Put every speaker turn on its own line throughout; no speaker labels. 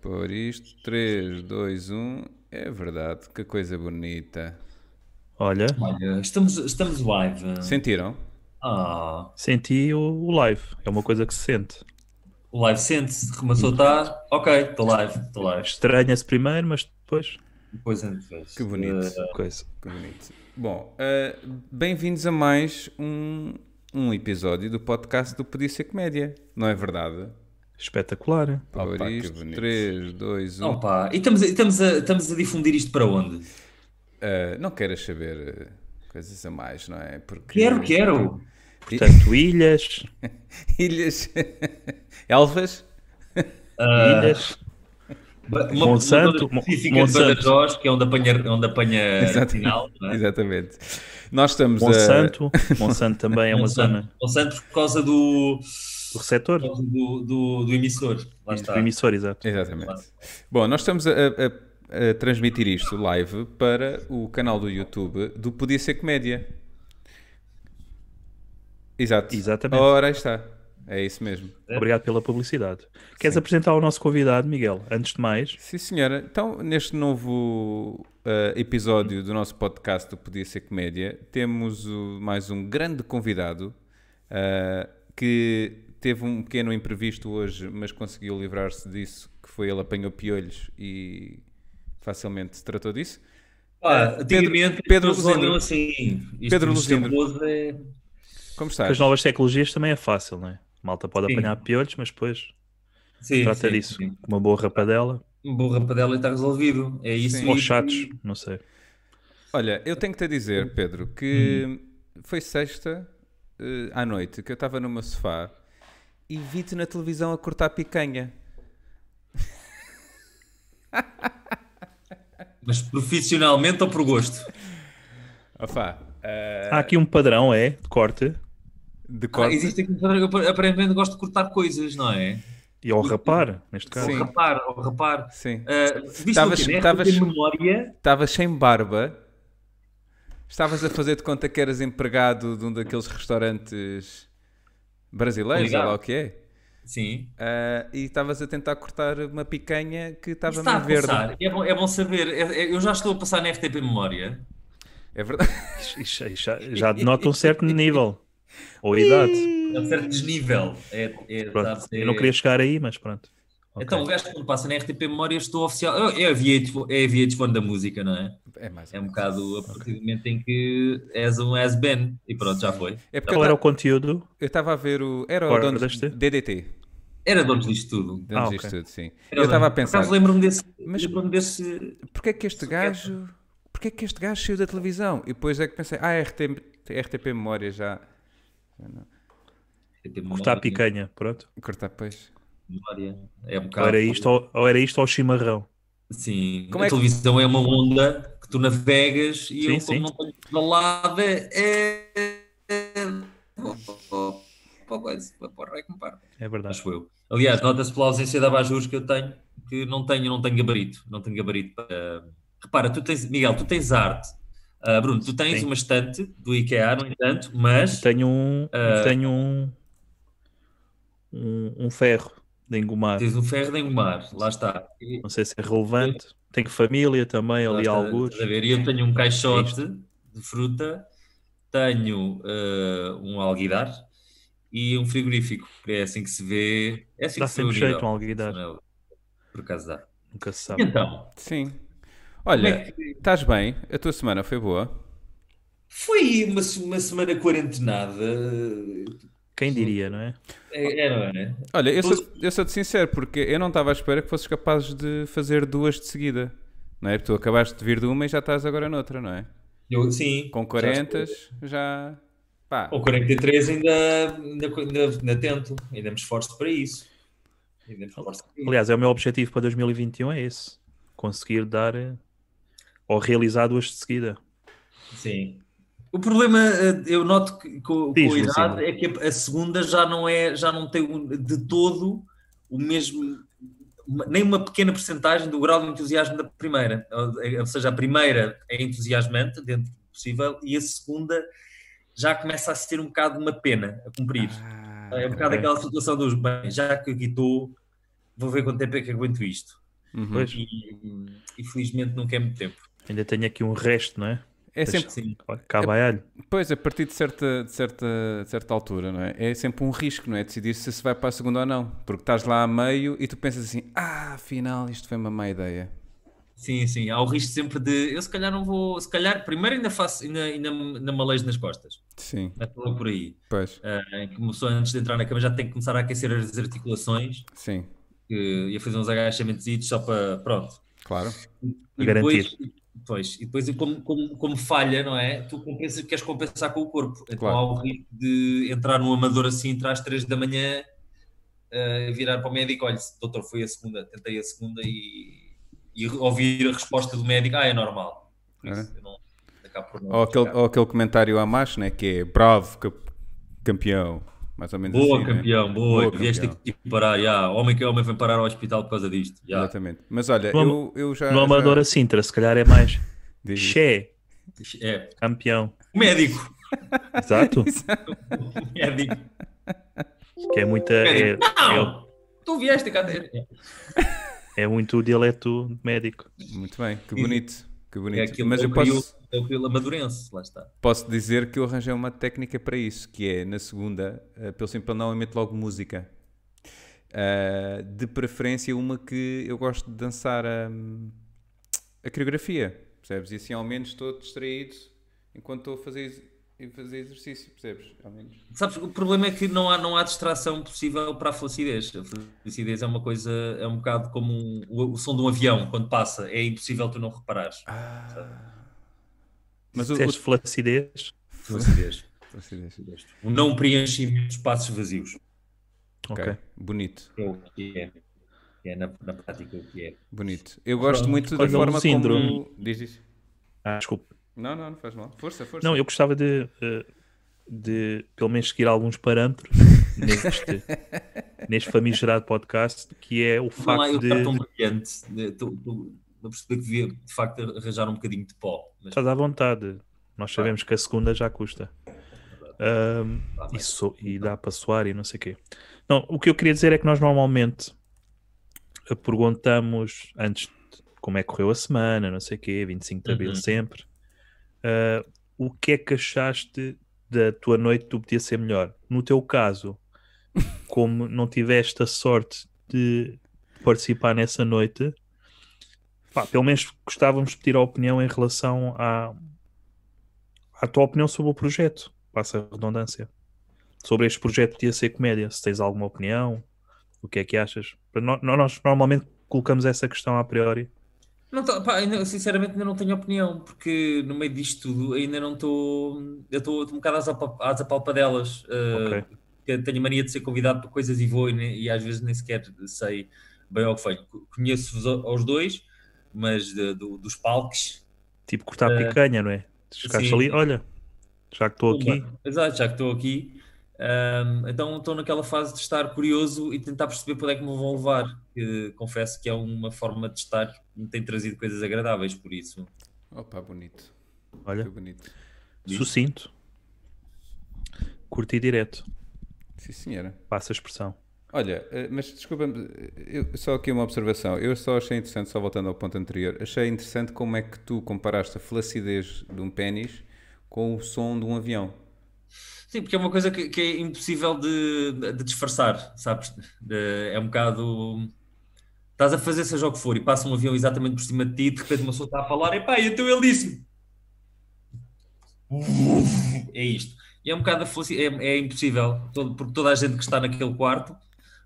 Por isto, 3, 2, 1. É verdade, que coisa bonita.
Olha,
Olha, estamos, estamos live.
Sentiram?
Ah,
senti o, o live. É uma coisa que se sente.
o live sente-se, remaçou, está. Ok, estou live, estou live.
Estranha-se primeiro, mas depois.
Depois a gente vê.
Que bonito.
Eh,
Coisa.
Que bonito. Bom, eh, bem-vindos a mais um, um episódio do podcast do Podia Ser Comédia, não é verdade?
Espetacular.
Por
Opa, que
isto, um,
bonito.
3, 2, 1.
Opa, e estamos, a- estamos, a, estamos a difundir isto para onde?
Eh, não queiras saber eh, coisas a mais, não é? Porque
Quero, quero.
Portanto, ilhas,
Ilhas. Elvas?
Ah,
ilhas.
Ba- Uma,
Monsanto,
zona
Mon-
específica
Monsanto.
de Badajoz, que é onde apanha, onde apanha
Exatamente.
final. não é?
Exatamente. Nós estamos a.
Monsanto. Monsanto também é uma zona
Monsanto, Monsanto por causa do,
do receptor.
por causa do, do, do emissor. Lá
Do
está.
emissor, exato.
Exatamente. Bom, nós estamos a, a- a- a transmitir isto live para o canal do YouTube do Podia Ser Comédia. Exato.
Exatamente.
Ora, aí está. É isso mesmo.
Obrigado pela publicidade. Queres apresentar o nosso convidado, Miguel? Antes de mais,
Sim, senhora. Então, neste novo eh, episódio do nosso podcast do Podia Ser Comédia, temos o- mais um grande convidado eh, que teve um pequeno imprevisto hoje, mas conseguiu livrar-se disso, que foi ele apanhou piolhos e facilmente se tratou disso.
Pá,
Pedro-
antigamente,
Pedro
as pessoas
Luzindro.
andam assim. Isto
Pedro
de
Luzindro.
escamoso é-
Como
com as
estás?
novas tecnologias também é fácil, não é? A Malta pode
Sim.
apanhar piolhos, mas depois
Sim,
trata
sim,
disso.
sim.
Com uma boa rapadela.
Um bom rapadela e está resolvido. É isso.
Sim.
e-
Ou chatos, não sei.
Olha, eu tenho que te dizer,
Hum.
Pedro, que foi sexta eh, à noite que eu estava no meu sofá e vi-te na televisão a cortar picanha.
Mas profissionalmente ou por gosto?
Ofá, eh,
Há aqui um padrão, é, de corte.
de
Ah,
corte.
existe aqui, eu aparentemente gosto de cortar coisas, não é?
E ao rapar, neste caso.
Sim.
Ou rapar, ou rapar.
Sim.
Ah, viste
Estavas-
o quê?
estavas-
Tem memória.
Estavas sem barba. Estavas a fazer de conta que eras empregado de um daqueles restaurantes brasileiros,
Obrigado.
ou lá o que é.
Sim.
Ah, e estavas a tentar cortar uma picanha que estava
Isso está a
meio verde.
passar. É bom, é bom saber. É- é- eu já estou a passar na RTP Memória.
É verdade.
Ixi, ixi, Já, já denota um certo nível. Ou idade.
É um certo desnível. É, é,
Pronto.
sabe,
Eu não
é-
queria chegar aí, mas pronto. Ok.
Então, o gajo quando passa na RTP Memória, eu estou oficial. É é a VH1 é a VH1 da música, não é?
É mais. ou
É um
menos.
bocado a partir do momento em que és um as Ben e pronto, já foi.
É porque eu
Qual era o
um
ta-
conteúdo?
eu estava a ver o. Era o
Fora
dono
deste?
DDT.
Era donos disto tudo.
Donos
Ah,
disto
ok.
tudo, sim.
Era
eu estava a
donos. Por
pensar.
acaso lembro-me desse.
Mas-
Lembro-me desse.
Porquê é que este gajo. Porquê é que este gajo saiu da televisão? E depois é que pensei, ah, RTP, RTP Memória já.
Cortar a picanha, pronto.
Cortar, pois.
Memória. É um
Ou
bocado.
era isto ou, ou era isto ao chimarrão?
Sim.
Como
a
é que-
televisão é uma onda que tu navegas e
Sim,
eu,
sim.
como não tenho balada, é. é- vou- vou- vou- vou- vou recomprar.
É verdade.
Acho eu. Aliás, nota-se pela ausência de abajures que eu tenho, que não tenho, não tenho gabarito. Não tenho gabarito para. Repara, tu tens, Miguel, tu tens arte. Ah, Bruno, tu tens
Sim.
uma estante do IKEA, no entanto, mas eh,
Tenho um. Tenho um, um. um ferro de engomar.
tens um ferro de engomar, lá está. E,
Não sei se é relevante. Tenho família também,
lá
ali
está,
alguns.
estás a ver? E eu tenho um caixote de fruta, tenho ah, um alguidar e um frigorífico, que é assim que se vê. É assim
Dá
que se vê o
sempre jeito um
nível. é
alguidar. Tá
Por acaso dá.
Nunca se sabe.
Então,
Sim.
como
Olha,
é que.
Estás bem? A tua semana foi boa?
Foi uma, se- uma semana quarentenada.
Quem diria, não é?
É, é, não é?
Olha, eu sou, eu sou-te sincero, porque eu não estava à espera que fosses capaz de fazer duas de seguida. Não é? Tu acabaste de vir de uma e já estás agora noutra, não é?
Eu, sim.
Com
já
40
estou.
já. Pá,
Com 43 ainda, ainda, ainda, ainda tento. Ainda me esforço para isso. Ainda me esforço para isso.
Aliás, é o meu objetivo para 2021 é esse. Conseguir dar eh, ou realizar duas de seguida.
Sim. O problema, eh, eu noto que co- com,
Diz,
a idade,
Luciano.
é que a, a segunda já não é, já não tem um- de todo o mesmo, uma- nem uma pequena porcentagem do grau de entusiasmo da primeira. Ou, eh, ou seja, a primeira é entusiasmante, dentro do possível, e a segunda já começa a ser um bocado uma pena a cumprir.
Ah,
é um bocado
ok.
aquela situação dos bem, já que aqui estou, vou ver quanto tempo é que aguento isto.
Pois,
e, e felizmente nunca é muito tempo.
ainda tenho aqui um resto, não é?
É sempre,
Sim.
Olha, Cavalho.
pois, a partir de certa, de certa, de certa altura, não é? É sempre um risco, não é? Decidir se se vai para a segunda ou não. Porque estás lá a meio e tu pensas assim, ah, afinal isto foi uma má ideia.
Sim, sim, há o risco sempre de eu se calhar não vou, se calhar primeiro ainda faço, ainda, ainda, ainda malejo nas costas,
Sim,
é logo por aí.
pois,
Eh, que uma pessoa antes de entrar na cama já tem que começar a aquecer as articulações
sim,
que, e a fazer uns agachamentos só para, pronto.
claro.
E
Garantir.
depois, pois, e depois como, como, como falha, não é? Tu compensas, queres compensar com o corpo, então
Claro.
há o risco de entrar num amador assim, entrar às três da manhã, eh, virar para o médico, olha, doutor, foi a segunda, tentei a segunda e, e ouvir a resposta do médico, ah, é normal. Por isso, eu não, acabo por não
Ou aquele,
ficar.
ou aquele comentário a mais, né? Que é bravo, cap- campeão. Mais ou menos
Boa,
assim, né?
campeão, boa,
Boa,
vieste
campeão.
aqui parar, já. homem que homem foi parar ao hospital por causa disto, já.
Exatamente. Mas olha,
No am-
eu, eu já.
No Amadora Sintra, se calhar é mais.
já-
Xé,
É,
campeão.
o médico,
Exato.
o médico,
que é muita.
o
É,
médico. não, tu vieste cá ter.
é- é muito o dialeto médico.
Muito bem, que bonito. Que bonito.
É aquilo
Mas
que
eu
eu queria-
posso,
É o que ele amadurense, lá está.
posso dizer que eu arranjei uma técnica para isso, que é na segunda, eh, pelo simples não, eu meto logo música. Ah, de preferência, uma que eu gosto de dançar a, a coreografia, percebes? E assim ao menos estou distraído enquanto estou a fazer, ex- a fazer exercício, percebes? Ao menos.
Sabes, o problema é que não há, não há distração possível para a flacidez. A flacidez é uma coisa, é um bocado como um- o, o som de um avião quando passa, é impossível tu não reparares.
Ah. Mas o,
Disseste flacidez.
Flacidez.
o...
O não preenchimento de espaços vazios.
Ok.
Ok, bonito,
É o que é. É na, na prática o que é.
bonito. Eu gosto muito da
Olha, um
forma
síndrome.
como... Diz isso.
Ah, desculpa.
Não, não, não faz mal. Força, força.
Não, eu gostava de, eh, de pelo menos seguir alguns parâmetros neste, neste famigerado podcast, que é o
Não há
facto
eu
de.
estar tão brilhante. de- tu- tu- Eu percebi que devia de facto arranjar um bocadinho de pó.
Então,
Mas
Estás à vontade. Nós sabemos que a segunda já custa. Ahm,
Tá bem.
e, so- e dá para soar e não sei o quê. Não, o que eu queria dizer é que nós normalmente eh, perguntamos antes de como é que correu a semana, não sei o quê, 25 de abril
Uhum.
sempre. Ah, o que é que achaste da tua noite tu podia ser melhor? No teu caso, como não tiveste a sorte de participar nessa noite, pá, pelo menos gostávamos de pedir a opinião em relação à, à tua opinião sobre o projeto. Passa a redundância. Sobre este projeto de ser comédia. Se tens alguma opinião, o que é que achas? Para no- no- Nós normalmente colocamos essa questão a priori.
Não tô- pá, ainda- sinceramente ainda não tenho opinião, porque no meio disto tudo ainda não estou. Eu estou um bocado às, apa- às apalpadelas. eh,
Ok.
que Tenho mania de ser convidado para coisas e vou, e, nem- e às vezes nem sequer sei bem ao que foi. Co- Conheço-vos a- aos dois, mas de- do- dos palques.
Tipo cortar
Eh,
picanha, não é? Chegaste
sim.
ali, olha, já que estou aqui,
Pumba. Exato, já que estou aqui. Ahm, então estou naquela fase de estar curioso e tentar perceber para onde é que me vão levar. que confesso que é uma forma de estar que me tem trazido coisas agradáveis, por isso.
Opa, bonito. Que
olha,
bonito.
sucinto, curti direto,
Sim, senhora.
passa a expressão.
Olha, eh, mas desculpa eu, só aqui uma observação. Eu só achei interessante, só voltando ao ponto anterior, achei interessante como é que tu comparaste a flacidez de um pênis com o som de um avião.
Sim, porque é uma coisa que, que é impossível de, de disfarçar, sabes? De- é um bocado. Estás a fazer seja o que for e passa um avião exatamente por cima de ti e de repente uma pessoa está a falar, epá, e então ele disse-me. É isto. E é um bocado a felici- é, é impossível, todo- porque toda a gente que está naquele quarto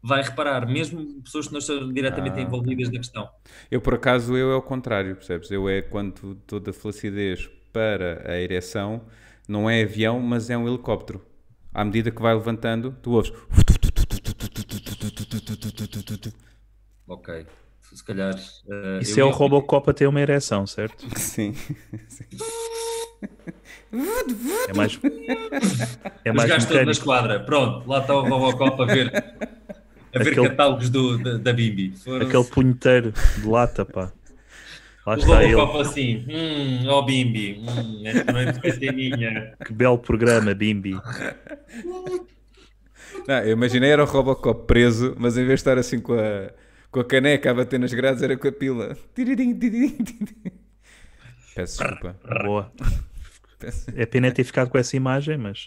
vai reparar, mesmo pessoas que não estão diretamente
Ah,
envolvidas na questão.
Eu, por acaso, eu é o contrário, percebes? Eu é quando estou da flacidez para a ereção, não é avião, mas é um helicóptero. À medida que vai levantando, tu ouves.
Ok. Se calhar. eh,
Isso
eu
é o
ia-
Robocop a ter uma ereção, certo?
Sim.
É mais. É
Os
mais
gajos todos na
mecânico.
esquadra, pronto, lá está o Robocop a ver, a ver
Aquele-
catálogos do, da, da Bimbi. Foram-
Aquele punheteiro de lata, pá. Lá
o
está ele.
Robocop assim, hum, ó Bimbi, hum, esta noite vai ser minha.
Que belo programa, Bimbi.
Não, eu imaginei era o Robocop preso, mas em vez de estar assim com a, com a caneca a bater nas grades era com a pila. Tiririm, tiririm, tiririm. Peço desculpa.
Boa.
Peço-
É pena é ter ficado com essa imagem, mas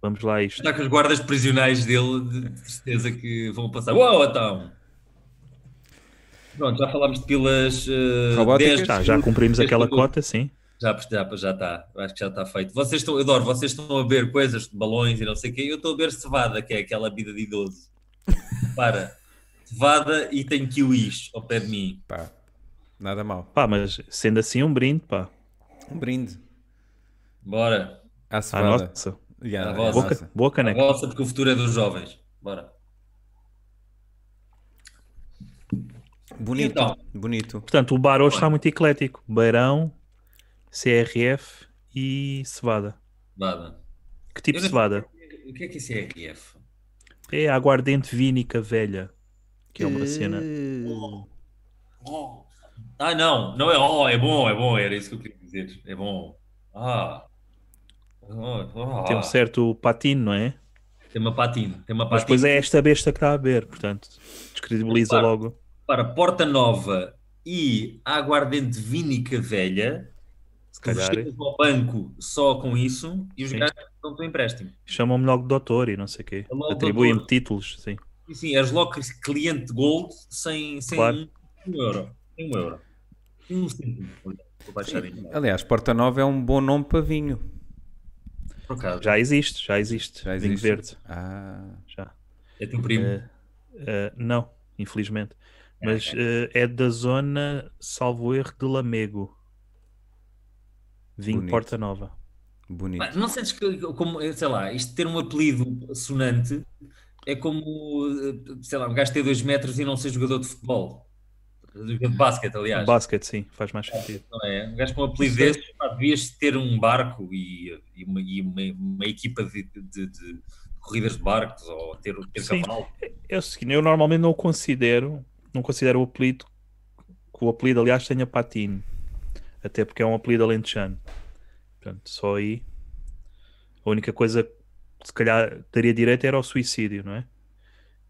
vamos lá a isto.
Está com os guardas prisionais dele, de certeza que vão passar. Uau, então! Pronto, já falámos de pilas eh,
Robóticas?
10
Tá, já cumprimos
Este
aquela
produto.
cota, sim.
Já, já, já está, acho que já está feito. Vocês estão, eu adoro, vocês estão a ver coisas de balões e não sei o quê, eu estou a ver cevada, que é aquela vida de idoso. Para, cevada e tem kiwis ao pé de mim.
Pá, nada mal.
Pá, mas sendo assim um brinde, pá.
Um brinde
Bora,
à
A
cevada.
nossa. né?
E à-
À
à
vossa.
Boa,
nossa.
ca- boa
a
caneca.
vossa, porque o futuro é dos jovens. Bora.
Bonito,
Então.
bonito.
Portanto, o bar hoje está muito eclético. Beirão, CRF e cevada.
Cevada.
Que tipo
Eu
de
não-
cevada?
O que é que isso é RF?
É a aguardente vínica velha. Que é uma cena.
Oh. Ah, não, não é. Oh, é bom, é bom, era isso que eu queria dizer. É bom. Ah. Oh, oh.
Tem um certo patino, não é?
Tem uma patina, tem uma
Mas
patina.
depois é esta besta que está a ver, portanto, descredibiliza
Claro.
logo.
Para Porta Nova e Aguardente Vínica Velha,
Se
tu
calhar
chegas ao banco só com isso e os
Sim.
gajos dão o empréstimo.
chamam-me logo doutor e não sei o quê.
É logo
Atribuem-me
doutor.
títulos, sim.
E sim, és logo cliente Gold sem, sem
Claro.
um euro. Sem um euro. Sem um cêntimo. Olha, Vou baixar ainda.
Aliás, Porta Nova é um bom nome para vinho.
Por acaso,
Já existe, já existe.
Já
Vinho
existe.
verde,
Ah,
já.
é teu primo.
Eh, não, infelizmente. Mas eh, é da zona, salvo erro, de Lamego. Vinho
Bonito.
Porta Nova.
bonito.
Pá, Ah, Não sentes que, como, eh, sei lá, isto ter um apelido sonante é como, eh, sei lá, um gajo ter dois metros e não ser jogador de futebol. Jogador de basquete, aliás.
Basket, sim, faz mais sentido.
não é? Um gajo com um apelido desse, pá, devias ter um barco e, e uma, e uma- uma equipa de, de- de corridas de barcos ou ter, ter
Sim.
cavalo.
É o seguinte, eu normalmente não o considero, não considero o apelido, que o apelido, aliás, tenha patino. Até porque é um apelido alentejano. Portanto, só aí. A única coisa que se calhar teria direito era ao suicídio, não é?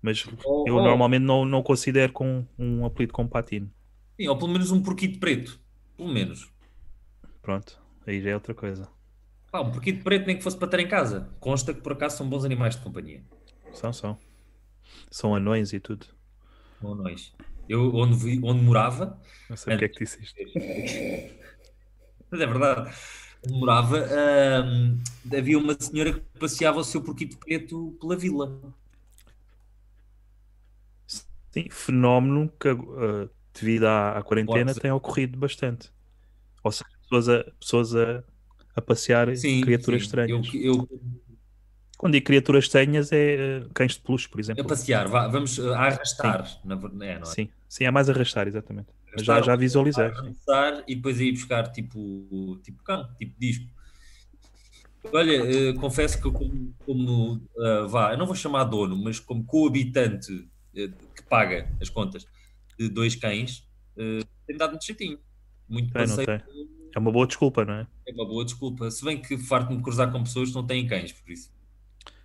Mas
Ou,
eu
ou-
normalmente não, não o considero com um apelido com patino.
sim, ou pelo menos um porquito preto. Pelo menos.
Pronto, aí já é outra coisa.
Pá, um porquito preto nem que fosse para ter em casa. Consta que por acaso são bons animais de companhia.
São, são. São anões e tudo.
Não nós. Eu, onde, vi- onde morava,
Não sei porque é que disse isto.
Mas é verdade. Onde morava, ahm, havia uma senhora que passeava o seu porquito preto pela vila.
Sim, fenómeno que ah, devido à, à quarentena
Pode-
tem ocorrido bastante. Ou seja, pessoas a, pessoas a, a passear criaturas
sim.
estranhas.
Eu, eu,
Quando digo criaturas estranhas é ah, cães de peluche, por exemplo.
a passear, vá, vamos ah, a arrastar, na verdade. É, não é?
Sim, sim, é mais arrastar, exatamente. Mas já,
Arrastar,
já
Ah,
visualizei. sim.
Arrastar e depois ir buscar tipo, tipo cão, tipo disco. Olha, eh, confesso que eu como, como ah, vá, eu não vou chamar dono, mas como coabitante eh, que paga as contas de dois cães, eh, tem dado-me chatinho. Muito
Tem, não
passeio
tem. É uma boa desculpa, não é?
É uma boa desculpa. Se bem que farto-me de cruzar com pessoas que não têm cães, por isso.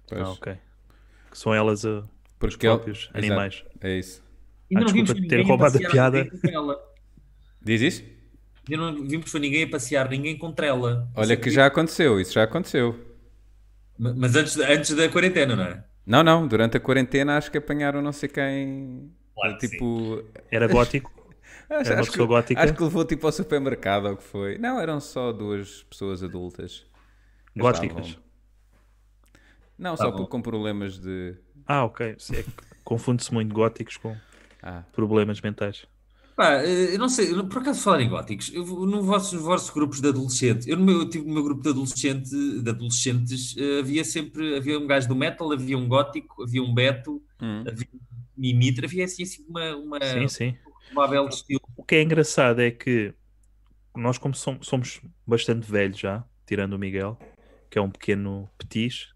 Pois,
Ah, ok. Que são elas ah, os
porque ele-
próprios
Exato,
animais.
É isso.
Ah, desculpa
foi
de ter
ninguém
roubado a
passear
piada.
ninguém com ela.
Diz isso?
Ainda não vimos foi ninguém a passear ninguém com trela.
Olha que já aconteceu, isso já aconteceu.
Ma- Mas antes, da- antes da quarentena, não é?
Não, não, durante a quarentena acho que apanharam não sei quem.
Ah,
Claro que
tipo.
Era gótico.
Acho,
uma
acho que,
pessoa gótica.
acho que levou tipo ao supermercado ou o que foi. Não, eram só duas pessoas adultas. Mas
Góticas.
estavam- Não, só
Estavam.
por- com problemas de.
Ah, ok. Sim, é que Confunde-se muito góticos com
Ah,
problemas mentais.
Pá, eh, eu não sei, eu não- por acaso falarem góticos, eu, vou- no vossos, nos vossos grupos de adolescentes, eu no meu, eu tive no meu grupo de, adolescente, de adolescentes, eh, havia sempre, havia um gajo do metal, havia um gótico, havia um beto,
hum.
havia um mimitra, havia assim, assim uma, uma,
Sim, sim.
uma bela estilo.
O que é engraçado é que nós, como som- somos bastante velhos já, tirando o Miguel, que é um pequeno petis,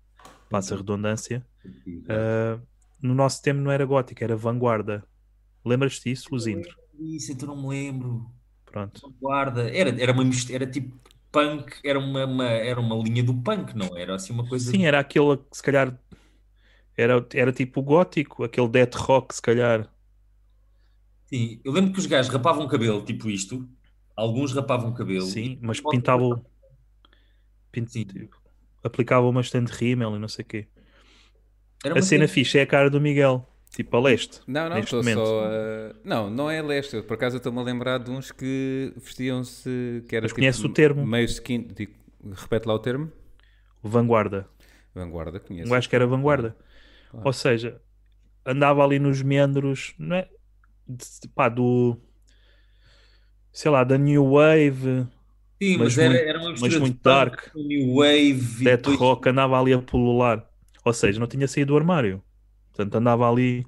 passa a redundância,
É.
ah, no nosso tempo não era gótico, era vanguarda. Lembras-te disso, Luzindro?
Isso, então não me lembro.
Pronto.
Vanguarda, era, era uma mis- era tipo punk, era uma, uma- era uma linha do punk, não era assim uma coisa
Sim, era aquele que se calhar era, era tipo o gótico, aquele death rock, se calhar.
Sim, eu lembro que os gajos rapavam o cabelo, tipo isto. Alguns rapavam o cabelo.
Sim,
E-
mas pintava. o- pin-
Sim.
Aplicava uma estante rímel e não sei o quê.
Era
A
uma
cena fixe é a cara do Miguel, tipo a leste.
Não, não,
neste
estou
momento.
só. a- Não, não é leste. Eu, por acaso eu estou-me a lembrar de uns que vestiam-se. Que era
Mas
tipo
conhece o termo?
Meio skin. digo, repete lá o termo.
Vanguarda.
Vanguarda, conheço.
Um gajo que era vanguarda. Ou seja, andava ali nos meandros, não é? De- pá, do. Sei lá, da New Wave, mas
Sim, mas, era,
muito-
era uma
mas
mistura de
muito
punk
dark.
com New Wave e
Death
depois-
Rock, andava ali a pulular. Ou seja, não tinha saído do armário. Portanto, andava ali.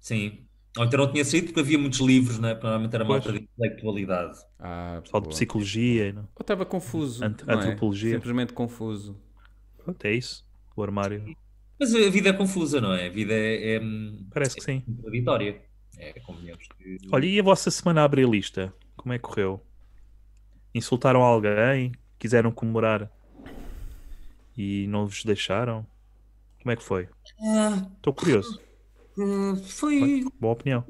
Sim. Ou então não tinha saído porque havia muitos livros, não é? Provavelmente era
Pois.
malta de intelectualidade.
Ah,
Pessoal de
boa.
psicologia. e Não?
Eu estava confuso.
Ant-
não é?
antropologia.
Simplesmente confuso.
Pronto, é isso. O armário.
Mas a vida é confusa, não é? A vida é, é hum,
Parece que sim.
contraditória. É, convenhamos que.
Olha, e a vossa semana abrilista? Como é que correu? Insultaram alguém? Quiseram comemorar? E não vos deixaram? Como é que foi?
Ah,
Estou curioso.
ah, foi.
Boa opinião.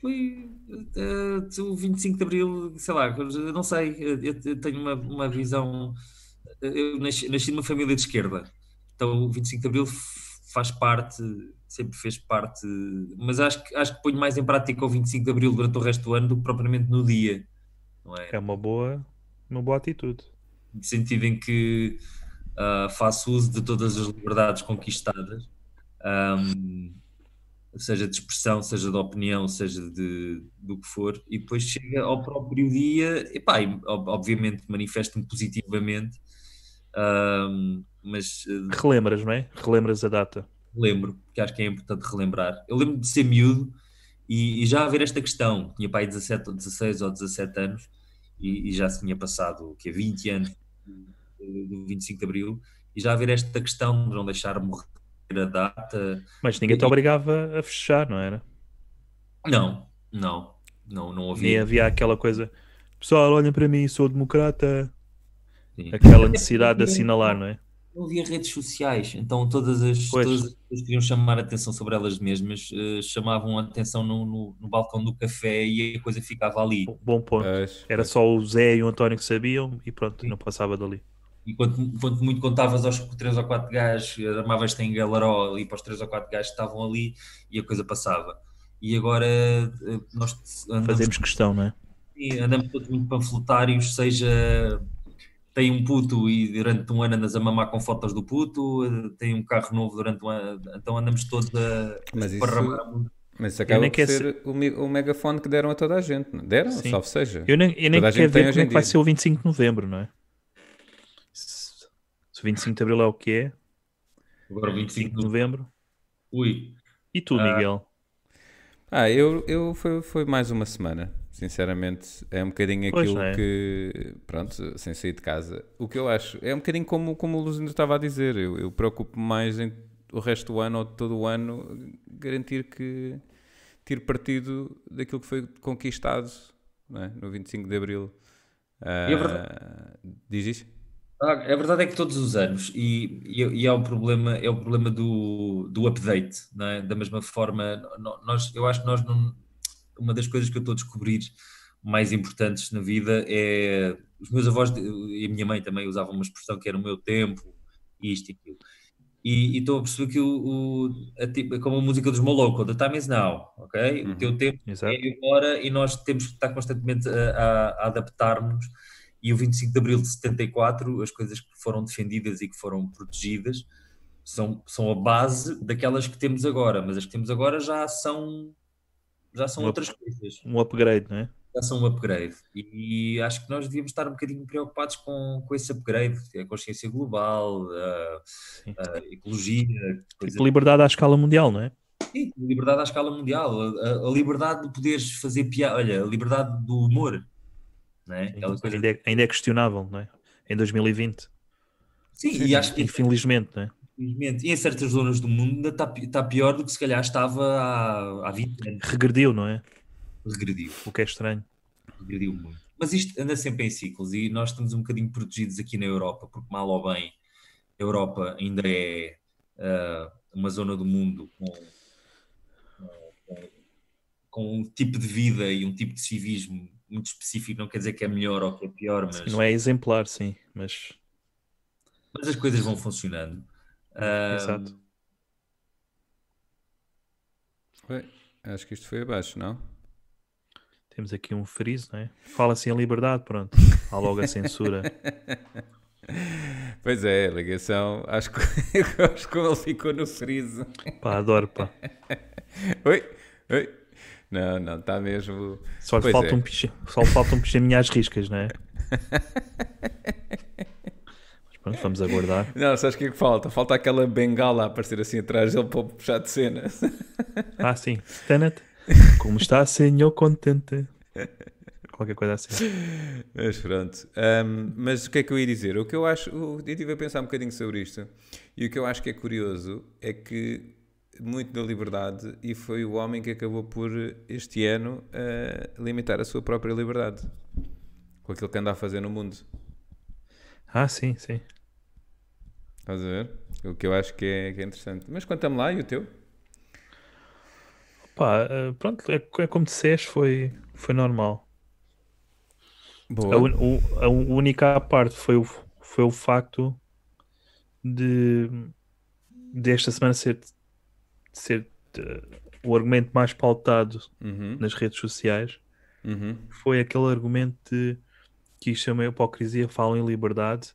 Foi eh, o 25 de Abril, sei lá, eu não sei, eu, eu tenho uma, uma visão. eh, Eu nasci, nasci numa família de esquerda, então o 25 de Abril f- faz parte, sempre fez parte, mas acho que, acho que ponho mais em prática o 25 de Abril durante o resto do ano do que propriamente no dia, não é?
É uma boa, uma boa atitude.
No sentido em que ah, faço uso de todas as liberdades conquistadas, ahm, seja de expressão, seja de opinião, seja de, do que for, e depois chega ao próprio dia, epá, e, ob- obviamente manifesto-me positivamente, ahm, mas ah,
Relembras, não é? Relembras a data.
lembro, porque acho que é importante relembrar. Eu lembro de ser miúdo e, e já haver esta questão. Tinha pai 17 ou 16 ou 17 anos e, e já se tinha passado o quê? 20 anos do do 25 de Abril e já haver esta questão de não deixar morrer a data.
Mas ninguém te obrigava a fechar, não era?
Não, não, não, não
Nem
havia.
havia aquela coisa. Pessoal, olhem para mim, sou democrata.
Sim.
Aquela necessidade de assinalar, não é?
Não havia redes sociais, então todas as,
Pois.
todas as pessoas queriam chamar a atenção sobre elas mesmas, eh, chamavam a atenção no, no- no balcão do café e a coisa ficava ali.
Bom- Bom ponto.
Pois,
Era só o Zé e o António que sabiam e pronto, não passava dali.
E quanto, quanto muito contavas aos três ou quatro gajos, armavas-te em galaró ali para os três ou quatro gajos que estavam ali e a coisa passava. E agora eh, nós andamos,
Fazemos questão, não é?
Sim, andamos todos muito panfletários, seja tem um puto e durante um ano andas a mamar com fotos do puto, eh, tem um carro novo durante um ano, então andamos todos a
Mas isso-
esparramar a música.
Mas isso acaba
nem
por
quero
ser o, mi- o megafone que deram a toda a gente. não? é? Deram,
Sim.
salvo seja.
Eu nem, eu nem
Toda a
quero
gente tem
ver
hoje
como
em
é que vai
dia.
ser o 25 de novembro, não é? Se se o 25 de abril é o que é,
Agora 25
25
de
de novembro.
Ui,
E tu, Miguel?
Ah, eu, eu foi, foi mais uma semana, sinceramente. É um bocadinho
Pois,
aquilo
não é?
que. Pronto, sem sair de casa. O que eu acho é um bocadinho como, como o Luzindo estava a dizer. Eu, eu preocupo mais em o resto do ano ou todo o ano garantir que tiro partido daquilo que foi conquistado não é? no 25 de Abril.
E é
Ah, diz isso?
Ah, A verdade é que todos os anos, e, e, e há um problema, é o problema do, do update, não é? Da mesma forma, no- nós, eu acho que nós não- uma das coisas que eu estou a descobrir mais importantes na vida é os meus avós de- e a minha mãe também usavam uma expressão que era o meu tempo, isto e aquilo. E e estou a perceber que o, o- a ti- como a música dos Moloco, The Time is Now, ok? O teu tempo
Exato.
é agora e nós temos que estar constantemente a, a- a adaptar-nos. E o 25 de abril de 74, as coisas que foram defendidas e que foram protegidas são, são a base daquelas que temos agora, mas as que temos agora já são, já são
Uma-
outras coisas,
Um upgrade, não é?
já são um upgrade. E acho que nós devíamos estar um bocadinho preocupados com, com esse upgrade, a consciência global, a,
Sim.
a ecologia, coisas
Tipo, liberdade à escala mundial, não é?
Sim, liberdade à escala mundial, a, a liberdade de poderes fazer piada, olha, a liberdade do humor, não é? Aquela coisa.
Ainda é, ainda é questionável, não é? Em 2020.
Sim, e acho que
Infelizmente, não é?
infelizmente, em certas zonas do mundo ainda está, pi- está pior do que se calhar estava há, há 20 anos.
Regrediu, não é?
Regrediu,
O que é estranho.
regrediu muito. Mas isto anda sempre em ciclos e nós estamos um bocadinho protegidos aqui na Europa, porque mal ou bem, a Europa ainda é ah, uma zona do mundo com, com- com um tipo de vida e um tipo de civismo muito específico, não quer dizer que é melhor ou que é pior, mas,
Não é exemplar, sim, mas.
mas as coisas vão funcionando. Ah,
Exato.
Ué, acho que isto foi abaixo, não?
Temos aqui um friso, não é? Fala-se em liberdade, pronto. Há logo a censura.
Pois é, a ligação. Acho que, acho que ele ficou no friso.
Pá, adoro, pá.
Oi, oi. Não, não, está mesmo.
Só lhe
Pois
falta
é.
um picha- só lhe falta um pijaminha às riscas, não é? Mas pronto, vamos aguardar.
Não, sabes o que é que falta? Falta aquela bengala a aparecer assim atrás dele para o puxar de cena.
Ah, sim. Tenet. Como está, senhor contente? Qualquer coisa assim.
Mas pronto. Ahm, mas o que é que eu ia dizer? O que eu acho. o- Eu estive a pensar um bocadinho sobre isto. E o que eu acho que é curioso é que muito da liberdade e foi o homem que acabou por este ano ah, limitar a sua própria liberdade com aquilo que anda a fazer no mundo.
Ah, sim, sim.
Estás a ver? O que eu acho que é, que é interessante. Mas conta-me lá e o teu?
Pá, eh, pronto, é, é como disseste, foi, foi normal. A,
Boa.
un- o- a un- única parte foi o, foi o facto de desta semana ser, ser eh, o argumento mais pautado
Uhum,
nas redes sociais
uhum.
foi aquele argumento de que isto é uma hipocrisia, falam em liberdade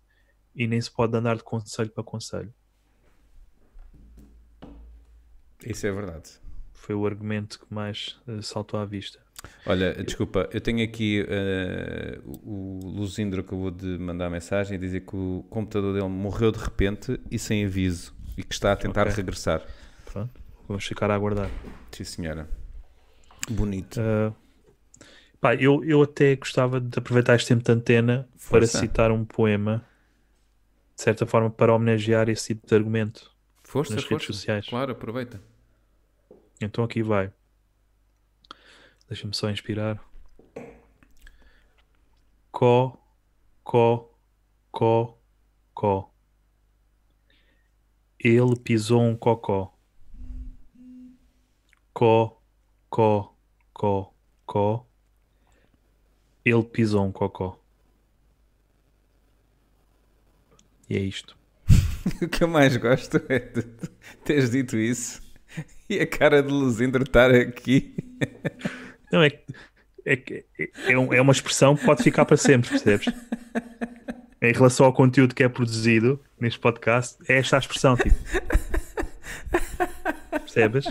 e nem se pode andar de conselho para conselho.
Isso é verdade.
Foi o argumento que mais eh, saltou à vista.
Olha, desculpa, eu tenho aqui eh, o o Luzindro acabou de mandar mensagem e dizer que o computador dele morreu de repente e sem aviso e que está a tentar
Ok.
regressar.
Pronto, vamos ficar a aguardar.
Sim, senhora. Bonito.
Ah, pá, eu, eu até gostava de aproveitar este tempo de antena para
Força.
citar um poema, de certa forma, para homenagear esse tipo de argumento.
força,
nas
força.
redes sociais.
Claro, aproveita.
Então aqui vai. Deixa-me só inspirar. Có, có, có, có. Ele pisou um cocó. Có, có, có, có. Ele pisou um cocó. E é isto.
O que eu mais gosto é de de teres dito isso e a cara de Luzindro estar aqui.
Não, é que é, que- é, um- é uma expressão que pode ficar para sempre, percebes? Em relação ao conteúdo que é produzido neste podcast, é esta a expressão, tipo. Percebes?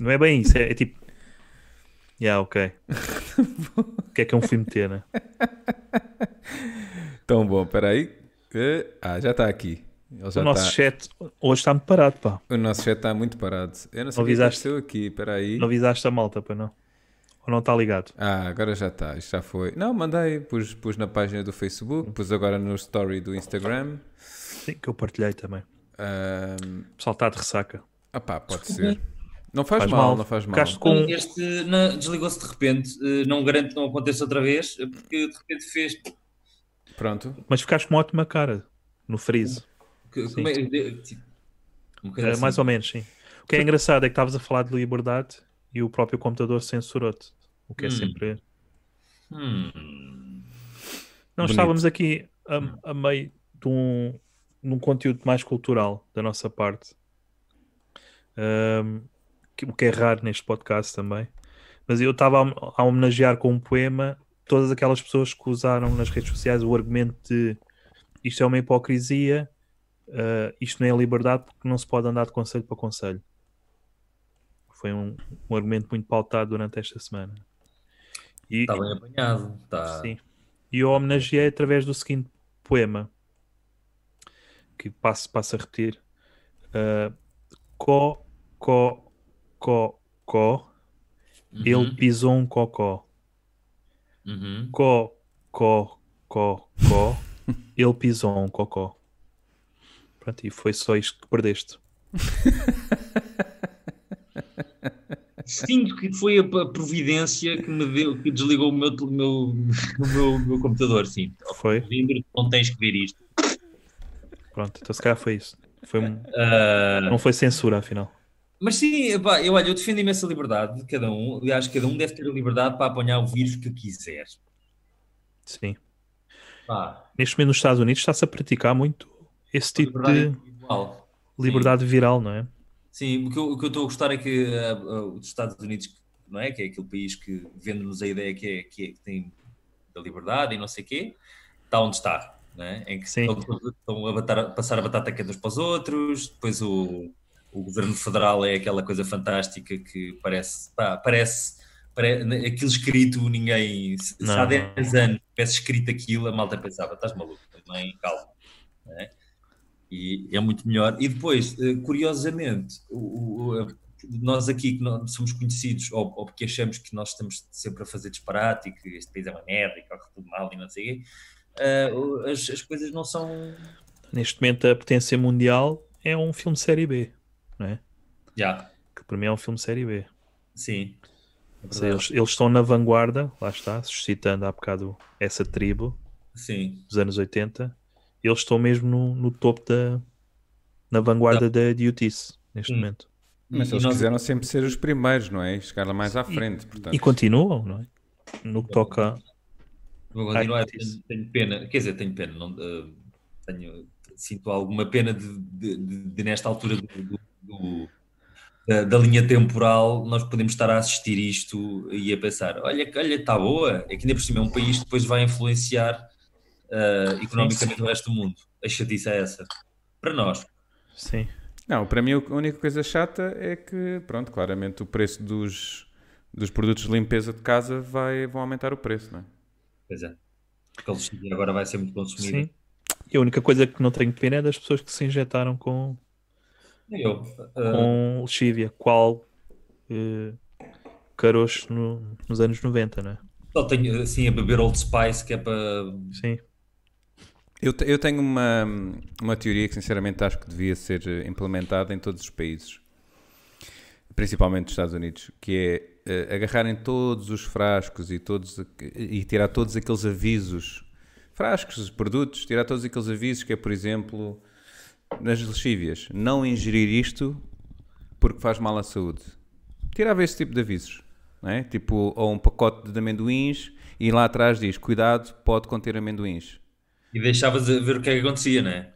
Não é bem isso, é, é tipo. Yeah, ok. O que é que é um filme ter, né?
Tão bom, peraí. Eh, Ah, já está aqui. Ele já tá.
O nosso
está-
chat hoje está muito parado, pá.
O nosso chat está muito parado. Eu não sei o que
Avisaste.
aconteceu aqui, peraí.
Não avisaste a malta, pá, não? Ou não está ligado?
Ah, agora já está, isto já foi. Não, mandei, pus, pus na página do
Uhum.
Facebook, pus agora no story do Instagram.
Sim, que eu partilhei também.
Ahm,
O pessoal está de ressaca.
Ah pá, pode ser. Não faz, mal, não faz mal.
Ficaste com...
Este não, desligou-se de repente, eh, não garanto que não aconteça outra vez, eh, porque de repente fez.
Pronto.
Mas ficaste com uma ótima cara no freeze.
que-
Sim.
como é- de- tipo, uma coisa
Eh,
assim.
mais ou menos, sim. O que é engraçado é que estavas a falar de liberdade e o próprio computador censurou-te. O que é
Hum.
sempre.
Hum.
Não,
Bonito.
estávamos aqui a, a meio de um, de um conteúdo mais cultural da nossa parte. Ahm, que- o que é raro neste podcast também. Mas eu estava a, a homenagear com um poema todas aquelas pessoas que usaram nas redes sociais o argumento de isto é uma hipocrisia, ah, isto não é liberdade porque não se pode andar de conselho para conselho. Foi um, um argumento muito pautado durante esta semana. E,
Está Tá bem apanhado. Está...
Sim. E eu homenageei através do seguinte poema que passo, passo a repetir: Ah, Có, có, có, có,
Uhum,
ele pisou um cocó.
uhum.
Có, có, có, có, ele pisou um cocó. Pronto, e foi só isto que perdeste.
Sinto que foi a p- a providência que me deu, que desligou o meu, tel- o meu, o meu, o meu computador, sim.
Foi?
Lindro, não tens que ver isto.
Pronto, então se calhar foi isso. Foi um-
Ah,
Não foi censura, afinal.
Mas sim, pá, eu, olha, eu defendo imenso a liberdade de cada um. Aliás, cada um deve ter a liberdade para apanhar o vírus que quiser.
Sim.
Pá,
Neste momento nos Estados Unidos está-se a praticar muito esse
a
tipo
liberdade
de
individual.
liberdade viral, não é?
Sim, o que eu, o que eu estou a gostar é que ah, ah, os Estados Unidos, não é? Que é aquele país que vende-nos a ideia que, é, que, é- que tem da liberdade e não sei o quê, está onde está, não é? Em que
Sim.
estão, estão a batar- passar a batata quente uns para os outros, depois o, o governo federal é aquela coisa fantástica que parece, pá, parece, pare- né, aquilo escrito ninguém, se, se há
Não.
10 anos tivesse escrito aquilo, a malta pensava, estás maluco, também, calma. não é? E é muito melhor. E depois, eh, curiosamente, o- o- a- nós aqui que não- somos conhecidos, ou, ou porque achamos que nós estamos sempre a fazer disparate e que este país é uma merda e corre tudo mal e não sei o quê, eh, o- as, as coisas não são.
Neste momento a potência mundial é um filme série B, não é?
Já,
Que para mim é um filme série B.
sim. É
Ou seja,
verdade.
Eles, eles estão na vanguarda, lá está, suscitando há bocado essa tribo
Sim,
dos anos 80. Eles estão mesmo no, no topo da. na vanguarda da idiotice, neste
Hum.
momento.
Mas
E- e
eles
nós-
quiseram sempre ser os primeiros, não é? E chegar lá mais à frente, portanto.
E continuam, não é? No que toca.
vou continuar.
Ai,
Tenho, tenho pena, quer dizer, tenho pena, não, eh, tenho, sinto alguma pena de, de- de- de nesta altura do- do- do- da, da linha temporal nós podemos estar a assistir isto e a pensar: olha, que- olha, está boa, é que ainda por cima é um país que depois vai influenciar eh, economicamente o resto do mundo. A chatice é essa. Para nós,
Sim.
Não, para mim a única coisa chata é que, pronto, claramente o preço dos, dos produtos de limpeza de casa vai, vão aumentar o preço, não é?
pois é. Porque eles- agora vai ser muito consumido.
Sim. E a única coisa que não tenho pena é das pessoas que se injetaram com,
Eu, eh,
com lexívia, qual eh, caroço no- nos anos 90, não é?
só tenho assim a beber Old Spice que é para
Sim.
Eu, te- eu tenho uma, uma teoria que sinceramente acho que devia ser eh, implementada em todos os países, principalmente nos Estados Unidos, que é eh, agarrarem todos os frascos e, todos, a- e tirar todos aqueles avisos, frascos, produtos, tirar todos aqueles avisos que é, por exemplo, nas lexívias, não ingerir isto porque faz mal à saúde. Tirava esse tipo de avisos, não é? Tipo, ou um pacote de amendoins e lá atrás diz, cuidado, pode conter amendoins.
E deixavas a ver o que é que acontecia, não é?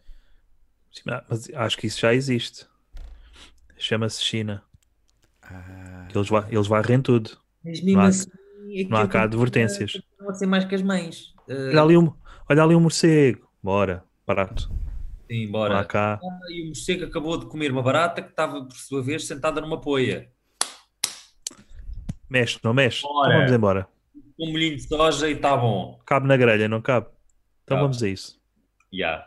Sim, ah, Mas acho que isso já existe. Chama-se China. Que Eles, va eles varrem tudo.
Mas
mesmo Não há- assim,
não
Não há cá advertências.
Não ser mais que as mães.
Olha ali um, olha ali um morcego. Bora, barato.
sim,
Não há
bora.
cá.
Ah, E o morcego acabou de comer uma barata que estava, por sua vez, sentada numa poia.
Mexe, não mexe. Então
Bora.
vamos embora.
Com um molhinho de soja e está bom.
Cabe na grelha, não cabe? Então
Cabe.
vamos a isso.
Yeah.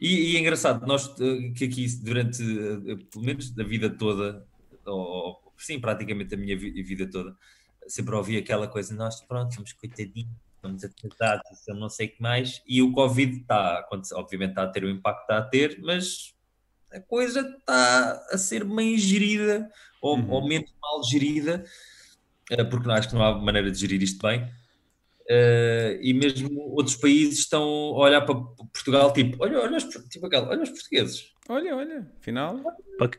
E, e é engraçado, nós eh, que aqui durante, eh, pelo menos da vida toda, ou, ou- sim, praticamente a minha vi- vida toda, sempre ouvi aquela coisa, nós pronto, somos coitadinhos, somos atrasados, eu não sei o que mais, e o Covid está, a acontecer- obviamente está a ter o impacto que está a ter, mas a coisa está a ser bem gerida, ou,
Uhum.
ou menos mal gerida, eh, porque não- acho que não há maneira de gerir isto bem, eh, e mesmo outros países estão a olhar para Portugal, tipo, olha, olha, os, por- tipo aquela, olha os portugueses.
Olha, olha, afinal.
Para,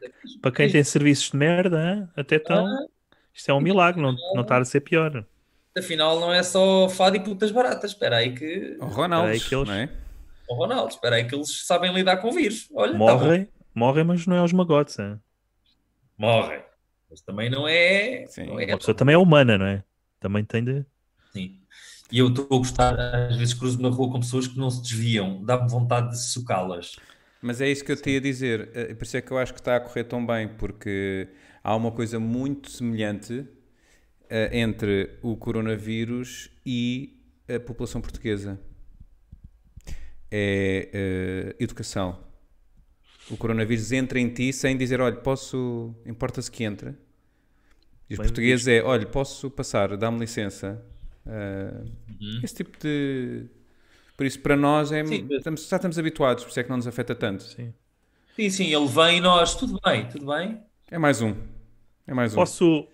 para quem tem serviços de merda, hã? até tão.
Ah.
Isto é um milagre, não, não está a ser pior.
Então Afinal, não é só fado e putas baratas. Espera aí que.
O Ronaldo,
Espera aí que eles-
não é?
Ó, Ronaldo, espera aí que eles sabem lidar com o vírus. Olha, tá bom.
Morrem, morrem, mas não é aos magotes. hã?
Morrem. Mas também não é.
Sim.
Não é
A pessoa também é humana, não é? Também tem de.
assim. E eu estou a gostar, às vezes cruzo na rua com pessoas que não se desviam. Dá-me vontade de socá-las.
Mas é isso que eu te ia dizer. eh, Por isso é que eu acho que está a correr tão bem, porque há uma coisa muito semelhante eh, entre o coronavírus e a população portuguesa. É eh, educação. O coronavírus entra em ti sem dizer, olha, posso. Importa-se que entre. E os
Bem
portugueses é, olha, posso passar, dá-me licença. Eh, Esse tipo de. Por isso, para nós, é,
Uhum. Sim, mas-
estamos- já estamos habituados, por isso é que não nos afeta tanto.
Sim.
Sim, sim, ele vem e nós. Tudo bem, tudo bem.
É mais um. É mais um.
Posso.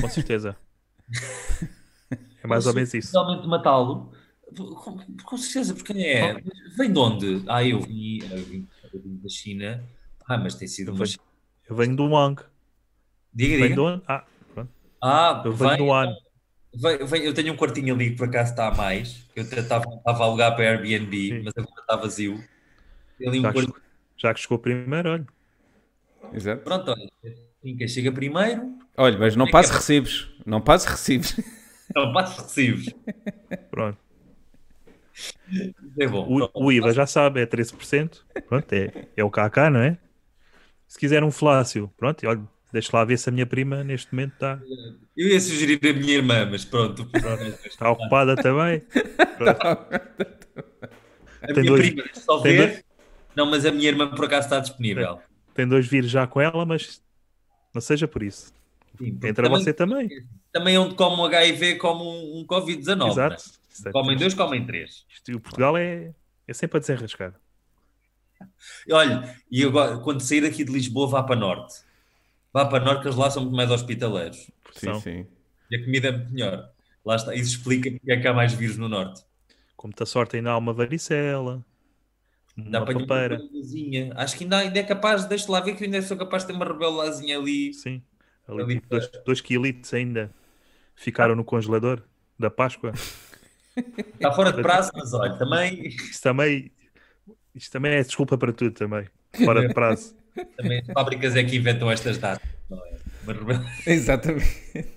Com certeza. É mais ou menos isso.
Realmente matá-lo. Com, com certeza, porque é. Vem de onde? Ah, eu vim, eu vim, eu vim da China. Ah, mas tem sido uma
Eu Eu venho do Wang.
Diga,
Venho
diga.
do Wang. Ah, pronto.
Ah,
Eu venho um
vem,
do Wang.
vem- vem- eu tenho um quartinho ali que por acaso está a mais. Eu estava a alugar para Airbnb,
Sim. Tá
mas agora está vazio. Tem ali um
Já que,
quartinho.
chegou- já que chegou primeiro, olha.
Exato.
Pronto, olha. Quem chega primeiro,
Olha, mas não passe recibos. Não passe recibos.
não passa recibos.
Pronto.
É bom.
O,
pronto.
o IVA já sabe, é 13%. Pronto, é, é o KK, não é? Se quiser um flácio, pronto, olha, deixa lá ver se a minha prima neste momento tá, está,
Eu ia sugerir a minha irmã, mas pronto. pronto.
está tá ocupada também.
A
Tem
minha
dois-
prima, só
tem
ver.
dois-
Não, mas a minha irmã por acaso está disponível.
Tem dois vírus já com ela, mas não seja por isso.
Sim, porque
Entra
também,
você também.
também é onde come um HIV, como um, um Covid-19. né?
Exato. Exato.
Comem dois, comem três.
Isto- o Portugal é, é sempre a desenrascar.
E Olha, e agora, quando sair aqui de Lisboa, vá para Norte. Vá para Norte, que eles lá são muito mais hospitaleiros.
Sim,
São.
sim.
E a comida é muito melhor. Lá está. Isso explica porque é que há mais vírus no Norte.
Com muita sorte ainda há uma varicela,
Dá
uma
para
papeira.
uma rebelazinha. Acho que ainda, ainda é capaz, deixa lá ver que eu ainda sou capaz de ter uma rebelazinha ali.
Sim. Ali,
Ali
tipo, dois, dois quilitos ainda ficaram no congelador da Páscoa.
Está fora de prazo, mas olha, também,
Isto também, isto também é desculpa para tudo também. Fora de prazo.
também as fábricas é que inventam estas datas. Não é? Uma rebel-
Exatamente.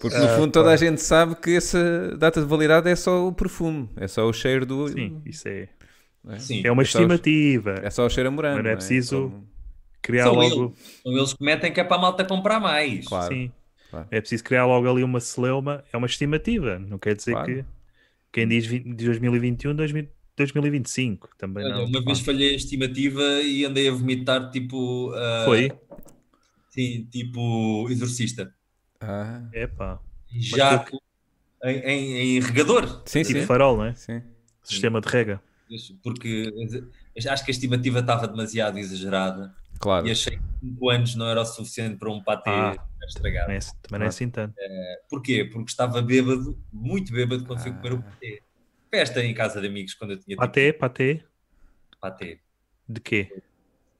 Porque
Ah,
no fundo toda a gente sabe que essa data de validade é só o perfume, é só o cheiro do.
Sim, isso é.
Sim.
É uma
só os-
estimativa.
É só o cheiro a morango.
Mas não é preciso
Como-
Criar
São
logo.
Então eles cometem que é para a malta comprar mais.
Claro.
Sim.
claro.
É preciso criar logo ali uma celeuma. É uma estimativa. Não quer dizer
Claro.
que quem diz vi- de 2021, 2000 2025. Também
Olha,
não.
uma vez falhei a estimativa e andei a vomitar tipo. ah,
Foi.
Sim, tipo exorcista.
Ah,
Epá.
Já
tu-
em, em- em regador.
Sim,
Tipo
sim.
farol, não é?
sim.
Sistema de rega.
Porque acho que a estimativa estava demasiado exagerada
Claro.
e achei que 5 anos não era o suficiente para um patê
Ah.
estragado.
Não é- Também
Ah,
não é assim tanto.
Porquê? Porque estava bêbado, muito bêbado, quando fui
Ah.
comer o patê. Festa em casa de amigos quando eu tinha tipo,
Patê, patê.
patê.
De quê?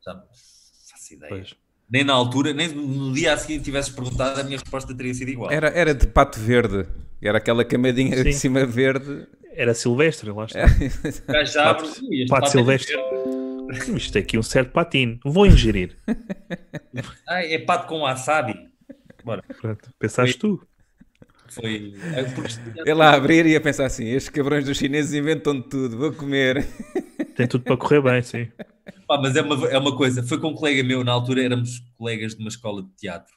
Já não faço ideia.
Pois.
Nem na altura, nem no dia a seguir tivesse perguntado, a minha resposta teria sido igual.
É.
Era, era de pato verde. Era aquela camadinha de
Sim.
cima verde.
Era silvestre, lá está.
Cajabro,
Pato-
ui, este
Pato
pato é
silvestre. Hum,
verde.
Isto é aqui um certo patino. Vou ingerir.
Ah, é pato com wasabi.
Pronto, pensaste tu.
Foi. é porque-
Ele a abrir e ia pensar assim: estes cabrões dos chineses inventam de tudo, vou comer.
Tem tudo para correr bem, sim.
Pá, mas é uma, é uma coisa, foi com um colega meu, na altura éramos colegas de uma escola de teatro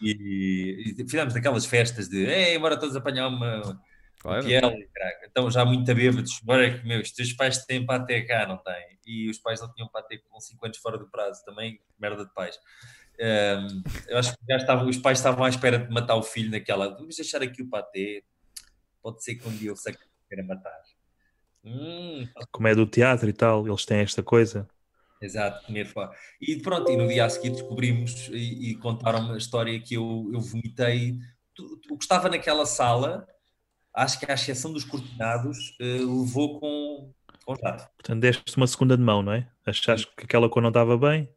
e, e fizemos aquelas festas de ei, bora todos apanhar uma
Claro.
piel, e caralho. então já muito bêbados, bora que meus, teus pais têm para até cá, não têm? E os pais não tinham para até com 5 anos fora do prazo também, merda de pais. Ahm, eu acho que já estavam, os pais estavam à espera de matar o filho naquela. Vamos deixar aqui o patê. Pode ser que um dia eu sei que queira matar. Hum,
Como é do teatro e tal, eles têm esta coisa.
Exato, comer fora. E pronto, e no dia a seguir descobrimos e, e contaram-me a história que eu, eu vomitei. Tu- tu- O que estava naquela sala, acho que à exceção dos cortinados, eh, levou com, com jato.
Portanto, deste uma segunda de mão, não é? Achaste que aquela cor não estava bem?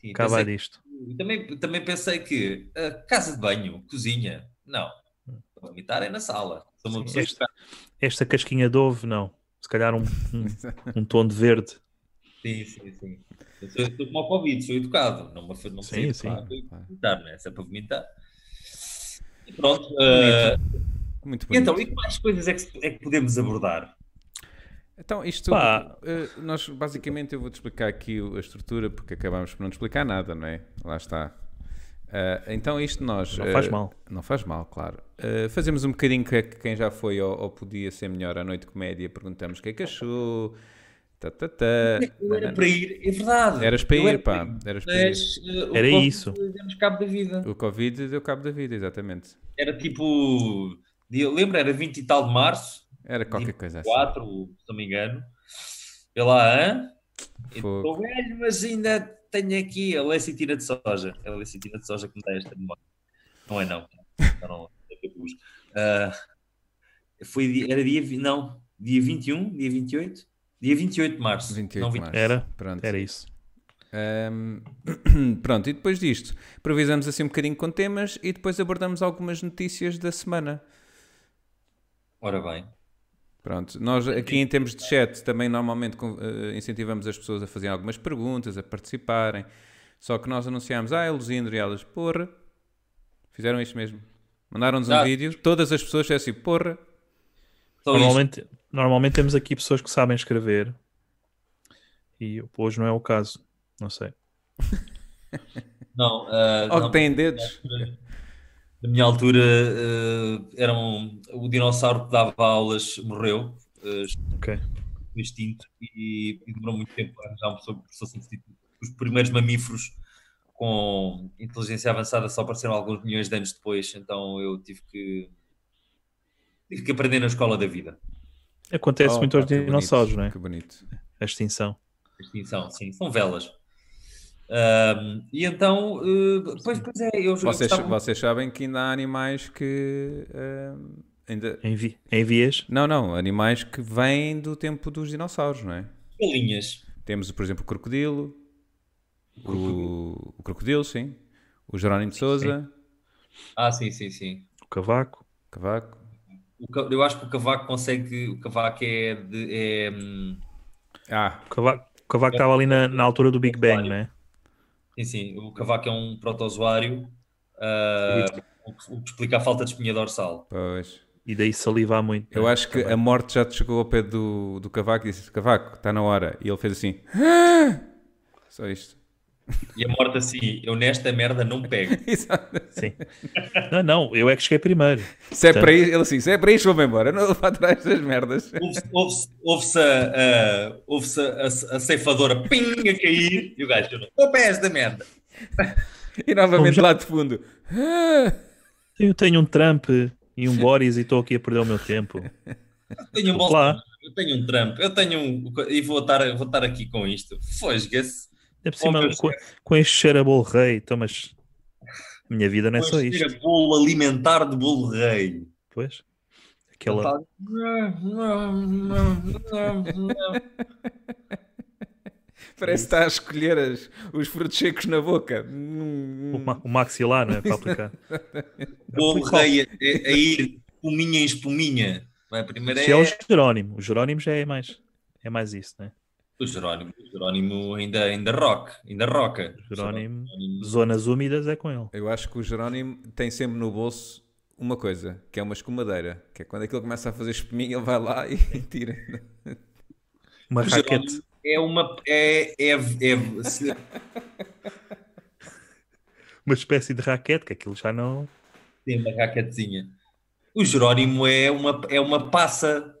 Sim,
Acaba
pensei
disto.
que- também, também pensei que eh, casa de banho, cozinha, não. Para vomitar é na sala. Sou uma
Sim,
pessoa
este- Esta casquinha de ovo, não. Se calhar um, um, um tom de verde.
Sim, sim, sim. Eu sou- estou como ao Covid, sou educado. Não me foi- não
Sim,
sei
sim.
educado e
Claro.
vomitar, não é? Se é para vomitar. E pronto. eh,
Muito bonito.
E Então, e que mais coisas é que, é que podemos abordar?
Então, isto
Pá.
eh, nós basicamente eu vou-te explicar aqui o- a estrutura porque acabámos por não te explicar nada, não é? Lá está. Ah, então, isto nós.
Não
eh,
É.
faz mal.
Não faz mal, claro. Ah, fazemos um bocadinho que quem já foi ou, podia ser melhor à noite de comédia, perguntamos o que é que achou. Tá, tá, tá.
Eu era para ir, é verdade.
Eras para
Eu
ir,
era
pá.
ir,
Eras para ir.
Mas eh, o
Era
Covid
isso.
deu-nos cabo da vida.
O Covid deu cabo da vida, exatamente.
Era tipo, dia- lembra, era 20 e tal de março,
Era qualquer coisa assim.
4, se não me engano. Eu lá, hã?
Fogo.
Estou velho, mas ainda tenho aqui a lecitina de soja. É a lecitina de soja que me dá esta memória. Não é não. Não, não, é que eu pus. Ah, foi, di- era um, dia, vi- não, dia 21, dia 28. Dia 28 de março.
28
não
de
vi-
março.
Era?
Pronto.
Era isso.
Ahm, pronto, e depois disto, improvisamos assim um bocadinho com temas e depois abordamos algumas notícias da semana.
Ora bem.
Pronto, nós aqui em termos de chat também normalmente com- eh, incentivamos as pessoas a fazerem algumas perguntas, a participarem. Só que nós anunciámos, ah, é Luzindo e elas, porra, fizeram isto mesmo. Mandaram-nos um
Ah.
vídeo, todas as pessoas disseram assim, porra,
Só Então, isto.
Normalmente, normalmente temos aqui pessoas que sabem escrever e hoje não é o caso. Não sei.
Não, ah,
ó
não,
que têm dedos.
Na minha altura, ah, era um- o dinossauro que dava aulas morreu, ah,
Ok.
foi extinto e, e demorou muito tempo a arranjar uma pessoa, pessoa substituta. Os primeiros mamíferos com inteligência avançada só apareceram alguns milhões de anos depois, então eu tive que, tive que aprender na escola da vida.
Acontece
Oh,
muito
pá,
aos
que bonito,
dinossauros, não é?
Que bonito.
A extinção.
Extinção, sim, são velas. Ahm, e então, eh, pois, pois é, eu eu
Vocês,
gostava-
vocês sabem que ainda há animais que ahm, ainda,
Em, vi em vias.
Não, não, animais que vêm do tempo dos dinossauros, não é?
galinhas.
Temos, por exemplo, o crocodilo, o, o crocodilo, sim, o Jerónimo de Souza,
Ah, sim, sim, sim.
O cavaco.
cavaco.
O ca- eu acho que o cavaco consegue, o cavaco é, de, é, hum,
Ah,
O cavaco, o cavaco estava ali na, na altura do Big Bang, não é?
sim, sim, o cavaco é um protozoário, ah, o que- o que explica a falta de espinha dorsal.
pois.
E daí salivar muito.
Eu
não é?
acho que a morte já te chegou ao pé do, do cavaco e disse: Cavaco, está na hora. E ele fez assim: "Ah!" Só isto.
E a morte assim, eu nesta merda não pego.
Exato.
Sim. Não, não, eu é que cheguei primeiro.
Se é
Portanto-
para isso, ele assim: se é para isto, vou-me embora. Não vou para trás das merdas.
Ouve-se- Ouve-se ouve-se a, a, ouve a, a ceifadora ping a cair e o gajo, eu não vou pés da merda.
E novamente
Vamos já-
lá de fundo: "Ah!"
Eu tenho um Trump e um Boris e estou aqui a perder o meu tempo.
Tenho um
Olá.
Bolsonaro, eu tenho um Trump, eu tenho um. E vou estar, vou estar aqui com isto. Fosga-se.
É por cima,
Oh, meu
com, com este cheiro a bolo rei, então, mas a minha vida não é
Vou
só isto.
encher a bolo alimentar de bolo rei.
Pois. Aquela,
Tá-
Parece que está a escolher as- os frutos secos na boca. Hum,
o, ma- o maxilar, não é? Para aplicar.
Bolo rei a, a- a ir espuminha em espuminha. Não é? Primeiro
Se é o
é
Jerónimo. O Jerónimo já é mais, é mais isso, né?
o Jerónimo. O Jerónimo ainda, ainda rock, ainda roca.
Jerónimo,
Jerónimo.
zonas úmidas é com ele.
Eu acho que o Jerónimo tem sempre no bolso uma coisa, que é uma escumadeira, que é quando aquilo começa a fazer espuminha, ele vai lá e tira.
Uma
O
raquete.
Jerónimo É uma. É, é, é- se-
Uma espécie de raquete, que aquilo já não.
tem uma raquetezinha. O Jerónimo é uma, é uma passa.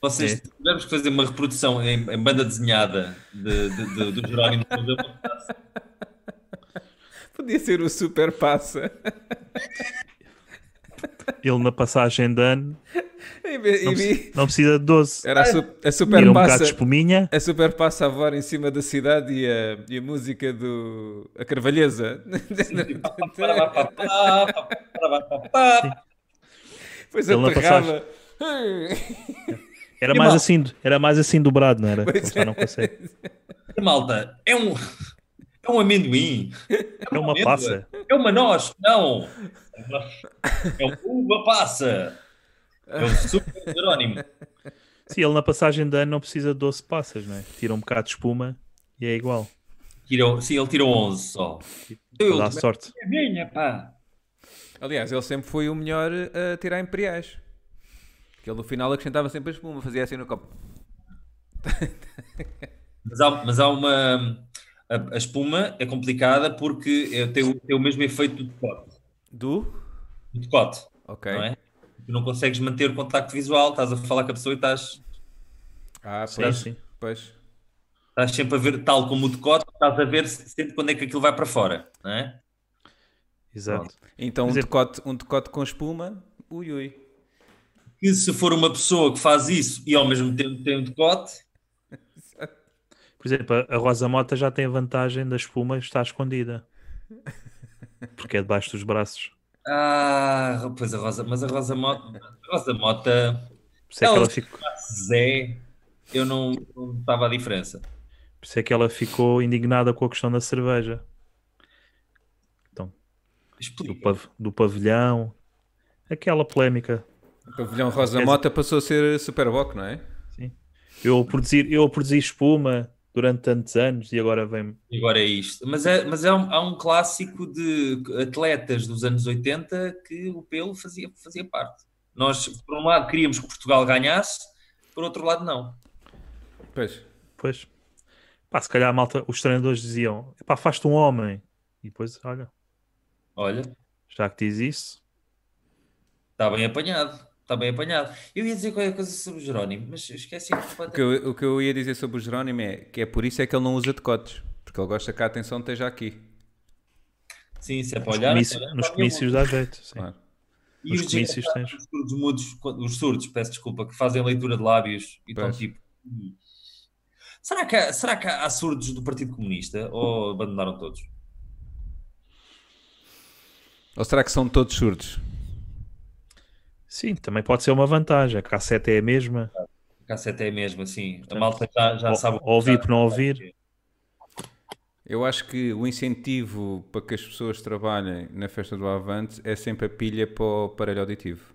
Vocês
É.
tivemos que fazer uma reprodução em, em banda desenhada de, de- de- do Jerónimo.
Podia ser o super passa.
Ele na passagem de ano
Em vez-
não,
em vez-
preci- não precisa de
É
12.
Era a, su- a
Tira
super
um bocado de
passa.
espuminha.
A super passa a voar em cima da cidade e a, e a música do. A Carvalheza. Depois
Ele na
aterrava.
Era
E
mais,
mal.
assim, era mais assim dobrado, não era? Ele
é.
já não consegue.
Malta, é um, é um amendoim.
É uma
Amêndoa.
passa.
É uma noz, não. É uma uva passa. É um super Jerónimo.
Sim, ele na passagem de ano não precisa de 12 passas, não é? Tira um bocado de espuma e é igual.
Tirou, sim, ele tirou 11 só.
Para
Eu,
dar sorte.
é minha, pá.
Aliás, ele sempre foi o melhor a tirar imperiais. Que ele no final acrescentava sempre a espuma, fazia assim no copo.
Mas há, mas há uma. A, a espuma é complicada porque é- tem, o- tem o mesmo efeito do decote.
Do?
Do decote,
Ok.
não é? Tu não consegues manter o contacto visual, estás a falar com a pessoa e estás,
Ah,
Sim,
pois.
sim.
Pois.
estás sempre a ver, tal como o decote, estás a ver se- sempre quando é que aquilo vai para fora, não é?
Exato.
Então um
Mas é-
decote, um decote com espuma, ui ui.
E se for uma pessoa que faz isso e ao mesmo tempo tem um decote,
Por exemplo, a- a Rosa Mota já tem a vantagem da espuma estar escondida. Porque é debaixo dos braços.
ah, pois a Rosa, mas a Rosa Mota, a Rosa Mota,
Por isso é que
Ela-
ela fica-
Zé, eu não, não notava a diferença.
Por isso é que ela ficou indignada com a questão da cerveja, do,
Explica.
pav- do pavilhão, aquela polémica.
O pavilhão Rosa Mota passou a ser Superboc, não é?
Eu a produzir, eu a produzi espuma durante tantos anos e agora vem.
E Agora é isto. Mas, é, mas é um, há um clássico de atletas dos anos 80 que o pelo fazia, fazia parte. Nós, por um lado, queríamos que Portugal ganhasse, por outro lado, não.
Pois.
Pois, pá, se calhar a malta, os treinadores diziam: pá, faz-te um homem. E depois, olha,
Olha,
já que diz isso,
está bem apanhado. Está bem apanhado. Eu ia dizer qualquer coisa sobre o Jerónimo, mas eu esqueci
O que,
completamente.
eu, o que eu ia dizer sobre o Jerónimo é que é por isso é que ele não usa decotes. Porque ele gosta que a atenção esteja aqui.
Sim, se é para
nos,
olhar.
comício-
olha,
nos
está bem
comícios dá jeito. sim.
Claro.
Ah, E
Nos
os
comícios tens.
Os surdos mudos, quando- os surdos, peço desculpa, que fazem leitura de lábios e estão
Pois.
tipo. "Hum." Será que, há, será que há há surdos do Partido Comunista ou abandonaram todos?
Ou será que são todos surdos?
Sim, também pode ser uma vantagem. A cassete é a mesma.
A cassete é mesmo assim. A
Portanto,
malta já, já
ou-
sabe. né? o que
ouvir
está-
por não ouvir.
Eu acho que o incentivo para que as pessoas trabalhem na festa do Avante é sempre a pilha para o aparelho auditivo.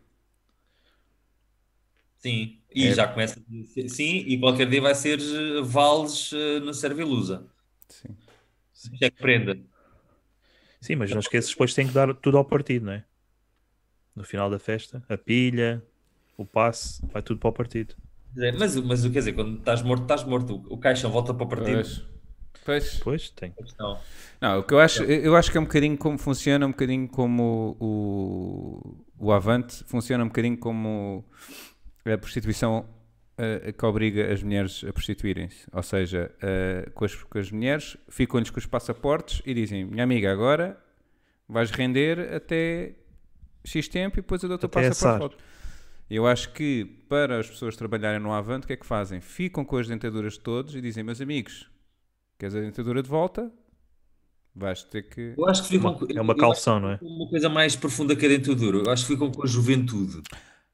Sim, e
É.
já começa. a ser- Sim, e qualquer dia vai ser eh, Vales eh, no Servilusa.
Sim.
Isto é que prenda.
Sim, mas não esqueças, depois tem que dar tudo ao partido, não é? No final da festa, a pilha, o passe, vai tudo para o partido.
Mas, mas quer dizer, quando estás morto, estás morto. O, o caixão volta para o partido.
Pois. Pois.
Depois tem.
Não.
Não, o que eu acho, eu acho que é um bocadinho como funciona, um bocadinho como o, o Avante, funciona um bocadinho como a prostituição eh, que obriga as mulheres a prostituírem-se. Ou seja, eh, com, as, com as mulheres ficam-lhes com os passaportes e dizem: Minha amiga, agora vais render até X tempo e depois eu dou-te o
Até
passaporte. de
assar.
volta." Eu acho que para as pessoas trabalharem no Avante, o que é que fazem? Ficam com as dentaduras de todos e dizem: Meus amigos, queres a dentadura de volta? Vais ter que.
Eu acho que
Uma-
ficam. com-
é uma
eu
calção, não é?
acho que ficam com Uma coisa mais profunda que a dentadura. Eu acho que ficam com a juventude.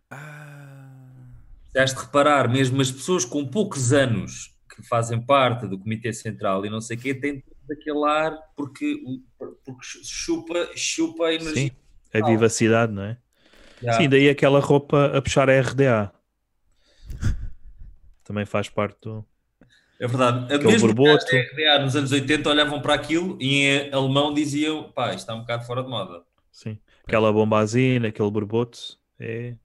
Ah,
Se has de reparar, mesmo as pessoas com poucos anos que fazem parte do Comitê Central e não sei o quê, têm todo aquele ar porque, porque chupa, chupa a energia.
Sim, a vivacidade, não é?
Já.
Sim, daí aquela roupa a puxar a RDA. Também faz parte do.
É verdade.
Que é o
Mesmo
borboto.
que a RDA nos anos 80 olhavam para aquilo e em alemão diziam, pá, isto está um bocado fora de moda.
Sim. Aquela bombazina, aquele borboto. É,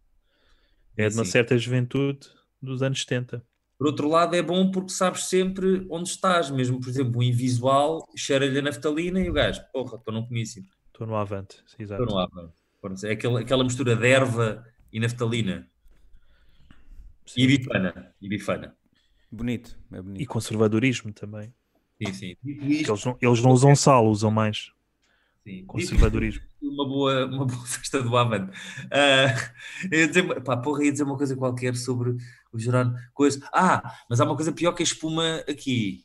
é de uma
Sim.
certa juventude dos anos 70.
Assim, Por outro lado, é bom porque sabes sempre onde estás, mesmo, por exemplo, um invisual cheira-lhe a naftalina e o gajo, porra, estou num comício,
Estou no avante. sim, Exato.
estou num ava. É aquela, aquela mistura de erva e naftalina.
Sim.
E bifana. E bifana.
bonito, é bonito.
E conservadorismo também.
Sim, sim. Dito
Porque
isto, é
Eles não, eles não usam sal, usam mais
sim. Dito
conservadorismo.
isto, uma boa, uma boa festa do Avante. Ah, eu ia dizer, pá, porra, ia dizer uma coisa qualquer sobre o Jerónimo. Coisa. Ah, mas há uma coisa pior que a espuma aqui.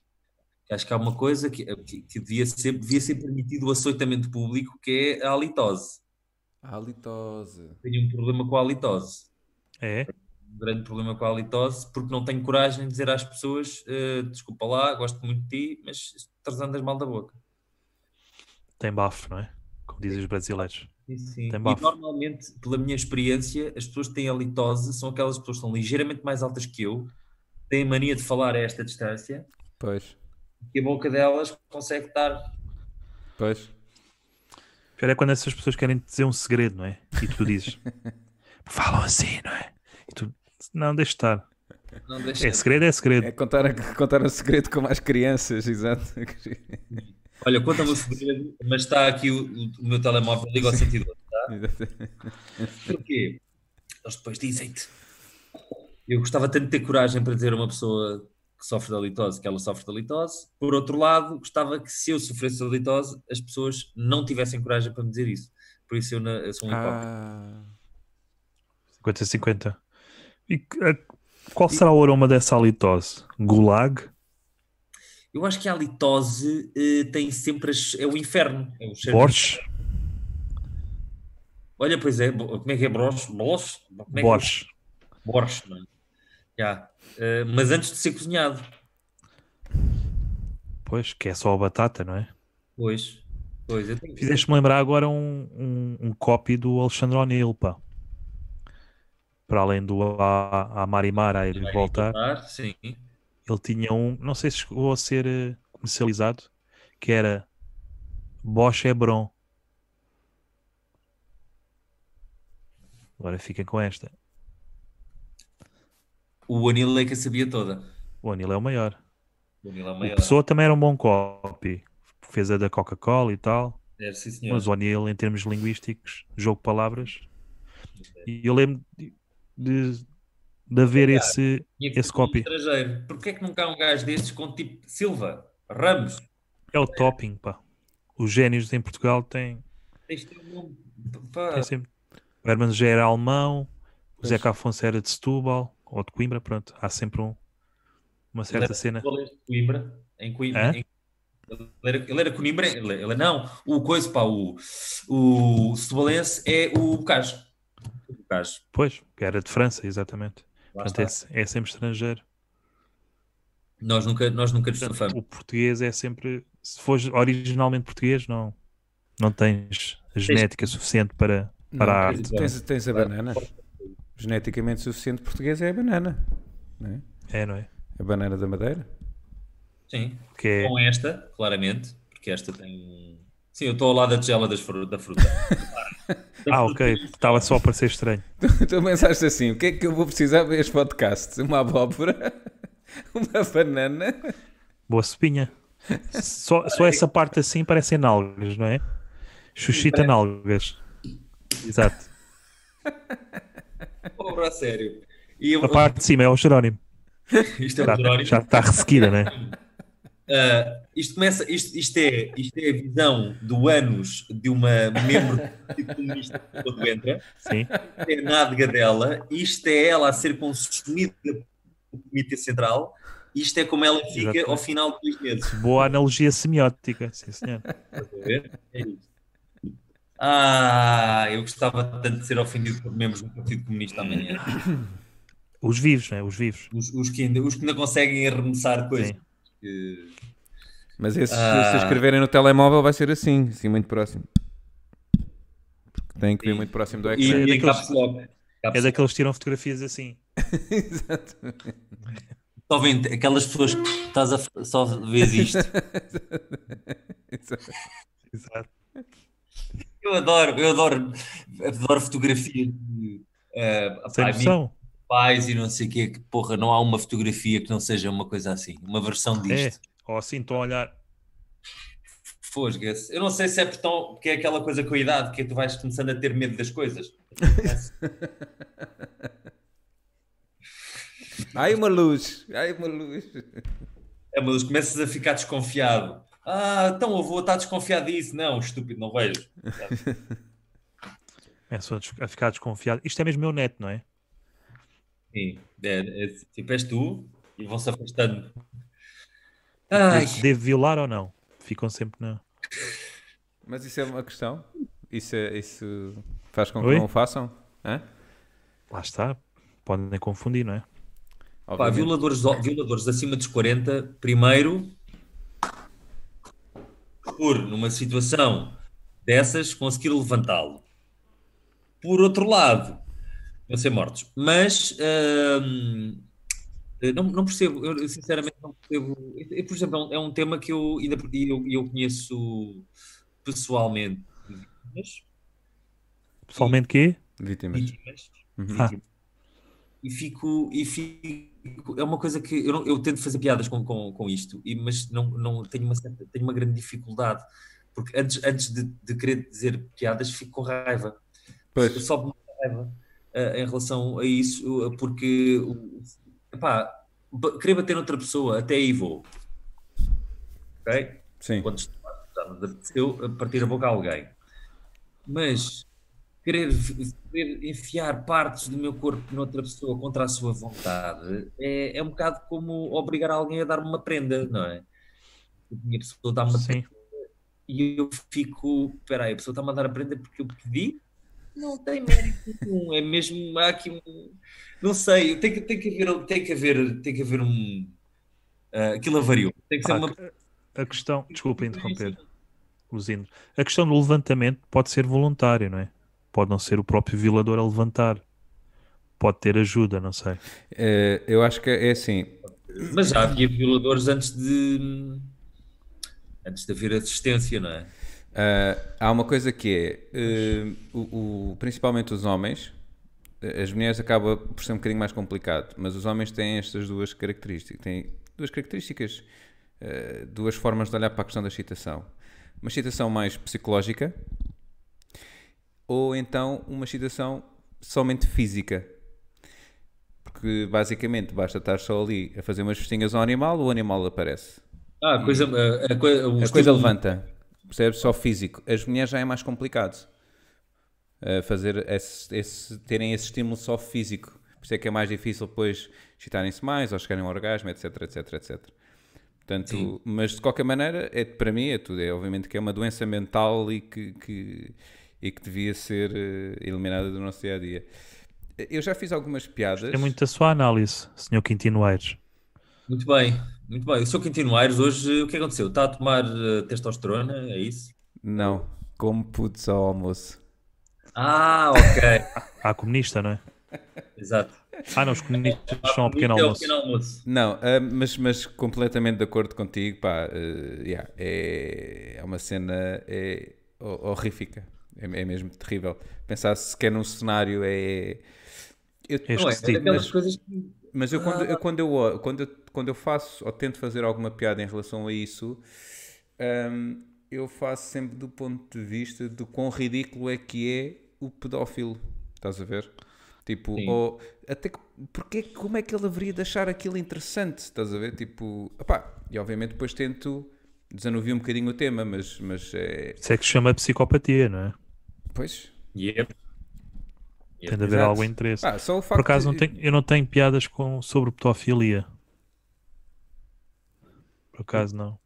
Acho que há uma coisa que, que, que devia, ser, devia ser permitido o açoitamento público, que é a halitose.
A halitose.
Tenho um problema com a halitose.
É?
Um grande problema com a halitose, porque não tenho coragem de dizer às pessoas: ah, desculpa lá, gosto muito de ti, mas trazendo as mal da boca.
Tem bafo, não é? Como dizem os brasileiros.
Sim, sim.
Tem
E
bafo.
normalmente, pela minha experiência, as pessoas que têm a litose são aquelas pessoas que são ligeiramente mais altas que eu, têm mania de falar a esta distância,
Pois,
e a boca delas consegue estar.
pois.
Pior é quando essas pessoas querem te dizer um segredo, não é? E tu dizes, falam assim, não é? E tu, não, deixa estar.
Não deixa.
É segredo, é segredo.
É contar, contar um segredo com mais crianças, exato.
Olha, conta-me o segredo, mas está aqui o, o meu telemóvel, liga ao 112. Porquê? Eles depois dizem-te. Eu gostava tanto de ter coragem para dizer a uma pessoa que sofre da litose que ela sofre da litose. Por outro lado, gostava que se eu sofresse da litose, as pessoas não tivessem coragem para me dizer isso. Por isso eu, na- eu sou um hipócrita.
Ah,
50-50. E que- a- qual será o aroma dessa halitose? Gulag? Ah.
Eu acho que a litose eh, tem sempre. as- é o inferno. É o cheiro-
Borges?
Olha, pois é. bo- Como é que é? Broche? Broche? Como é que é?
Borges.
Borges, não é? Já. eh, mas antes de ser cozinhado.
Pois, que é só a batata, não é?
Pois, pois. Eu tenho...
Fizeste-me lembrar agora um, um, um copy do Alexandre O'Neill, pá. Para além do a, a Marimar a ir voltar,
Sim.
ele tinha um, não sei se chegou a ser eh, comercializado, que era Bosch Hebron. Agora fiquem com esta.
O Anil é que a sabia toda.
O O'Neill é o maior.
O Anil é o
O
maior.
Pessoa também era um bom copy. Fez a da Coca-Cola e tal.
É, sim, senhor.
Mas o O'Neill, em termos linguísticos, jogo de palavras. E eu lembro de, de, de haver esse.
Tinha que
esse
ser um
copy.
Estrangeiro. Porquê é que nunca há um gajo destes com tipo Silva, Ramos?
É o topping, pá. Os génios em Portugal têm,
Tens de ter um nome. Pá,
têm É sempre. O Herman já era alemão, o
Pois.
Zeca Afonso era de Setúbal ou de Coimbra, pronto. Há sempre um, uma certa cena.
Ele era de é Coimbra. Em Coimbra.
Hã?
em- Ele, era, ele era Coimbra. Ele, ele- não, o coisa, pá, o, o Sebolense é o Bocage. O Bocage.
Pois, era de França, exatamente.
Lá
Portanto,
está.
é, se- é sempre estrangeiro.
Nós nunca, nós nunca nos safamos.
Portanto, o português é sempre. Se fores originalmente português, não, não tens a genética suficiente para, para a
Não,
arte.
tens, tens a banana. Geneticamente suficiente português é a banana. não é?
É, não é?
A banana da madeira.
Sim.
Que é-
Com esta, claramente, porque esta tem. um- Sim, eu estou ao lado da tigela das fru- da fruta.
Ah, ok. Estava só para ser estranho.
Tu pensaste assim: o que é que eu vou precisar para este podcast? Uma abóbora? Uma banana?
Boa sopinha. Só, só essa parte assim parecem nalgas, não é? Xuxita nalgas. Exato.
Porra, a sério. E eu,
A parte de cima é o Jerónimo.
isto é
Já,
um
tá-
Jerónimo.
já está ressequida, né?
Ah, isto começa, isto, isto, é, isto é a visão do ânus de uma membro do Partido Comunista quando entra,
Sim.
isto é a nádega dela, isto é ela a ser consumida pelo Comitê Central, isto é como ela fica
Exatamente.
ao final de dois meses.
Boa analogia semiótica. Sim, senhor.
Estás a ver? É isto. Ah, eu gostava tanto de ser ofendido por membros do Partido Comunista amanhã.
Os vivos, né? Os vivos.
Os, os que, ainda, os que ainda conseguem arremessar coisas.
Sim.
que-
Mas esses,
Ah.
se escreverem no telemóvel vai ser assim, assim muito próximo. Porque tem que vir
Sim.
muito próximo do
E,
ecrã.
e em
daqueles-
caps lock.
É daqueles que tiram fotografias assim.
Exato.
Só vem aquelas pessoas que estás a f- só vês isto.
Exato.
Exato.
Eu adoro, eu adoro, adoro fotografia de ah,
Sem
pá,
noção.
pais e não sei o quê, que porra, não há uma fotografia que não seja uma coisa assim, uma versão
É.
disto.
Ou assim estão a olhar.
Fosga-se. Eu não sei se é por tão, porque é aquela coisa com a idade que tu vais começando a ter medo das coisas.
Ai uma luz, ai uma luz.
É, mas começas a ficar desconfiado. Ah, então o avô está desconfiado disso. Não, estúpido, não vejo.
Começam a É, des- a ficar desconfiado. Isto é mesmo meu neto, não é?
Sim, é, é, tipo, és tu e vão-se afastando. Ai,
Devo- Devo violar ou não? Ficam sempre na.
Mas isso é uma questão? Isso, é- isso faz com que
Oi?
não o façam? Hã?
Lá está. Podem confundir, não é?
Pá,
Obviamente.
violadores, violadores acima dos 40, primeiro, por, numa situação dessas, conseguir levantá-lo. Por outro lado, vão ser mortos. Mas hum, não, não percebo, eu eu sinceramente não percebo. Eu, por exemplo, é um, é um tema que eu ainda e eu, e eu conheço pessoalmente. Mas,
Pessoalmente, quê?
Vítimas.
vítimas.
Uhum.
Ah.
tipo, E fico, e fico. É uma coisa que eu, não- eu tento fazer piadas com, com, com isto, e, mas não, não tenho, uma certa- tenho uma grande dificuldade. Porque antes, antes de, de querer dizer piadas, fico com raiva.
Pois.
Sobe-me a raiva eh, em relação a isso, eh, porque. o- Epá, ba- querer bater noutra pessoa, até aí vou. Ok?
Sim.
quando estou já nos apeteceu a partir a boca a alguém. Mas querer, querer enfiar partes do meu corpo noutra pessoa contra a sua vontade é, é um bocado como obrigar alguém a dar-me uma prenda, não é? A minha pessoa dá-me uma prenda
Sim.
e eu fico, espera aí, a pessoa está-me a dar a prenda porque eu pedi não tem mérito nenhum. É mesmo, há aqui um- Não sei, tem que, tem que haver, tem que haver, tem que haver um. ah, aquilo avariou. Tem que ser
Ah,
uma.
A questão, desculpa interromper, os hinos. A questão do levantamento pode ser voluntário, não é? Pode não ser o próprio violador a levantar. Pode ter ajuda, não sei.
Eh, eu acho que é assim.
Mas já havia violadores antes de. Antes de haver assistência, não é?
Ah, há uma coisa que é, eh, o- o- principalmente os homens, eh, as mulheres acaba por ser um bocadinho mais complicado, mas os homens têm estas duas características, têm duas características, eh, duas formas de olhar para a questão da excitação. Uma excitação mais psicológica ou então uma excitação somente física. Porque basicamente basta estar só ali a fazer umas festinhas ao animal, o animal aparece.
Ah, a coisa. A, a coi- o
A coisa
estímulo-
levanta, percebes? Só físico. As mulheres já é mais complicado eh, fazer esse, esse- terem esse estímulo só físico. Por isso é que é mais difícil depois excitarem-se mais ou chegarem ao orgasmo, etc, etc, etc. Portanto, mas de qualquer maneira, é, para mim é tudo. É obviamente que é uma doença mental e que, que- e que devia ser eh, eliminada do nosso dia a dia. Eu já fiz algumas piadas.
É muito a sua análise, Sr. Quintino Aires.
Muito bem, muito bem. O Sr. Quintino Aires hoje, o que aconteceu? Está a tomar eh, testosterona, é isso?
Não, como putos ao almoço.
Ah, ok.
Ah, comunista, não é?
Exato.
Ah, não, os comunistas são ao
Isto
pequeno
é o
almoço.
pequeno almoço.
Não, ah, mas, mas completamente de acordo contigo, pá, eh, yeah, é, é uma cena é, ho- horrífica, é, é mesmo terrível. Pensar sequer num cenário é... Eu,
É
Não é?
esquisito,
É daquelas
mas-
coisas que.
mas eu quando, eu, quando, eu, quando, eu, quando eu faço ou tento fazer alguma piada em relação a isso, ahm, eu faço sempre do ponto de vista de quão ridículo é que é o pedófilo. Estás a ver? Tipo,
Sim.
ou, até que- porque, é que- como é que ele haveria de achar aquilo interessante? Estás a ver? Tipo, opá, e obviamente depois tento desanuvio um bocadinho o tema, mas, mas é.
Isso é que se chama psicopatia, não é?
Pois.
Yep.
Tem de haver
Exato.
algum interesse.
Ah, só o facto
Por acaso, não
de-
tenho- eu não tenho piadas com, sobre pedofilia. Por acaso, não.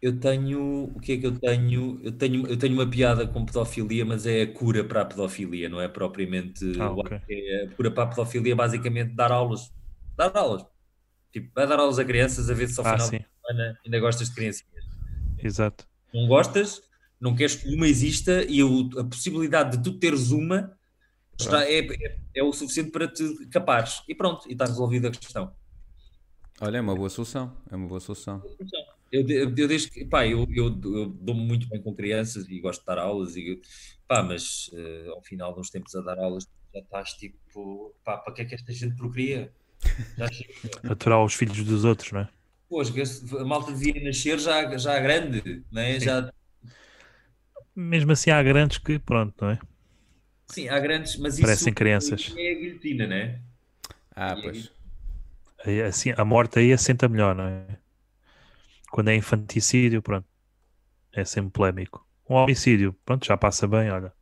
Eu tenho, o que é que eu tenho? Eu tenho, eu tenho uma piada com pedofilia, mas é a cura para a pedofilia, não é propriamente
Ah,
o
ok.
ato, é a cura para a pedofilia, é basicamente dar aulas. Dar aulas. Tipo, vai dar aulas a crianças a ver se ao
Ah,
final
sim,
de semana ainda gostas de criancinhas.
exato.
Não gostas, não queres que uma exista e o- a possibilidade de tu teres uma já é, é, é o suficiente para te capares. E pronto, e está resolvida a questão.
Olha, é uma boa solução. É uma boa solução.
Eu, de- eu desde que, pá, eu, eu, eu dou-me muito bem com crianças e gosto de dar aulas e pá, mas eh, ao final de uns tempos a dar aulas já estás tipo, pá, para que é que esta gente procria? Já chega.
Aturar os filhos dos outros, não é?
Pô, esquece- a malta devia nascer já, já grande, né? Já,
Mesmo assim, há grandes que, pronto, não é?
sim, há grandes, mas isso
Parecem crianças.
é a guilhotina, né?
Ah,
E-
pois.
Aí, assim, a morte aí assenta melhor, não é? Quando é infanticídio, pronto. É sempre polémico. Um homicídio, pronto, já passa bem, olha.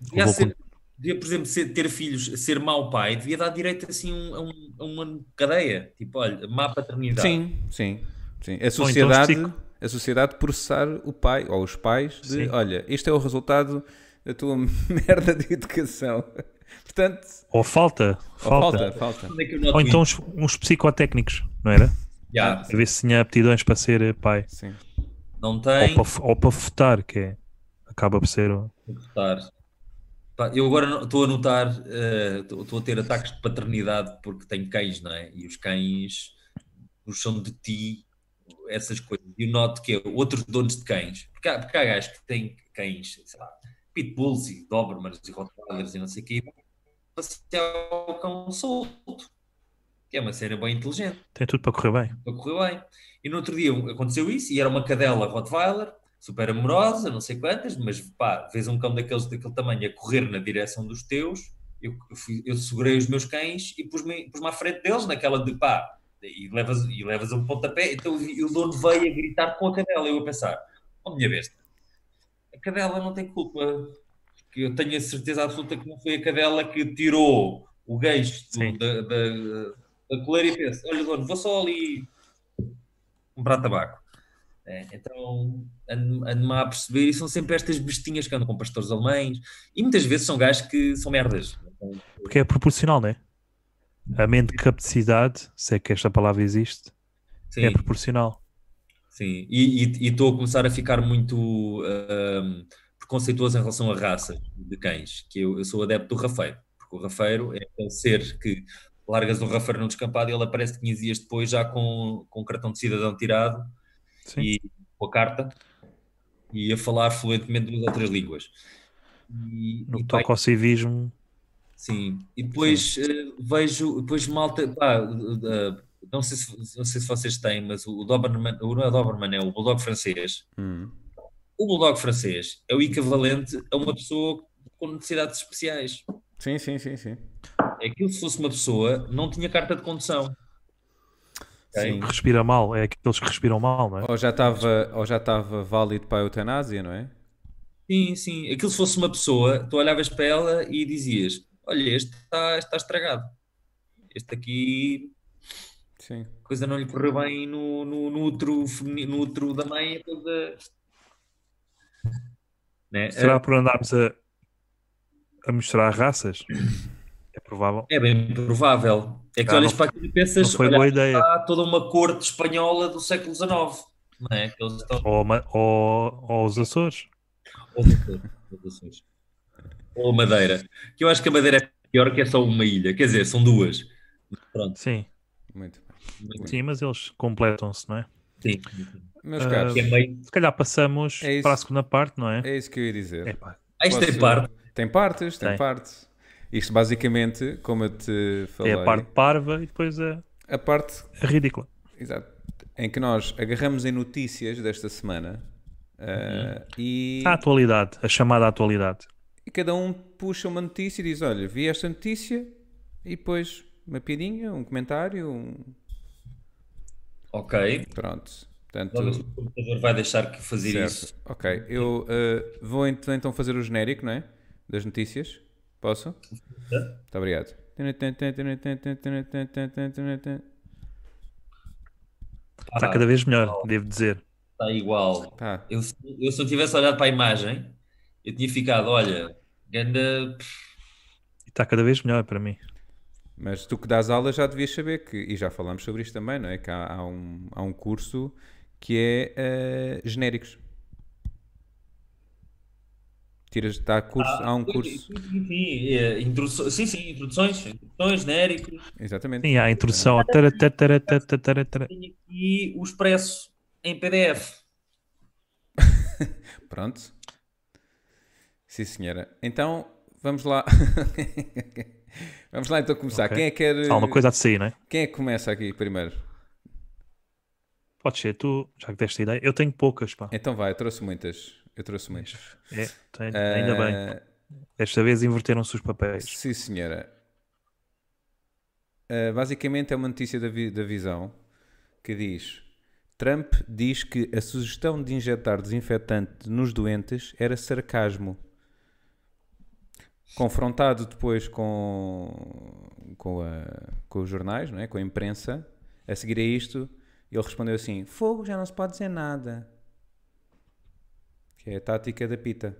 Devia,
Vou
ser- devia, por exemplo, ser- ter filhos, ser mau pai, devia dar direito assim um- a, um- a uma cadeia, tipo, olha, má paternidade.
Sim, sim, sim. A
então
sociedade,
psico-
a sociedade processar o pai ou os pais de,
Sim.
olha, este é o resultado da tua merda de educação. Portanto,
Ou falta,
ou
falta.
falta, falta.
Onde é que eu noto
Ou então
isso?
uns, uns psicotécnicos, não era?
Já,
A ver se tinha aptidões para ser eh, pai.
Sim.
não
Ou
tem.
para, f- ou para votar, que é. Acaba por ser. um-
Notar. Pá, Eu agora não- estou a notar, eh, estou estou a ter ataques de paternidade porque tenho cães, não é? E os cães puxam de ti essas coisas. E eu noto que é outros donos de cães, porque há, porque há gajos que têm cães, sei lá, pitbulls e Dobermans e Rottweilers e não sei o quê, e vão passear o cão solto, que é uma cena bem inteligente
Tem tudo para correr bem.
para correu bem. E no outro dia aconteceu isso, e era uma cadela Rottweiler, super amorosa, não sei quantas, mas pá, vês um cão daqueles, daquele tamanho a correr na direção dos teus, eu, eu fui- eu segurei os meus cães e pus-me pus à frente deles, naquela de pá, e levas, e levas um pontapé, então eu vi- o dono veio a gritar com a cadela, eu a pensar, oh minha besta, a cadela não tem culpa, que eu tenho a certeza absoluta que não foi a cadela que tirou o gancho do-
Sim.
da, da, da coleira e pensa, olha dono, vou só ali comprar tabaco. É, então ando-me ando a perceber e são sempre estas bestinhas que andam com pastores alemães e muitas vezes são gajos que são merdas. Então,
Porque é proporcional, não é? A mente de capacidade, se é que esta palavra existe,
sim,
é proporcional.
sim. E e- e estou a começar a ficar muito ahm, preconceituoso em relação à raça de cães, que eu, eu sou adepto do rafeiro, porque o rafeiro é aquele ser que largas um rafeiro num descampado e ele aparece 15 dias depois já com, com o cartão de cidadão tirado
Sim.
e com a carta e a falar fluentemente duas ou três línguas. E,
no
e,
que
pá,
toca ao civismo,
sim. E depois eh, vejo, depois malta, pá, eh, não, sei se, não sei se vocês têm, mas o Doberman, o- não é Doberman, é o Bulldog francês.
Hum.
O Bulldog francês é o equivalente a uma pessoa com necessidades especiais.
Sim, sim, sim, sim.
É que se fosse uma pessoa, não tinha carta de condução. Ok?
Sim.
respira mal, é aqueles que respiram mal, não é?
Ou já estava, ou já estava válido para a eutanásia, não é?
Sim, sim. Aquilo se fosse uma pessoa, tu olhavas para ela e dizias: Olha, este está, está estragado. Este aqui,
Sim.
a coisa não lhe correu bem no, no, no, útero, femini- no útero da mãe. a Coisa... Né?
Será por andarmos a, a misturar raças? É provável.
É bem provável. É que
Ah,
olhas
não-
para aquilo e
Não
pensas:
foi
Olha,
boa ideia.
há toda uma corte espanhola do século XIX. Não é? Que eles estão.
Ou, ma- ou, ou os Açores.
Ou Açores, ou Açores. Ou Madeira. Que eu acho que a Madeira é pior que é só uma ilha. Quer dizer, são duas. Pronto.
Sim,
Muito bem.
sim, mas eles completam-se, não é?
Sim.
Meus
Ah,
caros,
Que é meio.
Se calhar passamos
É isso.
para a segunda parte, não é?
é isso que eu ia dizer.
Epá,
Ah, isto é
Posso-
parte.
Tem partes, tem,
Tem.
partes. Isto basicamente, como eu te falei,
é a parte parva e depois a,
a parte
a ridícula.
exato, em que nós agarramos em notícias desta semana
Uhum.
ah, e,
Tá,
A atualidade, a chamada atualidade.
e cada um puxa uma notícia e diz: Olha, vi esta notícia e depois uma piadinha, um comentário, um...
Ok.
pronto.
Logo
Portanto,
o computador vai deixar que fazer isso.
certo. Ok, eu ah, vou ent- então fazer o genérico, não é? Das notícias. Posso?
Tá.
Muito obrigado.
Está
Ah,
cada vez melhor, devo dizer.
Está igual.
Tá.
Eu, se- eu se não tivesse olhado para a imagem, eu tinha ficado, olha, ganda.
E está cada vez melhor para mim.
Mas tu que dás aulas já devias saber que, e já falamos sobre isto também, não é? Que há, há um, há um curso que é eh, genéricos. Tiras, tá curso, há um curso.
Sim, sim, é, introdução- sim, sim, introduções, introduções genéricos.
Exatamente.
Sim, há a introdução. Tara, tara, tara, tara, tara, tara.
Tenho aqui o expresso em PDF.
Pronto. Sim, senhora. Então, vamos lá. vamos lá então começar.
Ok.
Quem é que quer.
Há uma coisa a sair, não é?
Quem é que começa aqui primeiro?
Pode ser tu, já que deste a ideia. Eu tenho poucas, pá.
Então vai, eu trouxe muitas. Eu trouxe muitas.
É, tenho- ainda bem.
Eh,
Desta vez inverteram-se os papéis.
Sim, senhora. Ah, basicamente é uma notícia da, vi- da visão que diz: Trump diz que a sugestão de injetar desinfetante nos doentes era sarcasmo. Confrontado depois com, com, a- com os jornais, não é? com a imprensa, a seguir a isto, ele respondeu assim: Fogo, já não se pode dizer nada. Que é a tática da pita.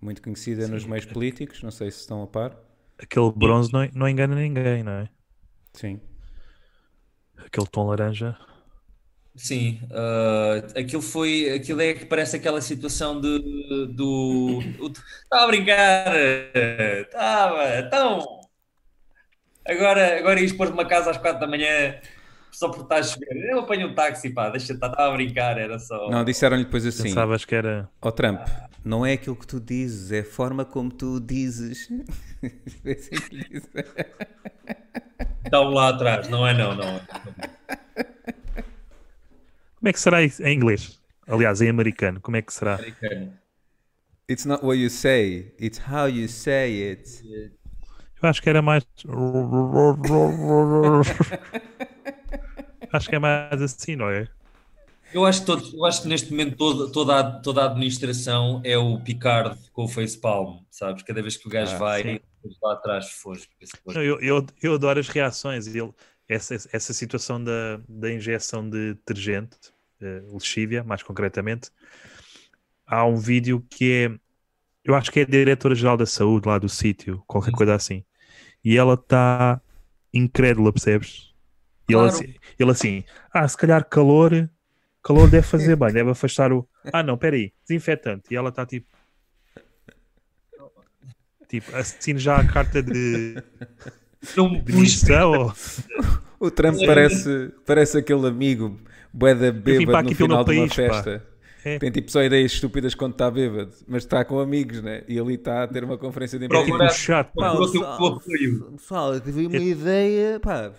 Muito conhecida nos meios políticos, não sei se estão a par.
Aquele bronze não, não engana ninguém, não é?
Sim.
Aquele tom laranja.
Sim, ah, aquilo foi, aquilo é que parece aquela situação de, do, está a brincar, estava, então, agora, agora ias pôr-te uma casa às quatro da manhã só porque está a chover, eu apanho um táxi, pá, deixa estar, estava a brincar, era só,
Não, disseram-lhe depois assim: Ó
Pensavas que era.
Trump,
Ah,
não é aquilo que tu dizes, é a forma como tu dizes. Foi assim que lhe disseram.
está um lá atrás, não é não, não,
Como é que será isso em inglês? Aliás, em americano, como é que será?
It's not what you say, it's how you say it.
Eu acho que era mais. acho que é mais assim, não é?
Eu acho que, todos- eu acho que neste momento todo- toda, a, toda a administração é o Picard com o facepalm, sabes, cada vez que o gajo
Ah,
vai,
sim.
lá atrás, foge, esse foge.
Não, eu, eu, eu adoro as reações. Ele, essa, essa situação da, da injeção de detergente eh, lexívia, mais concretamente, há um vídeo que é, eu acho que é a diretora-geral da saúde lá do sítio, qualquer coisa assim, e ela está incrédula, percebes? E ela,
Claro.
assim- ele assim, ah, se calhar calor, calor deve fazer bem, deve afastar o, ah não, peraí, desinfetante, e ela está tipo, tipo, assino já a carta de
Não
de
pus
demissão, ou-
O Trump parece, parece aquele amigo boeda
para
bêbado
aqui
no
pelo
final
meu
de uma
país, pá.
festa.
É.
Tem tipo só ideias estúpidas quando está bêbado, mas está com amigos, né? E ali está a ter uma conferência de
tipo
imprensa.
Procura-
um chato,
Pá,
mano.
o teu apoio.
tipo-
pessoal, eu tive uma ideia, pá,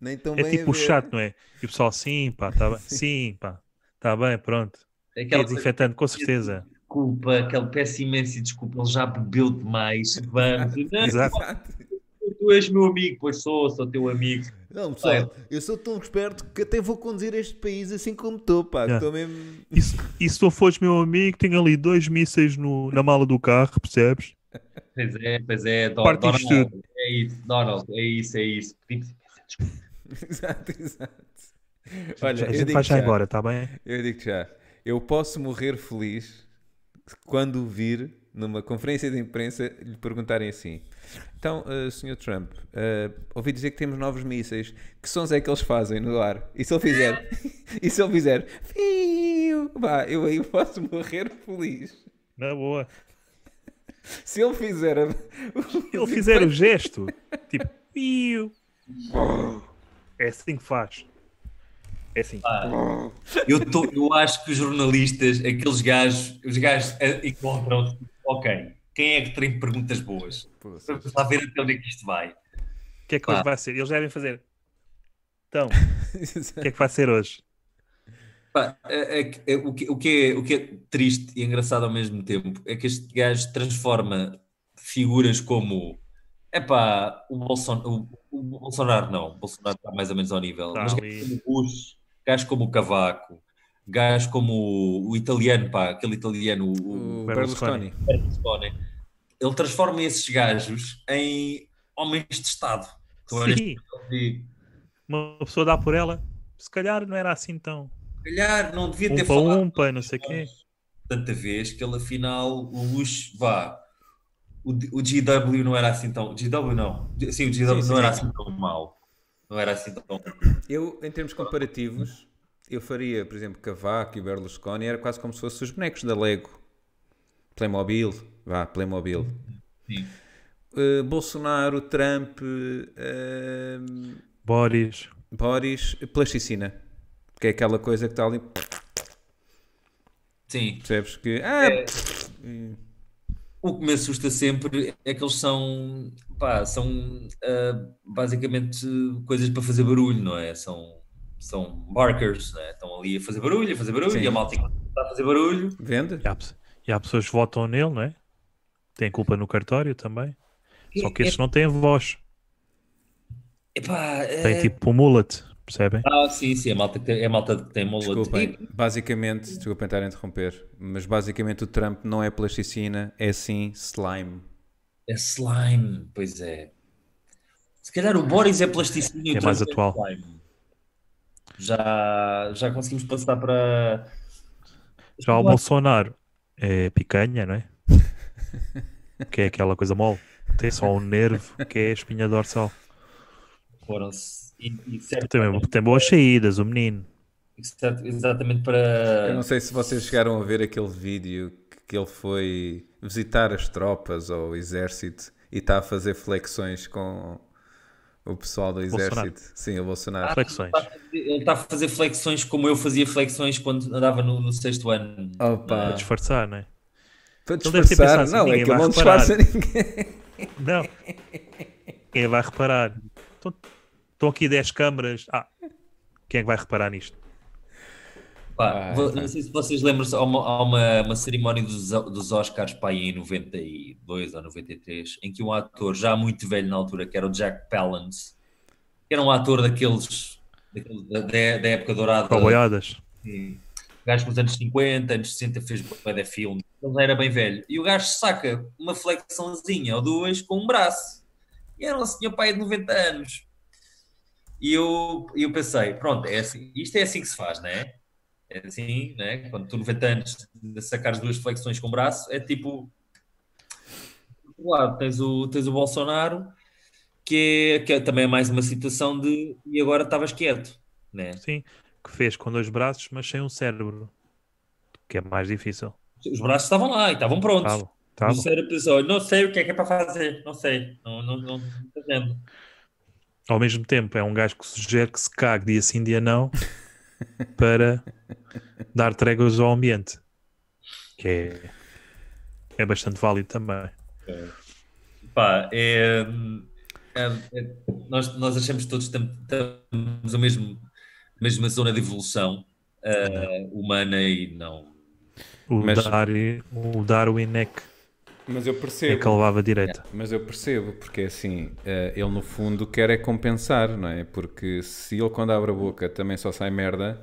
nem tão
É
bem a
tipo o
ver.
chato, não é? E o pessoal, sim, pá, tá bem, sim, pá, tá bem, pronto. É
Aquela coisa,
desinfetante, com certeza.
desculpa, aquele peço imenso e desculpa, ele já bebeu demais. Vamos, não,
Exato.
tu és meu amigo, pois sou, sou teu amigo.
Não, pessoal, eu sou tão esperto que até vou conduzir este país assim como estou, pá.
Já.
Estou mesmo.
E se, e se tu fores meu amigo, tenho ali dois mísseis no, na mala do carro, percebes?
Pois é, pois é, Don-
Partimos
Donald, é isso, Donald, é isso, é isso. Pedimos imensa desculpa.
exato, exato.
Já-
Olha,
a
eu
gente
digo
vai já
já,
embora, tá bem?
eu digo já. Eu posso morrer feliz quando o vir numa conferência de imprensa lhe perguntarem assim: Então, eh, Sr. Trump, eh, ouvi dizer que temos novos mísseis. Que sons é que eles fazem no ar? E se ele fizer? e se ele fizer? Fiu! Vá, eu aí posso morrer feliz.
Na boa.
Se ele fizer. a-
Se ele fizer o gesto, tipo, piu. É assim que faz. É assim.
Eu, tô, eu acho que os jornalistas, aqueles gajos, os gajos eh, encontram-se. Ok, quem é que tem perguntas boas? Vamos lá ver até onde é que isto vai.
O que é que hoje
Pá.
vai ser? Eles devem fazer. Então, o que é que vai ser hoje?
Pá, é- é que- é- o, que, o que é, o que é triste e engraçado ao mesmo tempo é que este gajo transforma figuras como. Epá, o, Bolson, o, o Bolsonaro não, o Bolsonaro está mais ou menos ao nível,
Tá
mas
ali.
gajos como o Bush, gajos como o Cavaco, gajos como o, o italiano, pá, aquele italiano, o, o
O
Berlusconi.
Berlusconi.
Berlusconi, né? ele transforma esses gajos em homens de Estado. Tu olhas
Sim.
para eles e,
uma pessoa dá por ela, se calhar não era assim tão. um
"Se calhar não devia ter
Umpa,
falado.
umpa, não sei o quê.
tanta vez que ele afinal o luxo vá. O, D- o GW não era assim tão. GW não. G- Sim, o GW
Sim, sim,
não era
sim.
assim tão mau. Não era assim tão.
Eu, em termos comparativos, eu faria, por exemplo, Cavaco e Berlusconi, era quase como se fossem os bonecos da Lego. Playmobil, vá, Playmobil.
Sim.
Eh, Bolsonaro, Trump, eh,
Boris.
Boris, plasticina. Que é aquela coisa que está ali,
Sim.
percebes que... Ah,
É. O que me assusta sempre é que eles são. Pá, são ah, basicamente coisas para fazer barulho, não é? São, são markers, não é? Estão ali a fazer barulho, a fazer barulho,
Sim.
e a malta enquanto está a fazer barulho.
vende?
É
E há, pe- e há pessoas que votam nele, não é? Têm culpa no cartório também. Só que
é-
esses não têm voz.
Epá,
Têm
eh,
é...
tipo mullet, percebem?
Ah, sim, sim, é malta que tem, é malta que tem tipo, mola de-
Desculpem, basicamente, desculpem estar a interromper, mas basicamente o Trump não é plasticina, é sim slime.
É slime, pois é. Se calhar o Boris é plasticina e o
É mais
Trump
atual.
slime. Já, já conseguimos passar para.
Já o Bolsonaro é picanha, não é? Que é aquela coisa mole. Tem só um nervo que é a espinha dorsal.
Foram-se. E, e certo,
Tem, mesmo- tem boas saídas, o menino.
certo, exatamente
Eu
para.
não sei se vocês chegaram a ver aquele vídeo que- que ele foi visitar as tropas ou o exército e está a fazer flexões com o pessoal do exército.
Bolsonaro. Ah,
Sim, o
Ah,
Bolsonaro.
Flexões.
Ele está a fazer- Ele está a fazer flexões como eu fazia flexões quando andava no, no sexto ano.
Opa,
Disfarçar, não é?
para
Ele deve ter
disfarçar,
pensado, assim,
não, é
ninguém
que ele
vai
não
reparar.
disfarça ninguém.
Não. Quem vai reparar? Estão- Estão aqui 10 câmaras. Ah, quem é que vai reparar nisto?
Pá,
Vai,
vou-
vai.
não sei se vocês lembram-se, há uma, há uma, uma cerimónia dos, dos Oscars pá, aí em 92 ou 93, em que um ator já muito velho na altura, que era o Jack Palance, que era um ator daqueles, daquele- da, da- da época dourada,
é?
Cowboyadas.
assim, gajo nos anos 50, anos 60, fez bué de filme, ele já era bem velho, e o gajo saca uma flexãozinha ou duas com um braço, e era um senhor pai de 90 anos. E eu, eu pensei, pronto, é assim, isto é assim que se faz, não é? É assim, né? quando tu 90 anos sacares duas flexões com o braço, é tipo. Claro, tens o, tens o Bolsonaro, que, é, que é também é mais uma situação de e agora estavas quieto, né?
Sim, que fez com dois braços, mas sem um cérebro, que é mais difícil.
Os braços estavam lá e estavam prontos.
Tá bom, tá
o
bom.
cérebro pensou, não sei o que é que é para fazer, não sei, não, não, não, não tô vendo.
Ao mesmo tempo, é um gajo que sugere que se cague dia sim, dia não, para dar tréguas ao ambiente, que é, é bastante válido também.
Pá, é, é, é, nós, nós achamos que todos tam- estamos na mesmo, mesma zona de evolução eh, humana e não.
O,
Mas-
Darwin, o Darwin é que,
Mas eu
é
percebo.
que a levava direita.
Mas eu percebo, porque assim, eh, ele no fundo quer é compensar, não é? Porque se ele quando abre a boca também só sai merda,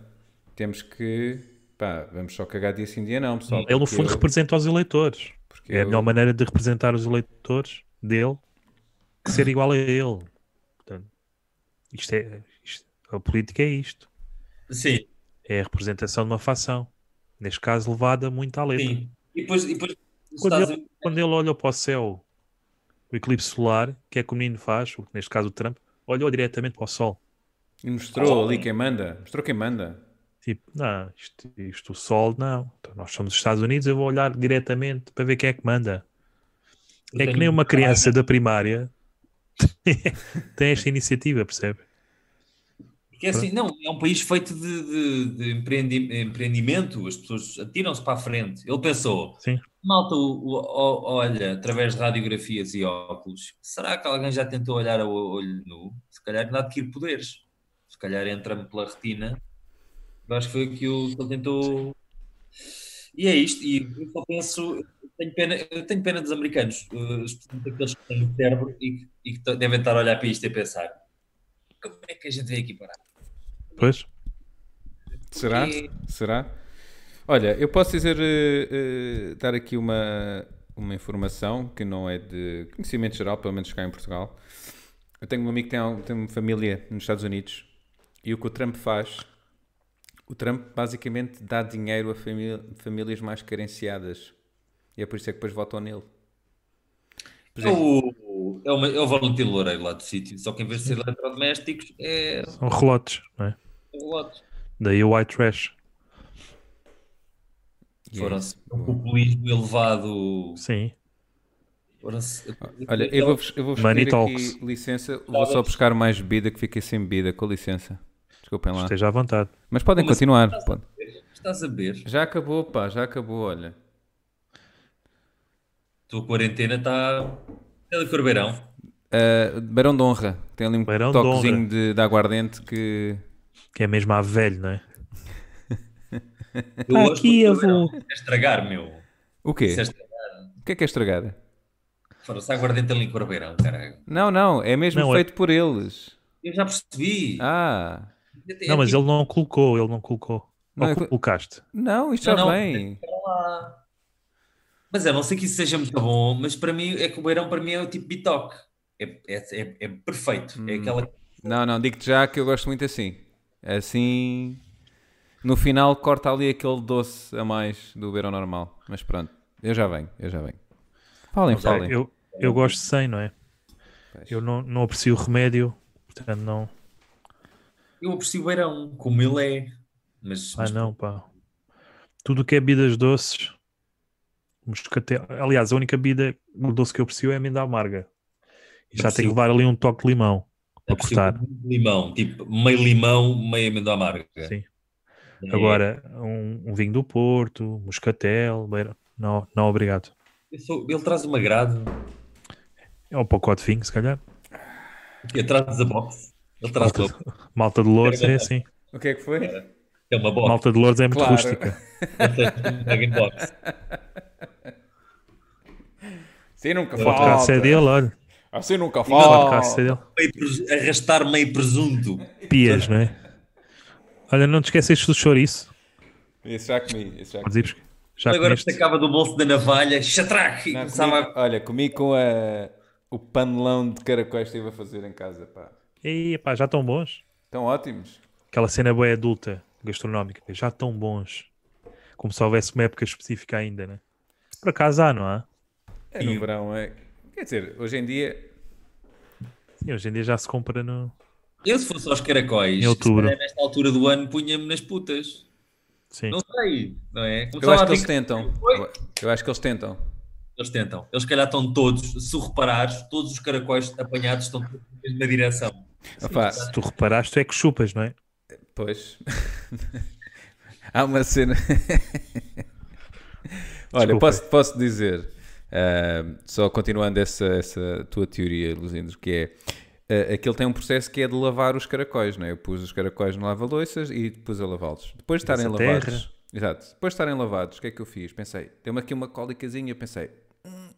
temos que, pá, vamos só cagar dia sim, dia não, pessoal.
Ele, no
porque
fundo,
É. eu-
representa os eleitores.
porque
É a
eu-
melhor maneira de representar os eleitores dele que ser igual a ele. Portanto, isto é, isto- a política é isto.
Sim,
É a representação de uma facção. Neste caso, levada muito à letra.
sim. E depois, e depois os
Quando
Estados
ele, quando ele olha para o céu, o eclipse solar, que é que o menino faz, o- neste caso o Trump, olhou diretamente para o sol.
E mostrou ali quem manda, mostrou quem manda.
Tipo, não, isto, isto o sol, não. Então, nós somos os Estados Unidos, eu vou olhar diretamente para ver quem é que manda.
Eu
é que
tenho-
nem uma criança da primária tem esta iniciativa, percebe?
Porque é assim, não, é um país feito de, de- de empreendi- empreendimento, as pessoas atiram-se para a frente. Ele pensou,
Sim.
malta o- o- o- olha através de radiografias e óculos, será que alguém já tentou olhar a o- olho nu? Se calhar ainda adquire poderes. Se calhar entra-me pela retina. Eu Acho que foi aquilo que ele tentou. E é isto, e eu só penso, eu tenho pena, eu tenho pena dos americanos, eh, especialmente aqueles que têm o cérebro e, que- e que t- devem estar a olhar para isto e a pensar. Como é que a gente veio aqui parar?
Pois?
Será?
E-
Será? Olha, eu posso dizer, eh, eh, dar aqui uma, uma informação que não é de conhecimento geral, pelo menos cá em Portugal. Eu tenho um amigo que tem, al- tem uma família nos Estados Unidos e o que o Trump faz, o Trump basicamente dá dinheiro a famí- famílias mais carenciadas e é por isso é que depois votam nele.
É o, é, uma, é o Valentino Loureiro lá do sítio, só que em vez de ser eletrodomésticos é
São relotes, não é?
relotes.
Daí o white trash.
E é
Foram-se
isso.
um populismo elevado.
Sim.
Foram-se-
Olha, eu vou-vos eu vou
Money
pedir aqui
talks.
licença, vou só buscar mais bebida que fiquei sem bebida, com licença. Desculpem lá.
Esteja à vontade.
Mas podem
Como assim?
continuar. pode.
Estás a ver?
Já acabou, pá, já acabou, olha.
A tua quarentena está. É de Corbeirão.
Ah, Barão de Honra, tem ali um
Barão de
toquezinho de, de aguardente que.
Que é mesmo à velho, não é?
Tá
Eu
Ah,
gosto
aqui
do
eu
Corbeirão.
vou.
É estragar, meu.
O quê?
Isso é estragar.
O que é que é estragada?
Foram-se aguardente ali em Corbeirão, caralho.
Não, não, é mesmo
Não, é-
feito por eles.
Eu já percebi.
Ah,
É- é
Não, mas
tipo,
ele não colocou, ele não colocou.
Não,
Ou
eu-
colocaste.
não, isto
Não,
já
não,
vem.
lá. Mas eu não sei que isso seja muito bom, mas para mim, é que o Beirão para mim é o tipo bitoque. É, é, é, é perfeito.
Hum.
É aquela
Não, não, digo-te já que eu gosto muito assim. Assim. No final corta ali aquele doce a mais do beirão normal. Mas pronto, eu já venho, eu já venho. Falem,
já-
falem.
Eu, eu gosto sem, não é? Eu não, não aprecio o remédio, portanto não.
Eu aprecio o beirão, como ele é. Mas,
Ah,
mas
não, pá. Tudo o que é bebidas doces, moscate... aliás, a única bebida doce que eu aprecio é a amêndoa amarga. E já tem que
Aprecio.
levar ali um toque de limão para
aprecio
cortar.
muito limão, tipo meio limão, meio amêndoa amarga.
Sim.
É,
Agora, um, um vinho do Porto, moscatel, beira. Não, não, obrigado.
eu sou- ele traz uma grade,
É um pacote de vinho, se calhar.
ele traz a box. Ele traz
Malta,
a
malta de Lourdes é assim.
O que é que foi?
é uma box.
Malta de Lourdes é muito
Claro.
rústica.
Ele traz uma grande box.
Sim, nunca
O podcast é dele, olha.
Assim nunca
O podcast é dele.
Meio pres- Arrastar meio presunto.
Pias, não é? Olha, não te esqueces do chouriço.
Isso já comi, isso já comi.
Podes ir buscar. Já
Agora
comeste.
sacava do bolso da navalha, chatraque, e
Não,
começava
comi- Olha, comi com a- o panelão de caracóis que estive a fazer em casa, pá.
Ei, pá, já estão bons.
Estão ótimos.
Aquela cena boa adulta gastronómica, já tão bons. Como se houvesse uma época específica ainda, né? Por acaso há, não há?
É no
E-
verão, é. Quer dizer, hoje em dia.
Sim, hoje em dia já se compra no.
Eu, se fosse aos caracóis,
Em outubro.
se calhar nesta altura do ano, punha-me nas putas.
Sim.
Não sei, não é?
Eu
Começava
acho
a
que eles
ver
tentam.
Oi?
Eu acho que eles tentam.
Eles tentam. Eles, se calhar, estão todos, se reparares, todos os caracóis apanhados estão todos na mesma direção.
Opa,
Se tu reparaste, tu é que chupas, não é?
Pois. Há uma cena. Olha,
Desculpa.
posso, posso dizer, ah, só continuando essa, essa tua teoria, Luzindro, que é. ah, aquele tem um processo que é de lavar os caracóis, não é? Eu pus os caracóis no lava-loiças e depois a lavá-los. Depois de estarem
Essa
lavados.
é terra.
Exato. Depois de estarem lavados, o que é que eu fiz? Pensei, deu-me aqui uma cólicazinha, pensei, "Hum,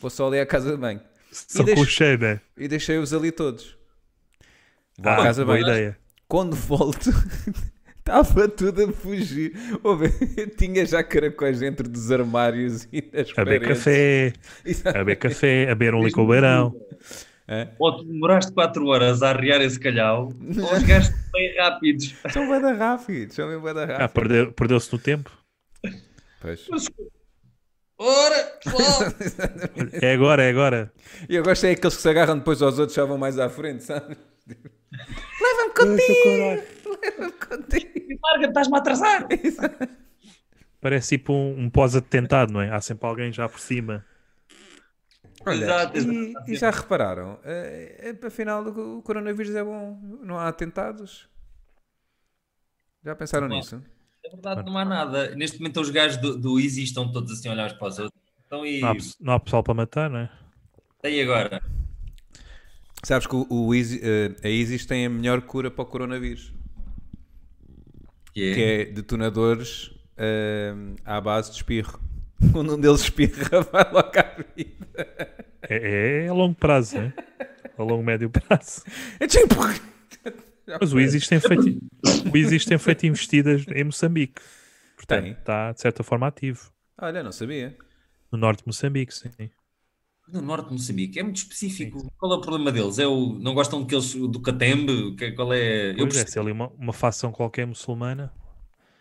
vou só ali à casa de banho.
Só com
deixa-
o cheiro, né?
E deixei-os ali todos. Vou à
Ah,
casa de
boa
banho.
ideia.
Quando volto, estava tudo a fugir. Ouve, eu tinha já caracóis dentro dos armários e das
A beber café, a beber café, a beber um licobarão.
Ou tu demoraste 4 horas a arriar esse calhau, ou os gajos estão bem rápidos.
São bada rápido, são bem bada
Ah,
rápido.
perdeu- perdeu-se no tempo.
Pois.
Ora, pessoal!
É agora, é agora.
E eu gosto é aqueles que se agarram depois aos outros já vão mais à frente, sabe? Leva-me contigo! Leva-me contigo!
Marga, Tipo, estás-me a atrasar!
Parece tipo um, um pós-atentado, não é? Há sempre alguém já por cima.
Olha,
Exato,
e,
exato.
e já repararam? eh, eh, afinal, o o coronavírus é bom. Não há atentados? Já pensaram
Não.
nisso?
Na É verdade, não há nada. Neste momento, os gajos do, do Easy estão todos assim a olhar uns para os outros. Então, e,
Não há, pes- não há pessoal para matar, não é?
e agora?
Sabes que o, o Easy- eh, a Isis tem a melhor cura para o coronavírus,
Que é?
que é detonadores eh, à base de espirro. Quando um deles espirra, vai logo à vida.
É, é a longo prazo, não é? A longo, médio prazo.
É tipo- Já
Mas o ISIS tem feito, o ISIS tem feito investidas em Moçambique. Portanto,
Tem.
está de certa forma ativo.
Olha, não sabia.
No norte de Moçambique, sim.
No norte de Moçambique, é muito específico. Qual é o problema deles? É o... Não gostam que eles do Catembe? Que- Qual é? Eu
Pois é,
percebo,
se ali uma, uma facção qualquer muçulmana.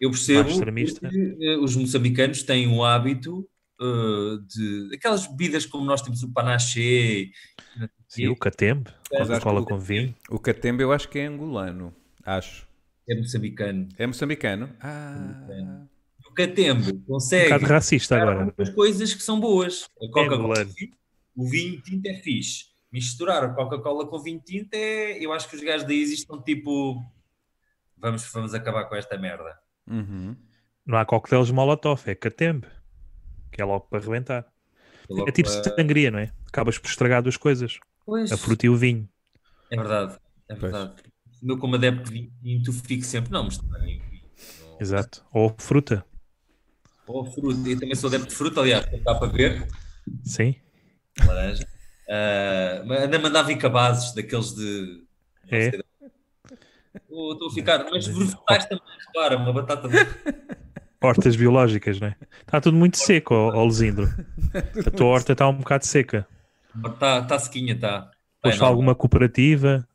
eu percebo
mais extremista.
porque, eh, os moçambicanos têm o hábito eh, de aquelas bebidas como nós temos o panaché,
Sim, o Catembe,
Mas acho
Coca-Cola
que o-
com vinho.
O Catembe eu acho que é angolano. Acho.
que é moçambicano.
É moçambicano? Ah.
O Catembe
Um
consegue
bocado racista
dar
um
agora.
algumas coisas que são boas.
É
A Coca-Cola,
angolano.
o vinho tinto é fixe. Misturar a Coca-Cola com vinho tinto é. Eu acho que os gajos da Isis estão tipo. Vamos, vamos acabar com esta merda.
Uhum.
Não há coquetéis molotov, é Catembe. Que é logo para arrebentar. É tipo sangria, não é? Acabas por estragar duas coisas.
Pois.
A fruta e o vinho.
É verdade, é verdade. Eu, como adepto de vinho, tu fico sempre, não, mas também vinho. não.
Exato. Ou fruta.
Ou fruta, eu também sou adepto de fruta, aliás, como dá para ver,
Sim.
laranja. Ah, mas ainda mandava vir cabazes daqueles de. não
É.
sei, Estou estou a ficar, mas vegetais também, repara, uma batata. verde.
Hortas biológicas, não é? Está tudo muito seco, ó, ó Lisindro. A tua horta está um bocado seca.
Está está sequinha, tá. é está. Bem,
Foste a
não,
alguma cooperativa?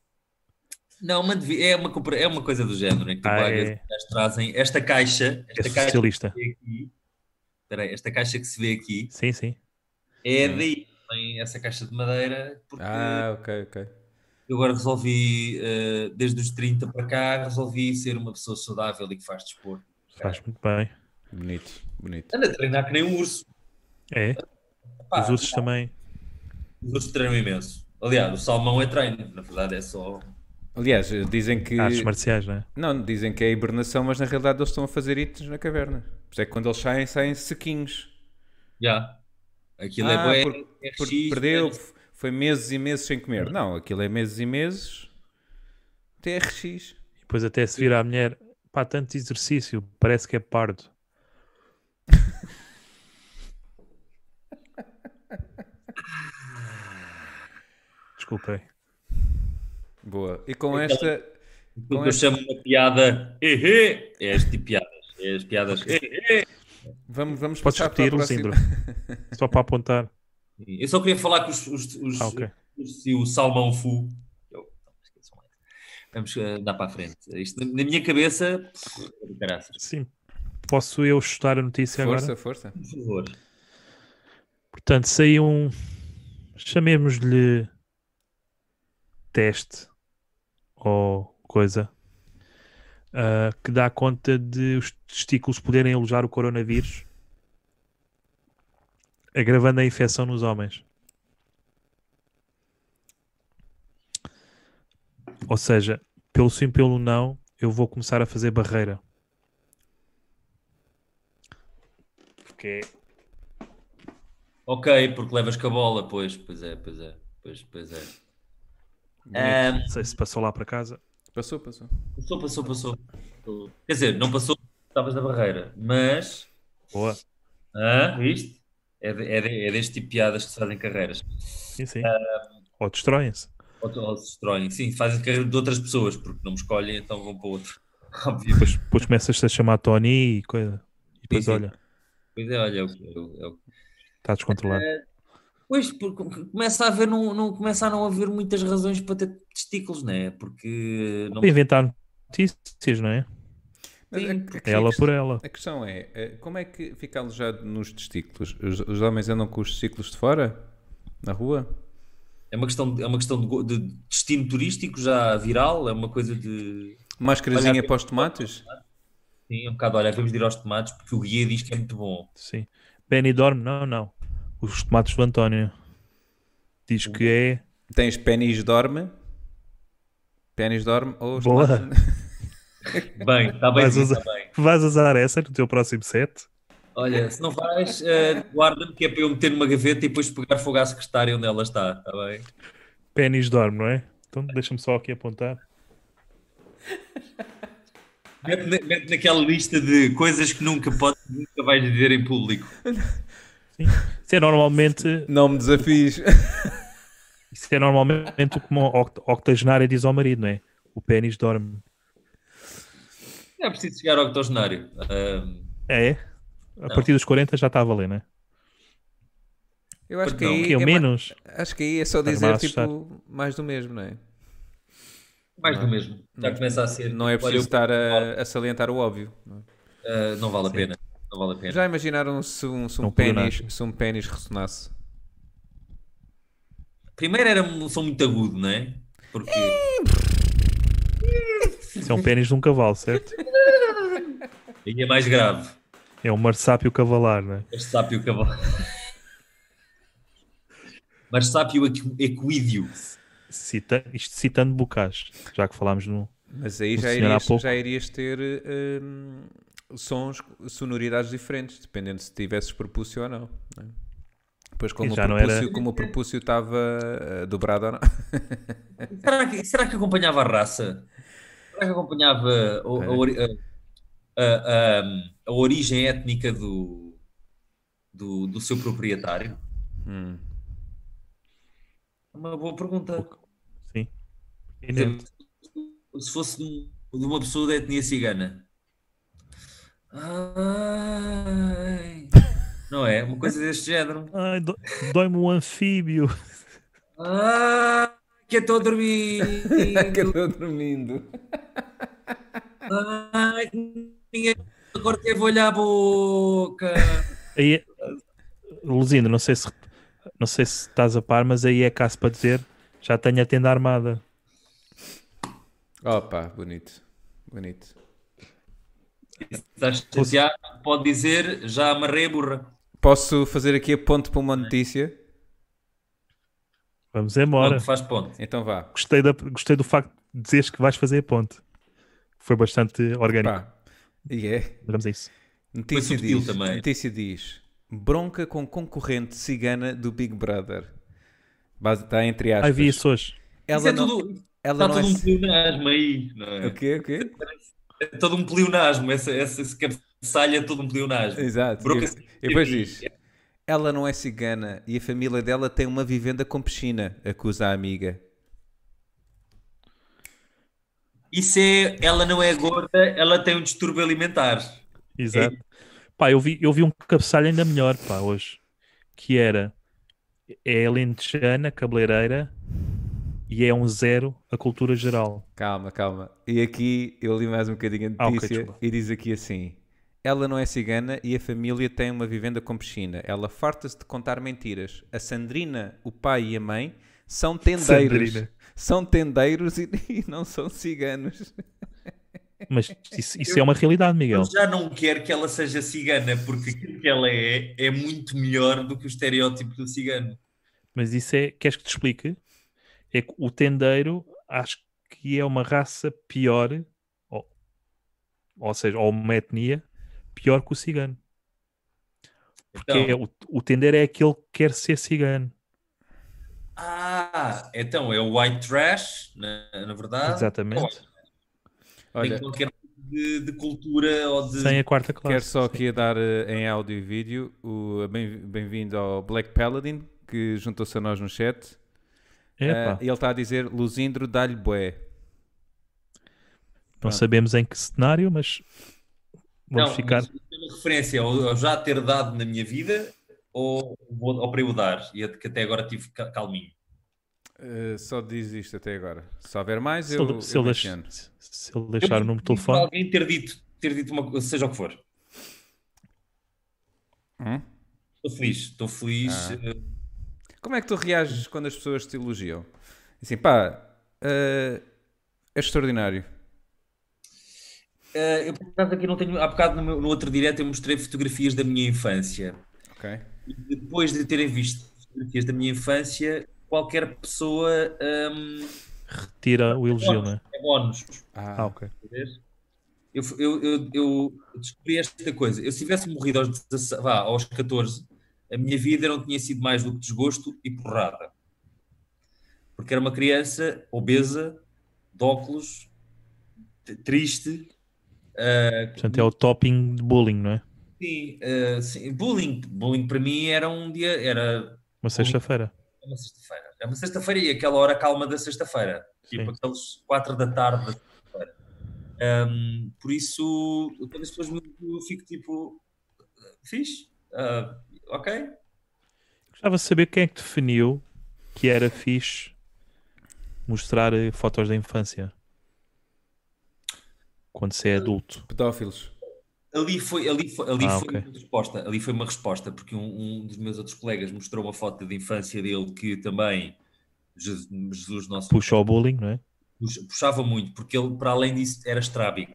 não mande vir, é uma, compra- é uma coisa do género. em que tipo,
Ah,
às
é.
vezes os gajos trazem esta caixa,
É
esta caixa que
socialista.
se vê aqui. Espera aí, esta caixa que se vê aqui
Sim, sim.
é daí. Tem essa caixa de madeira, porque
Hum. Ah, ok, ok.
Eu agora resolvi, eh, desde os 30 para cá, resolvi ser uma pessoa saudável e que faz desporto. É.
Faz muito bem.
Bonito, bonito.
Anda a treinar que nem um urso.
É.
Pá,
Os ursos também.
os ursos treinam imenso. Aliás, o salmão é treino, na verdade é só.
Aliás, eh, dizem que.
Artes marciais, não é?
Não, dizem que é hibernação, mas na realidade eles estão a fazer itos na caverna. Por isso é que quando eles saem, saem sequinhos.
Já. Aquilo
Ah,
é
por-
bué, é
Porque
recheio,
perdeu,
é-
f- foi meses e meses sem comer. Não, aquilo é meses e meses. é TRX.
E depois até se vira a mulher. Pá, tanto exercício. Parece que é pardo. Desculpem.
Boa. E com
Então,
esta.
aquilo
com
que eu
esta
chamo uma piada. Ehê! É este tipo de piadas. É as piadas. "Ehê".
vamos, vamos
Podes
passar para a
repetir, um
próxima.
Lisindro. Só para apontar.
Eu só queria falar que é os, os, os,
Ah, ok.
os- e o salmão fu. Eu- Vamos eh, dar para a frente. Isto, na na minha cabeça, caraças,
Sim. Posso eu chutar a notícia
Força,
agora?
força.
por favor.
Portanto, saiu um. Chamemos-lhe. Teste. Ou coisa. ah, que dá conta de os testículos poderem alojar o coronavírus. Agravando a infecção nos homens. Ou seja, pelo sim, pelo não, eu vou começar a fazer barreira. Porque é
Ok, porque levas com a bola, pois, pois é, pois é, pois, pois é.
Bonito.
Ahm,
Não sei se passou lá para casa.
Passou, passou.
passou, passou, passou. Quer dizer, não passou, estavas na barreira, mas.
Boa.
Ah, viste? É, de- é, de- é deste tipo de piadas que se fazem carreiras.
Sim, sim.
Ah,
Ou destroem-se.
Ou, ou se destroem. Sim, fazem carreira de outras pessoas, porque não me escolhem, então vão para outro. Óbvio.
Depois, depois começas a chamar Tony e coisa. E depois,
sim.
olha,
Pois é, olha, é o que- é o- é o que-
está descontrolado.
É, Pois, porque começa a haver, não, não, começa a não haver muitas razões para ter testículos, não é? Porque não
Para inventar notícias, não é?
Mas
Sim,
a- a-
porque-
a
Ela
questão-
por ela.
A questão é, eh, como é que fica alojado nos testículos? Os, os homens andam com os testículos de fora? Na rua?
é uma questão, de- é uma questão de, go- de destino turístico já viral, é uma coisa de.
Máscarazinha
Olha,
para os tomates?
Sim, é um bocado, olha, vamos de ir aos tomates porque o guia diz que é muito bom.
Sim. Benny dorme? Não, não. Os tomates do António. Diz que é.
Tens pênis dorme? Pênis dorme ou os
Boa.
tomates?
Bem, está bem,
Vais
está
usar-
bem.
Vais usar essa no teu próximo set?
Olha, se não vais, eh, guarda-me que é para eu meter numa gaveta e depois pegar fogo à secretária onde ela está, está bem?
Pênis dorme, não é? Então deixa-me só aqui apontar.
Mete, na- mete naquela lista de coisas que nunca, podes, nunca vais dizer em público.
Isso é normalmente,
Não me desafies.
isso é normalmente o que uma oct- octogenária diz ao marido, não é? O pênis dorme.
É preciso chegar ao octogenário. Ah,
É? A partir dos 40 já está a valer, não é?
Eu acho que
Não.
aí
Que é
é ma-
menos?
Acho que aí é só
Estás-me
dizer
a assustar.
tipo mais do mesmo, não é?
Mais do mesmo. Já começa a ser.
Não é
tipo,
preciso
olha,
estar a, a salientar o óbvio. não é?
eu- ah, não vale a pena. Não vale a pena.
Já imaginaram se um, se um
Não pediu
pênis se um pênis ressonasse?
Primeiro era um som muito agudo, não é? Porque.
Isso é um pênis de um cavalo, certo?
Aí é mais grave.
É um marsápio cavalar, né?
Este sápio cavalo. Mas sápio equ- equídeo.
Cita, isto citando Bocage, já que falámos no.
Mas aí
O
já
Um senhor há
irias,
pouco.
já irias ter eh, hum, sons, sonoridades diferentes, dependendo se tivesses propúcio ou não. não é? Depois, como,
E
o
já não
propúcio,
era-
como o propúcio estava eh, dobrado ou não.
Será que, será que acompanhava a raça? Será que acompanhava o- a, ori- a- a- a- a origem étnica do, do, do seu proprietário?
Hum.
É uma boa pergunta.
Sim. E
Quer
não-
dizer, se fosse de um- de uma pessoa da etnia cigana. Ai. Não é? Uma coisa deste género.
Ai, dó- dói-me um anfíbio.
Ai, que é eu estou a dormir.
Que eu estou dormindo.
Ai, que ninguém... Agora teve olhar a boca.
Aí é... Luzinda, não sei se não sei se estás a par, mas aí é caso para dizer já tenho a tenda armada.
Opa, bonito. Bonito.
Estás chateado? Pode dizer, já amarrei a burra.
Posso fazer aqui a ponte para uma notícia?
Vamos embora.
Pronto, É faz ponto.
Então vá.
Gostei, da- gostei do facto de dizeres que vais fazer a ponte. Foi bastante orgânico.
Pá. E é.
Vamos a isso.
Notícia
subtil
diz,
também.
notícia diz: bronca com concorrente cigana do Big Brother. Base- Está entre aspas.
Ai, vi isso hoje.
Ela
Isso é
não-
tudo,
ela
está
não
todo
é-
um pleonasmo aí, não é?
O quê? O quê?
É todo um pleonasmo. Essa, essa, esse cabeçalho é todo um pleonasmo.
Exato.
Bronca
E-
cigana.
e depois diz: ela não é cigana e a família dela tem uma vivenda com piscina, acusa a amiga.
Isso é, ela não é gorda, ela tem um distúrbio alimentar.
Exato. Pá, eu vi, eu vi um cabeçalho ainda melhor, pá, hoje. Que era é alentejana, cabeleireira, e é um zero a cultura geral.
Calma, calma. E aqui eu li mais um bocadinho a
Ah, ok,
notícia
desculpa.
e diz aqui assim: Ela não é cigana e a família tem uma vivenda com piscina. Ela farta-se de contar mentiras. A Sandrina, o pai e a mãe são tendeiros.
Sandrina.
São tendeiros e, e não são ciganos.
Mas isso, isso é uma realidade, Miguel.
Eu já não quero que ela seja cigana, porque aquilo que ela é é muito melhor do que o estereótipo do cigano.
Mas isso é, queres que te explique? É que o tendeiro acho que é uma raça pior, ou, ou seja, ou uma etnia pior que o cigano. Porque
Então.
é o, o tendeiro é aquele que quer ser cigano.
Ah, então é o white trash, na, na verdade.
Exatamente.
Olha,
Tem qualquer tipo de, de cultura ou de.
Sem a quarta
Quero
classe.
só aqui a dar eh, em áudio e vídeo o bem- bem-vindo ao Black Paladin, que juntou-se a nós no chat.
Epá,
é.
Eh, ele está a dizer: Luzindro, dá-lhe bué.
não sabemos em que cenário, mas vamos
Não,
ficar.
mas é uma referência ao, ao já ter dado na minha vida ou, vou- ou para eu dar, e é de que até agora tive ca- calminho.
Eh, só diz isto até agora. Se houver mais,
Se
eu,
ele, se
eu
ele deix-
menciono.
se- se ele deixar o número de
prefiro
telefone,
Alguém ter dito, ter dito uma coisa, seja o que for.
Hum?
Estou feliz, estou feliz.
Ah.
eh,
Como é que tu reages quando as pessoas te elogiam? Assim, pá, eh, é extraordinário.
eh, eu por acaso aqui não tenho. Há bocado no, meu- no outro direto eu mostrei fotografias da minha infância.
Ok.
E depois de terem visto fotografias da minha infância, qualquer pessoa ehm,
retira o elogio, não é?
é bónus.
Ah,
Ah, ok.
Vês? Eu, fu- eu, eu, eu descobri esta coisa. Eu, se tivesse morrido aos, 16, vá, aos 14, a minha vida não tinha sido mais do que desgosto e porrada. Porque era uma criança obesa, de óculos, t- triste. ah,
Portanto, é o topping de bullying, não é?
sim, ah, sim, bullying. Bullying para mim era um dia, era
Uma sexta-feira.
uma sexta-feira. Era uma sexta-feira e aquela hora calma da sexta-feira. Tipo
Sim.
aqueles 4 da tarde. da sexta-feira. Ahm, por isso, quando as pessoas me eu fico tipo, fixe, ah, ok.
Gostava de saber quem é que definiu que era fixe mostrar eh, fotos da infância quando se é adulto.
pedófilos.
Ali foi, ali foi, ali
Ah,
foi
ok.
uma resposta, ali foi uma resposta, porque um, um dos meus outros colegas mostrou uma foto de infância dele que também Jesus, Jesus nosso
Puxa ao bullying, não é?
Pux- puxava muito, porque ele, para além disso, era estrábico.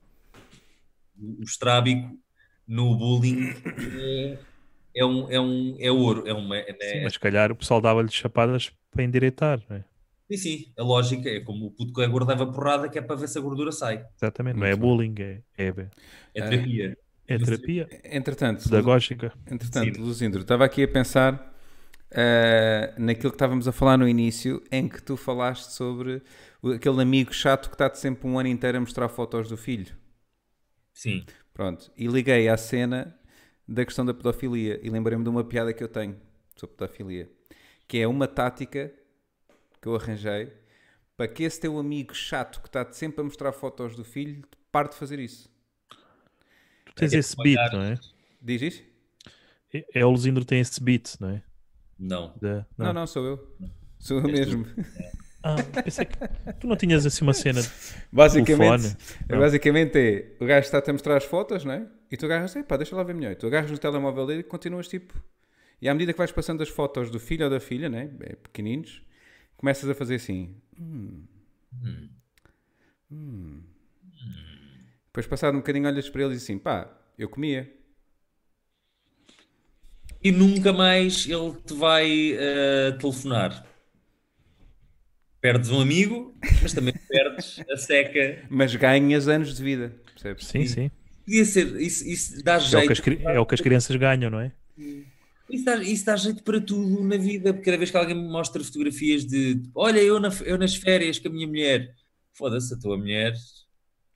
O o estrábico no bullying é, é um, é um é ouro. É uma, é,
Sim, mas se calhar o pessoal dava-lhe chapadas para endireitar, não é?
sim, sim, a lógica é como o puto que aguardava porrada, que é para ver se a gordura sai.
Exatamente. Não é
Muito
bullying, é, é,
É
Ah.
terapia.
é terapia
Entretanto,
pedagógica.
Entretanto,
Sim.
Luzindro, estava aqui a pensar eh, naquilo que estávamos a falar no início, em que tu falaste sobre o- aquele amigo chato que está-te sempre um ano inteiro a mostrar fotos do filho.
Sim.
Pronto. E liguei à cena da questão da pedofilia e lembrei-me de uma piada que eu tenho sobre pedofilia, que é uma tática que eu arranjei para que esse teu amigo chato que está-te sempre a mostrar fotos do filho pare de fazer isso.
Tu tens
É
esse beat,
trabalhar-
não é?
Diz isso?
É- É o Lusindro tem esse beat, não é?
Não.
Da-
Não, não, tipo. sou eu. Sou eu mesmo.
Ah, pensei que tu não tinhas assim uma cena.
Basicamente,
Telefone. Não.
basicamente é, o gajo está-te a mostrar as fotos, não é? E tu agarras, pá, deixa lá ver melhor. E tu agarras no telemóvel dele e continuas tipo. E à medida que vais passando as fotos do filho ou da filha, né? é, Pequeninos, começas a fazer assim. "Hum. Hum." Depois, passado um bocadinho, olhas para ele e assim, pá, eu comia.
E nunca mais ele te vai ah, telefonar. Perdes um amigo, mas também perdes a seca.
Mas ganhas anos de vida, percebes?
Sim, sim.
Podia ser, isso, isso dá
É o, que
jeito.
as, cri- é o que as crianças ganham, não é?
Isso dá, isso dá jeito para tudo na vida, porque cada vez que alguém me mostra fotografias de olha, eu, na- eu nas férias com a minha mulher, foda-se, a tua mulher,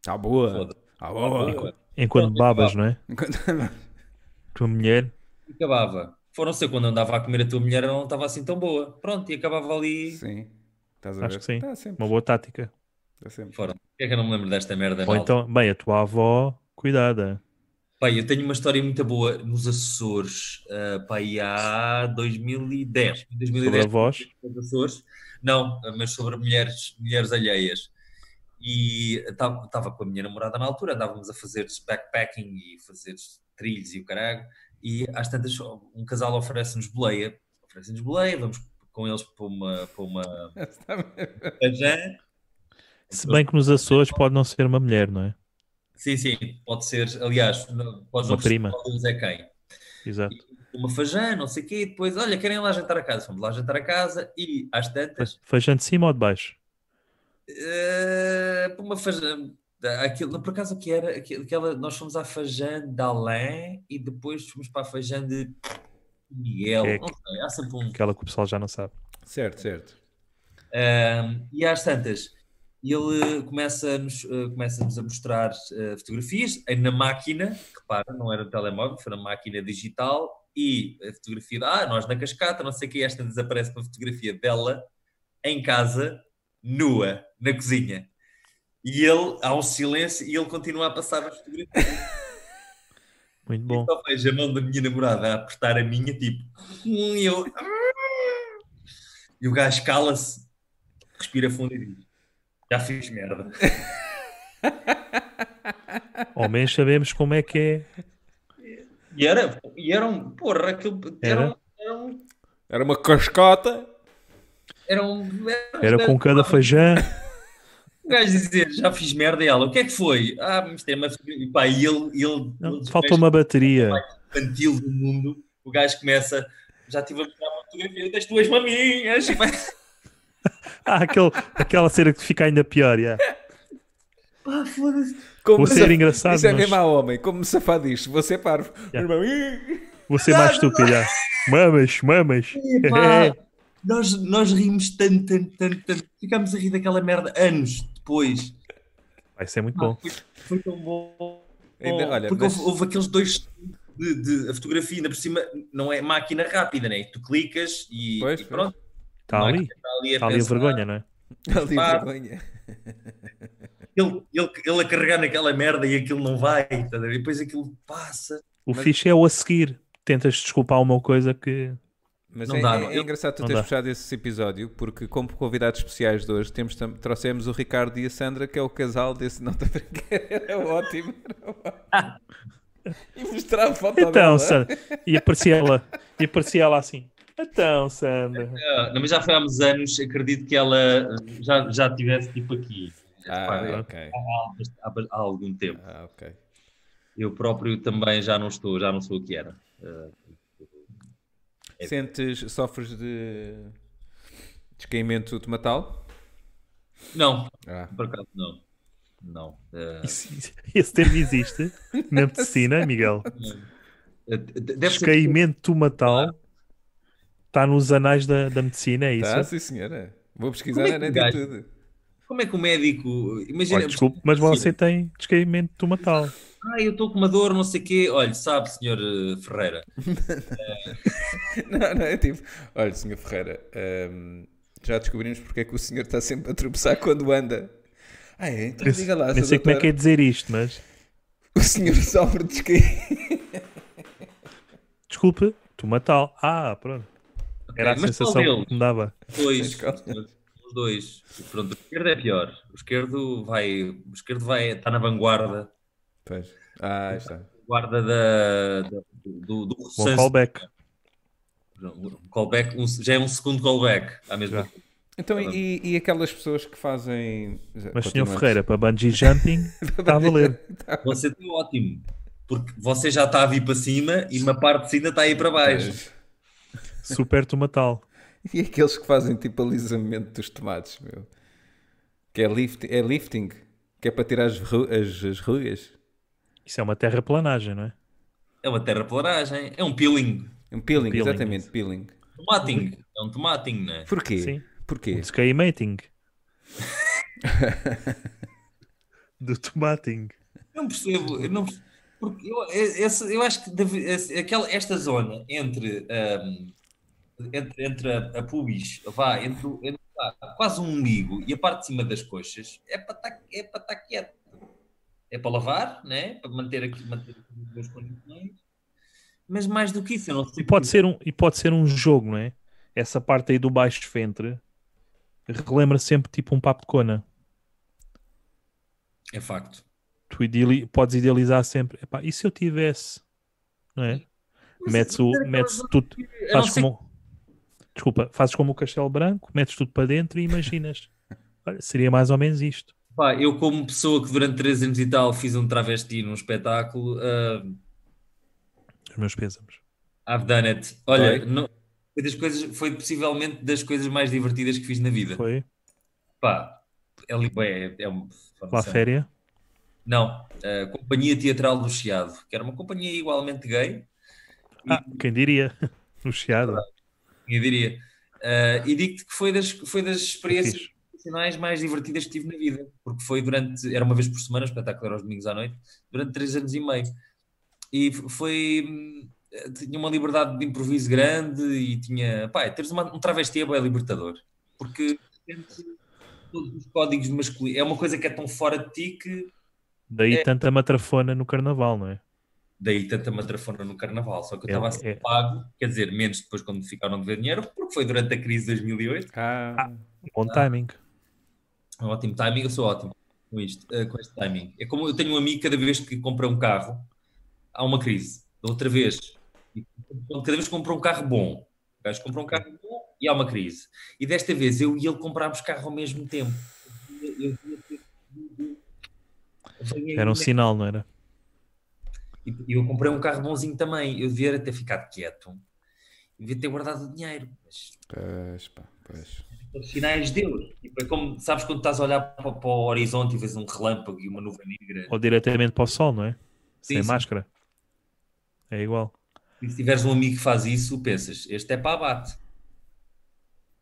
Tá boa.
Foda-se.
Tá boa.
Boa.
Enquanto
Não,
babas, não é? Tua mulher
acabava. Foram ser quando andava a comer a tua mulher, ela não estava assim tão boa. Pronto, e acabava ali.
Sim. Estás a ver?
Acho que sim.
Tá sempre,
Uma boa tática.
tá sempre.
Foram. Por que é que eu não me lembro desta merda?
Ou
malta?
então, bem, a tua avó, cuidada.
Pai, eu tenho uma história muito boa nos Açores, uh, pai, há 2010. Em 2010
Sobre a voz?
nos Açores, não, mas sobre mulheres, mulheres alheias. E estava com a minha namorada na altura, andávamos a fazer backpacking e fazer trilhos e o caralho, e às tantas um casal oferece-nos boleia, oferece-nos boleia, vamos com eles para uma, para uma
Tá
Tajã.
Se bem que nos Açores pode não ser uma mulher, não é?
Sim, sim, pode ser, aliás, não- podes não
Uma prima.
perceber qual deles é quem.
Exato.
uma fajã, não sei o quê, depois, olha, querem lá jantar a casa, vamos lá jantar a casa e às tantas,
Feijão de cima ou de baixo?
eh, uma fajã, aquilo, por acaso o que era, Aquilo- aquela, nós fomos à fajã de Alain e depois fomos para a fajã de Miguel,
É
não sei, há sempre um...
Aquela que o pessoal já não sabe.
Certo, certo.
Ahm, e às tantas, ele eh, começa-nos começa a mostrar eh, fotografias eh, na máquina, que para, não era telemóvel, foi na máquina digital, e a fotografia, de, ah, nós na cascata, não sei o que, esta desaparece uma fotografia dela em casa, nua, na cozinha. E ele, há um silêncio, e ele continua a passar as fotografias.
Muito bom.
Só Então vejo a mão da minha namorada a apertar a minha, tipo, hum, e eu... E o gajo cala-se, respira fundo e diz, já fiz merda.
Ao menos sabemos como é que é.
E era, e era um, porra, aquilo, era, um, era um,
Era uma cascota.
era um, era um
Era com cada feijão.
um gajo dizer, já fiz merda e ela, o que é que foi? Ah, mas tem uma... E pá, e ele, ele,
Não,
ele
Falta uma bateria.
infantil do mundo, o gajo começa, já estive a mostrar uma fotografia das tuas maminhas,
Ah, aquele, aquela cena que fica ainda pior. yeah.
pá, foda-se.
Como
Vou
me
ser
saf-
engraçado,
Isso é
mas-
mesmo a homem. Como me safar disto? Vou ser é parvo.
Já.
Irmão, ih.
Vou ser é mais estúpido. yeah. Mamas, mamas. É.
Epá, nós, nós rimos tanto, tanto, tanto, tanto. Ficámos a rir daquela merda anos depois.
Vai ser muito
Pá,
bom.
Foi, foi tão bom.
Ainda- olha,
Oh, Porque
mas-
houve, houve aqueles dois de, de- a fotografia ainda por cima não é máquina rápida, né? Tu clicas e,
Pois,
e pronto.
é
Está Tá ali.
Está ali a
Está ali a
pensar.
vergonha, não é?
Ali
Pá.
vergonha.
Ele, ele, ele a carregar naquela merda e aquilo não vai. estás a ver? E depois aquilo passa.
O fixe é o a seguir. Tentas desculpar uma coisa que.
Mas
Não
é,
dá,
é-
não.
é
Eu-
engraçado tu
não
teres
dá.
puxado esse episódio, porque como convidados especiais de hoje temos tam- trouxemos o Ricardo e a Sandra, que é o casal desse não estou a brincar, era ótimo. Era ótimo. E mostrar a foto
Então,
dela. é?
Sandra. E aparecia ela. E aparecia ela assim. Então, Sandra.
Ah, não, mas já foi há uns anos, acredito que ela eh, já, já tivesse tipo aqui.
Ah,
Pá,
ok.
há- há- há algum tempo.
Ah, ok.
Eu próprio também já não estou, já não sou o que era. Eh,
Sentes, sofres de descaimento tomatal?
não,
Ah.
por acaso não. Não. Eh,
Isso- Esse termo existe na medicina, Miguel.
eh, deve ser-
Descaimento tomatal está nos anais da, da medicina, é isso?
Tá, sim senhora. Vou pesquisar
Como é
na
que um
net e
gajo-
tudo.
Como é que o médico.
Tá.
Imagina.
Olha, desculpe, mas você tem descaimento tomatal.
Ah, eu estou com uma dor, não sei o quê. Olha, sabe, senhor eh, Ferreira.
Não, não, é tipo, olha, Sr. Ferreira, hum, já descobrimos porque é que o senhor está sempre a tropeçar quando anda. Ah, é? Então diga lá,
Nem
Sr.
sei como é que é
Doutora,
dizer isto, mas
o senhor sofre de esqui.
desculpe, tomatal. Ah, pronto. Era a
Ok, mas qual
sensação
deles?
que me dava.
Dois.
Escola.
Os dois. Pronto, o esquerdo é pior. O esquerdo vai. O esquerdo vai. Está na vanguarda.
Pois, ah, aí está.
Guarda da, da- do, do, do
Bom
senso-
callback.
um callback, um- já é um segundo callback à mesma
Já.
Então, e, e aquelas pessoas que fazem. Continua.
Mas, senhor Ferreira, para bungee jumping, está a valer.
Você está ótimo, porque você já está a vir para cima e uma parte de cima está a
É
ir para baixo.
Pois.
Super tomatal.
E aqueles que fazem tipo alisamento dos tomates, meu? Que é, lift, é lifting, que é para tirar as, ru- as, as rugas.
Isso é uma terraplanagem, não é?
É uma terraplanagem, é um peeling,
Um peeling,
peeling,
exatamente, peeling.
tomating, é um tomating, não é?
Porquê?
Sim. Um
Porquê?
O descaimating. Do tomating.
Eu não percebo, eu não percebo, porque eu, é- esse- eu acho que deve- esse- aquela, esta zona entre, ahm, entre, entre a, a pubis, vá, entre, o- entre tá, vá, quase um umbigo e a parte de cima das coxas, é para estar, é para estar quieto. É é para lavar, né? para manter aqui, manter aqui os meus condições. Mas mais do que isso, eu não sei.
E pode, ser um, e pode ser um jogo, não é? Essa parte aí do baixo ventre relembra sempre tipo um papo de cona.
É facto.
Tu ideali- podes idealizar sempre. Epá, e se eu tivesse? Não é?
Mas
Metes o.
isso é
Metes
aquelas
tudo.
coisas que- a não
Fazes
ser
como. Desculpa, fazes como o Castelo Branco, metes tudo para dentro e imaginas. Olha, seria mais ou menos isto.
Pá, eu, como pessoa que durante três anos e tal fiz um travesti num espetáculo, ah,
Os meus pésames.
I've done it. Olha,
Foi.
não- foi, das coisas, foi possivelmente das coisas mais divertidas que fiz na vida.
Foi?
Pá, é, li- é, é um.
Lá à féria?
Não, a Companhia Teatral do Chiado, que era uma companhia igualmente gay,
Ah, quem diria? No Chiado.
eu diria. Ah, e digo-te que foi das, foi das experiências
Fixe.
profissionais mais divertidas que tive na vida, porque foi durante, era uma vez por semana, o espetáculo era aos domingos à noite, durante três anos e meio. E f- foi, hum, eh, tinha uma liberdade de improviso grande e tinha, pá, teres uma, um travesti é bem libertador, porque de repente, todos os códigos masculinos, é uma coisa que é tão fora de ti que é-
Daí tanta matrafona no carnaval, não é?
daí tanta matrafona no carnaval, só que eu
É,
estava a ser
é.
pago, quer dizer, menos depois quando ficaram de ver dinheiro, porque foi durante a crise de 2008,
Ah,
Bom timing.
É um ótimo timing, eu sou ótimo com isto, eh, com este timing. É como eu tenho um amigo, cada vez que compra um carro, há uma crise. Da outra vez, e cada vez que compra um carro bom, o gajo compra um carro bom e há uma crise. E desta vez eu e ele comprámos carro ao mesmo tempo. Eu- eu- eu- eu- eu-
Era um sinal, não era?
e eu comprei um carro bonzinho também. Eu devia ter ficado quieto. Devia ter guardado o dinheiro. Mas
pois, pá, pois.
os sinais deu. Tipo, é como, sabes, quando estás a olhar para, para o horizonte e vês um relâmpago e uma nuvem negra.
Ou diretamente para o sol, não é?
Sim,
Sem
sim.
máscara. É igual.
E se tiveres um amigo que faz isso, pensas, este é para abate.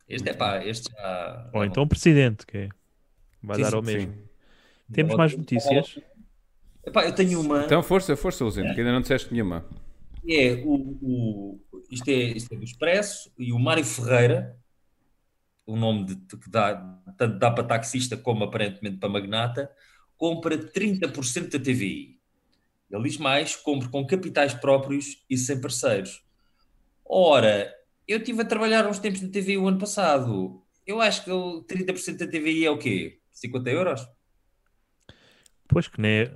Este é para, este já...
Ou então o presidente, que é- vai
Tá Sim,
dar
sim,
ao mesmo.
Sim.
Temos mais notícias?
Epá, eu tenho uma,
Então, força, força, Luzendo, que ainda não disseste nenhuma.
que é o, o- isto, é, isto é do Expresso, e o Mário Ferreira, o nome de- que dá, tanto dá para taxista como aparentemente para magnata, compra 30% da TVI. Ele diz mais, compra com capitais próprios e sem parceiros. Ora, eu estive a trabalhar uns tempos na TVI o ano passado. Eu acho que o 30% da TVI é o quê? 50 euros?
Pois que nem é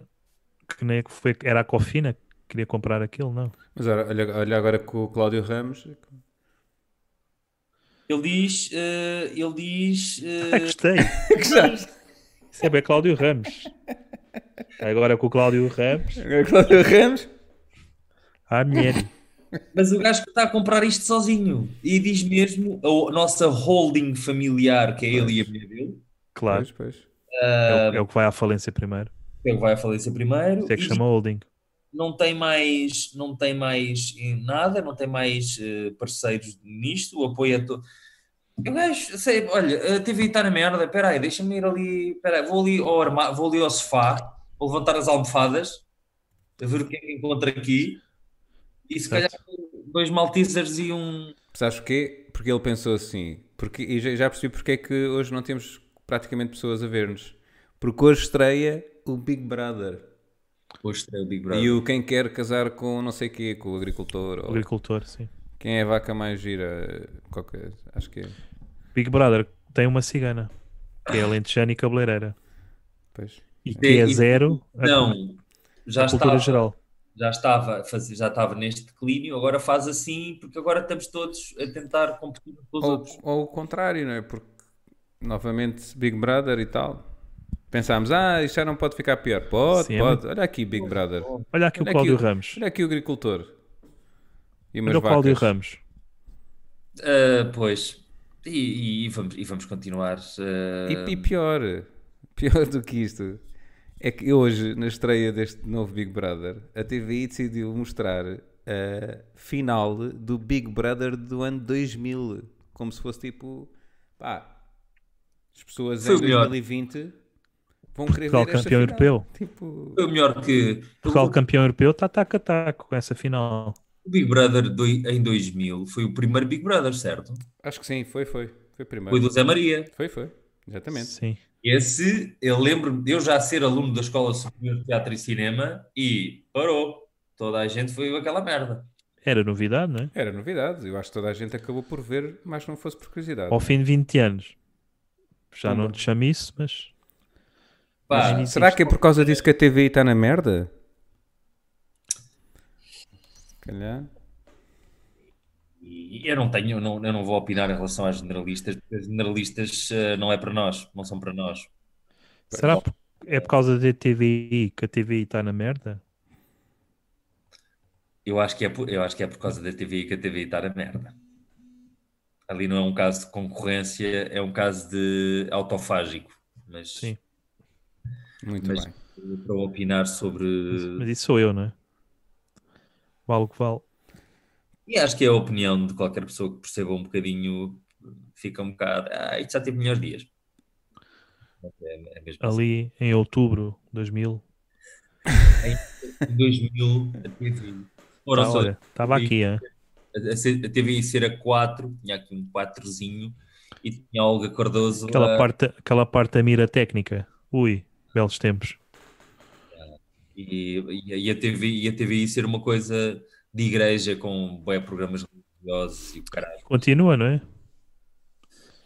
que nem é que foi, era a Cofina que queria comprar aquilo, não.
Mas ora, olha, olha agora com o Cláudio Ramos.
Ele diz, eh, ele diz, eh,
Ah, gostei. Isso é bem Cláudio Ramos. Agora é com o Cláudio Ramos,
Agora Cláudio Ramos.
a mulher.
Mas o gajo que está a comprar isto sozinho e diz mesmo a o- nossa holding familiar, que é ele e a mulher dele,
Claro,
Pois, pois.
é o, é o que vai à falência primeiro.
que ele vai a falecer primeiro,
Isso é que
e
chama holding.
não tem mais, não tem mais eh, nada, não tem mais eh, parceiros nisto, o apoio a todo. O gajo, sei, olha, a TV está na merda, espera aí, deixa-me ir ali, espera aí, vou ali ao armário, vou ali ao sofá, vou levantar as almofadas, a ver o que é que encontro aqui, e se calhar
Certo.
dois maltesers e um...
Sabes porquê? Porque ele pensou assim. Porque, e já, já percebi porque é que hoje não temos praticamente pessoas a ver-nos. Porque hoje estreia o Big Brother.
Poxa, o Big
E o quem quer casar com não sei quê, com o agricultor.
O
Ou
agricultor, sim.
quem é a vaca mais gira? Qualquer, acho que é.
Big Brother tem uma cigana, que é lentejana e cabeleireira.
Pois.
E que é
e-
zero a cu-
Não, já
a cultura
estava,
geral.
já estava, a fazer- já estava neste declínio, agora faz assim, porque agora estamos todos a tentar competir uns
Oh.
com os
Ou,
outros.
ou o contrário, não é? Porque novamente Big Brother e tal. Pensámos, ah, isto já não pode ficar pior. Pode,
Sim, é
pode. Olha aqui Big Brother.
Olha aqui
Olha
o
aqui
Cláudio
o-
Ramos.
Olha aqui o agricultor. E umas
Olha o Cláudio
vacas.
Ramos.
Ah, pois, e, e vamos, e vamos continuar. ah,
E, e pior, pior do que isto, é que hoje, na estreia deste novo Big Brother, a TVI decidiu mostrar a final do Big Brother do ano 2000, como se fosse tipo, pá, as pessoas
Foi
em
o melhor.
2020 vão querer
Portugal
ver esta
campeão
final.
europeu.
Tipo,
Foi o melhor que
Portugal campeão europeu, tá taca taco com essa final.
o Big Brother do- em 2000 foi o primeiro Big Brother, certo?
É.
acho que sim, foi, foi, foi primeiro.
Foi do Zé Maria.
Foi, foi, exatamente.
Sim.
Esse, eu lembro-me de eu já ser aluno da Escola Superior de Teatro e Cinema e parou. Toda a gente foi aquela merda.
Era novidade, não é?
Era novidade. Eu acho que toda a gente acabou por ver, mas não fosse por curiosidade.
Ao fim de 20 anos. Já não te chamo isso, mas.
Pá,
Mas
Será que é por causa disso que a TVI está tá na merda? Se Calhar.
e eu não tenho, eu não, eu não vou opinar em relação às generalistas, porque as generalistas eh, não é para nós, não são para nós.
será por- é por causa da TVI que a TVI está tá na merda?
Eu acho que é por, eu acho que é por causa da TVI que a TVI está na merda. Ali não é um caso de concorrência, é um caso de autofágico. Mas
Sim.
Muito
Mas-
bem.
para opinar sobre.
Mas isso sou eu, não é? Vale o que vale.
E acho que é a opinião de qualquer pessoa que perceba um bocadinho, fica um bocado. Ah, isto já teve melhores dias. Mas É, é mesmo assim.
Ali em outubro de 2000.
assim. Em 2000, a TVI. Ora,
Ah,
só,
olha, estava aqui, hein?
a- a C- a TVI ser a 4, tinha aqui um 4zinho, e tinha a Olga Cardoso.
Aquela,
a-
parte, aquela parte da mira técnica. Ui, belos tempos.
E, e, e a TV, e a TVI ser uma coisa de igreja com bué programas religiosos e o caralho.
Continua, não é?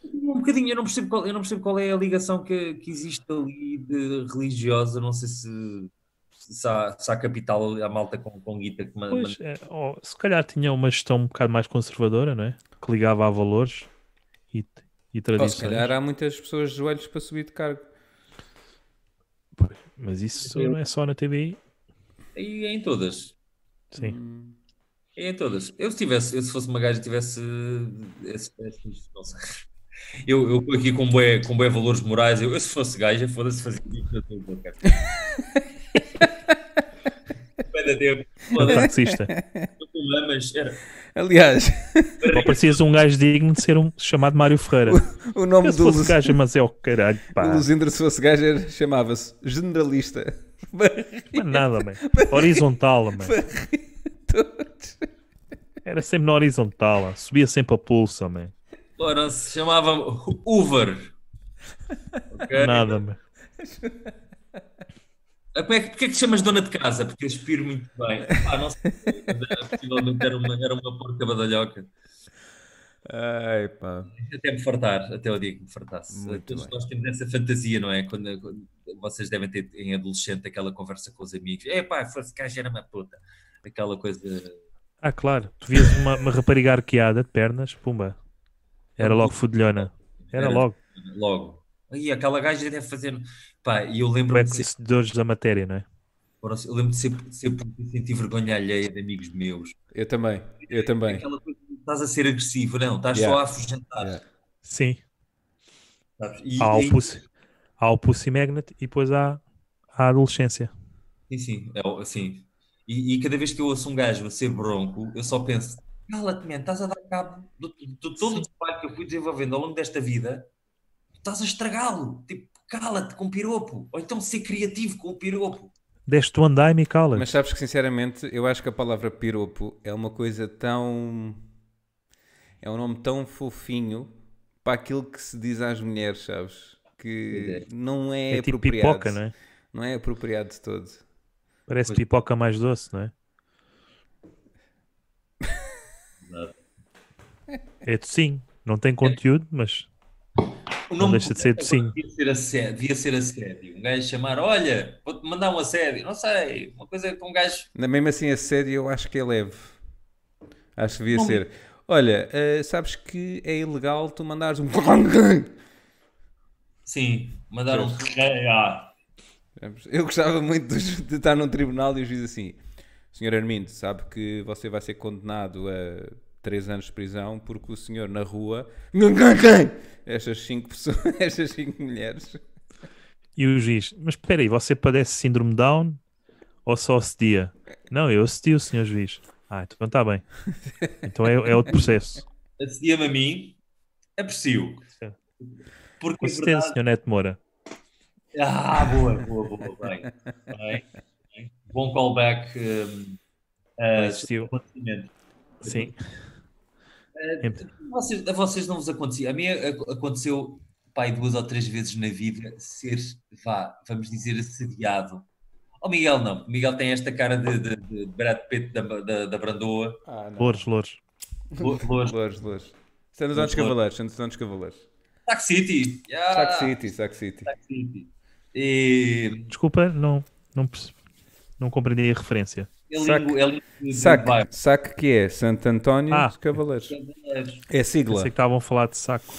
Um bocadinho, eu não percebo qual, eu não percebo qual é a ligação que, que existe ali de religiosa, não sei se, se, há, se há capital, há malta com, com guita que manda.
Pois, é, ó, se calhar tinha uma gestão um bocado mais conservadora, não é? Que ligava a valores e,
Ou
e
se
tradições.
calhar há muitas pessoas de joelhos para subir de cargo.
Mas isso não é só na TVI.
E é em todas.
Sim.
É em todas. Eu se tivesse, eu se fosse uma gaja e tivesse esse- esse- não sei. Eu, eu estou aqui com bué, com bué valores morais. Eu, eu se fosse gaja, foda-se fazer isto na tua boca. Pera, Deus,
Era
foda-se,
taxista.
eu com lamas, era.
Aliás,
Ou parecias um gajo digno de ser um chamado Mário Ferreira.
o nome
Eu se
do
fosse
Luz-
gajo, mas é o caralho, pá.
do Luzindra, se fosse gajo, era- chamava-se Generalista.
Mas nada, man. Horizontal, man.
Todos.
Era sempre na horizontal, ó. subia sempre a pulsa, man.
Ora, se chamava Uber. Ok?
Nada, man.
Ah, Como é que, porque é que te chamas dona de casa? Porque eu expiro muito bem. Pá, não sei, mas era- possivelmente era uma, era uma porca badalhoca.
Ai, pá.
Até me fartar, até o dia que me fartasse.
Muito
Todos
bem.
nós temos essa fantasia, não é? Quando, quando- vocês devem ter em adolescente aquela conversa com os amigos: é pá, fosse gajo era uma puta. Aquela coisa.
Ah, claro. Tu vias uma, uma rapariga arqueada de pernas, pumba. Era logo fudilhona. Era logo.
Logo. E aquela gaja deve fazer. Pá, e eu
Tu é
lembro-me de ser,
conhecedores da matéria, não é?
eu lembro de ser, de ser puto e sentir vergonha alheia de amigos meus.
Eu também. Eu também.
Aquela coisa de estás a ser agressivo, não, estás
Yeah.
só a afugentar.
Yeah.
Sim.
sabes? E,
Há o
e-
Pussy, há o Pussy Magnet e depois há, há a adolescência.
Sim, sim, é, o- sim. E, e cada vez que eu ouço um gajo a ser bronco, eu só penso: cala-te, man, estás a dar cabo do, do todo o trabalho que eu fui desenvolvendo ao longo desta vida, tu estás a estragá-lo. Tipo, cala-te com piropo. Ou então ser criativo com o piropo.
Deste o andaime e cala.
Mas sabes que, sinceramente, eu acho que a palavra piropo é uma coisa tão. É um nome tão fofinho para aquilo que se diz às mulheres, sabes? Que não é,
é tipo
apropriado.
pipoca, não é?
Não é apropriado de todo.
Parece
Pois.
pipoca mais doce, não é? É docinho. Não tem conteúdo, mas
O
Não deixa de ser docinho.
Devia ser assédio. Devia ser assédio. Um gajo chamar: olha, vou-te mandar um assédio. Não sei, uma coisa que um gajo.
Na mesmo assim, a série eu acho que é leve. Acho que devia
Não.
ser. Olha, eh, sabes que é ilegal tu mandares um.
Sim, mandar um. Ah,
Eu gostava muito de ju- de estar num tribunal e o juiz assim: Senhor Armindo, sabe que você vai ser condenado a 3 anos de prisão porque o senhor na rua. Estas 5 pessoas, estas 5 mulheres.
E o juiz, mas espera aí, você padece síndrome Down ou só assedia? Não, eu assedi o senhor juiz. Ah, então está bem. Então é, é outro processo.
assedia-me a mim, aprecio.
Sim.
Porque
Com
a
certeza,
verdade.
senhor Neto Moura.
Ah, boa, boa, boa, bem. bem, bem. Bom callback. Um,
Não
uh,
existiu.
acontecimento.
Sim.
A vocês, a vocês não vos acontecia. A mim a- aconteceu pai, duas ou três vezes na vida ser, vá, vamos dizer, assediado. O Miguel não. O Miguel tem esta cara de, de, de Brad Pitt da, da, da Brandoa.
Ah, não.
Louros, louros.
Lo- Louro.
Louros, louros. Santos Antes
Louro.
Cavaleiros, Santos Antes Cavaleiros.
Sac City. Yeah.
Sac City, Sac City.
Sac City. E,
Desculpa, não, não, perce- não compreendi a referência.
é
Sac-
língua- é língua de
Sac,
bairro.
sac que é? Santo António
Ah.
dos Cavaleiros. É sigla.
Pensei que estavam a falar de saco.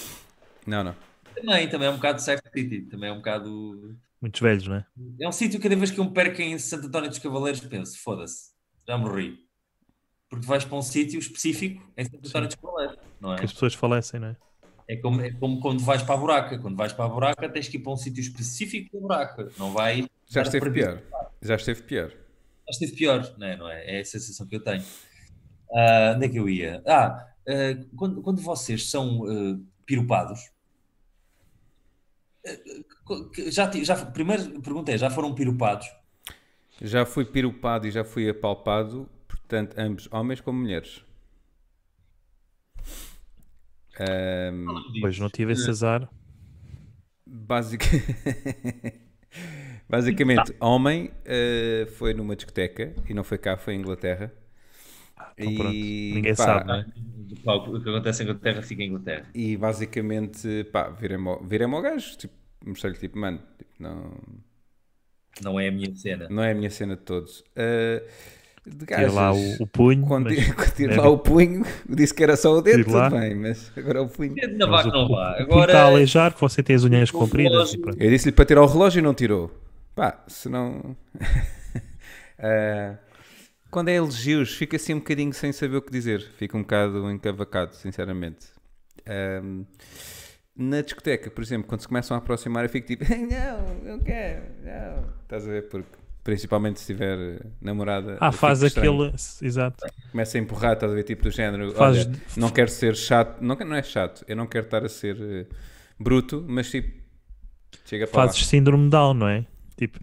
Não, não.
Também, também é um bocado Sac City. Também é um bocado.
Muitos velhos, não é?
É um sítio que cada vez que eu me perco em Santo António dos Cavaleiros penso, foda-se, já morri. Porque vais para um sítio específico em Santo António dos Cavaleiros, não é?
Que as pessoas falecem, não é?
É como, é como quando vais para a buraca. Quando vais para a buraca tens que ir para um sítio específico da buraca. Não vai...
Já
Era
esteve
previsto.
pior. Já esteve pior.
Já esteve pior, não é? Não é? é a sensação que eu tenho. Ah, onde é que eu ia? Ah, ah, quando, quando vocês são ah, piropados, ah, co- que- já, ti- já, primeiro pergunta é, já foram piropados?
Já fui pirupado e já fui apalpado, portanto, ambos homens como mulheres.
Pois não tive esse azar.
Basic... Basicamente,
Tá.
homem eh, foi numa discoteca e não foi cá, foi em Inglaterra.
Então pronto.
E,
Ninguém
pá,
sabe, não é?
O que acontece em Inglaterra fica em Inglaterra.
E basicamente, pá, virei-me ao, virei-me ao gajo, tipo, mostrei-lhe, tipo, mano, tipo, não,
Não é a minha cena.
não é a minha cena de todos. Eh, de
Tira lá
gajas,
o, o punho.
quando
mas-
tiro, quando tiro
né?
lá o punho, disse que era só o dedo,
Tiro lá.
tudo bem, mas agora é o punho.
Dedo na
mas o-
vaca
é
não
o-
vá.
O punho está a
Agora,
aleijar, que você tem as unhas
o
compridas. e
relógio-
pronto.
é Eu disse-lhe para tirar o relógio e não tirou. Pá, se não. Ah, quando é elogios, fica assim um bocadinho sem saber o que dizer. Fica um bocado encavacado, sinceramente. Ahm, na discoteca, por exemplo, quando se começam a aproximar, eu fico tipo, não, não quero, não. Estás a ver? Porque, principalmente se tiver eh, namorada.
Ah,
eu fico
faz
estranho.
aquele. Exato.
Começa a empurrar, estás a ver? Tipo do género.
Faz-
Olha, não quero ser chato. Não, que- não é chato. Eu não quero estar a ser eh, bruto, mas tipo. Chega para lá.
Fazes síndrome down, não é? Tipo,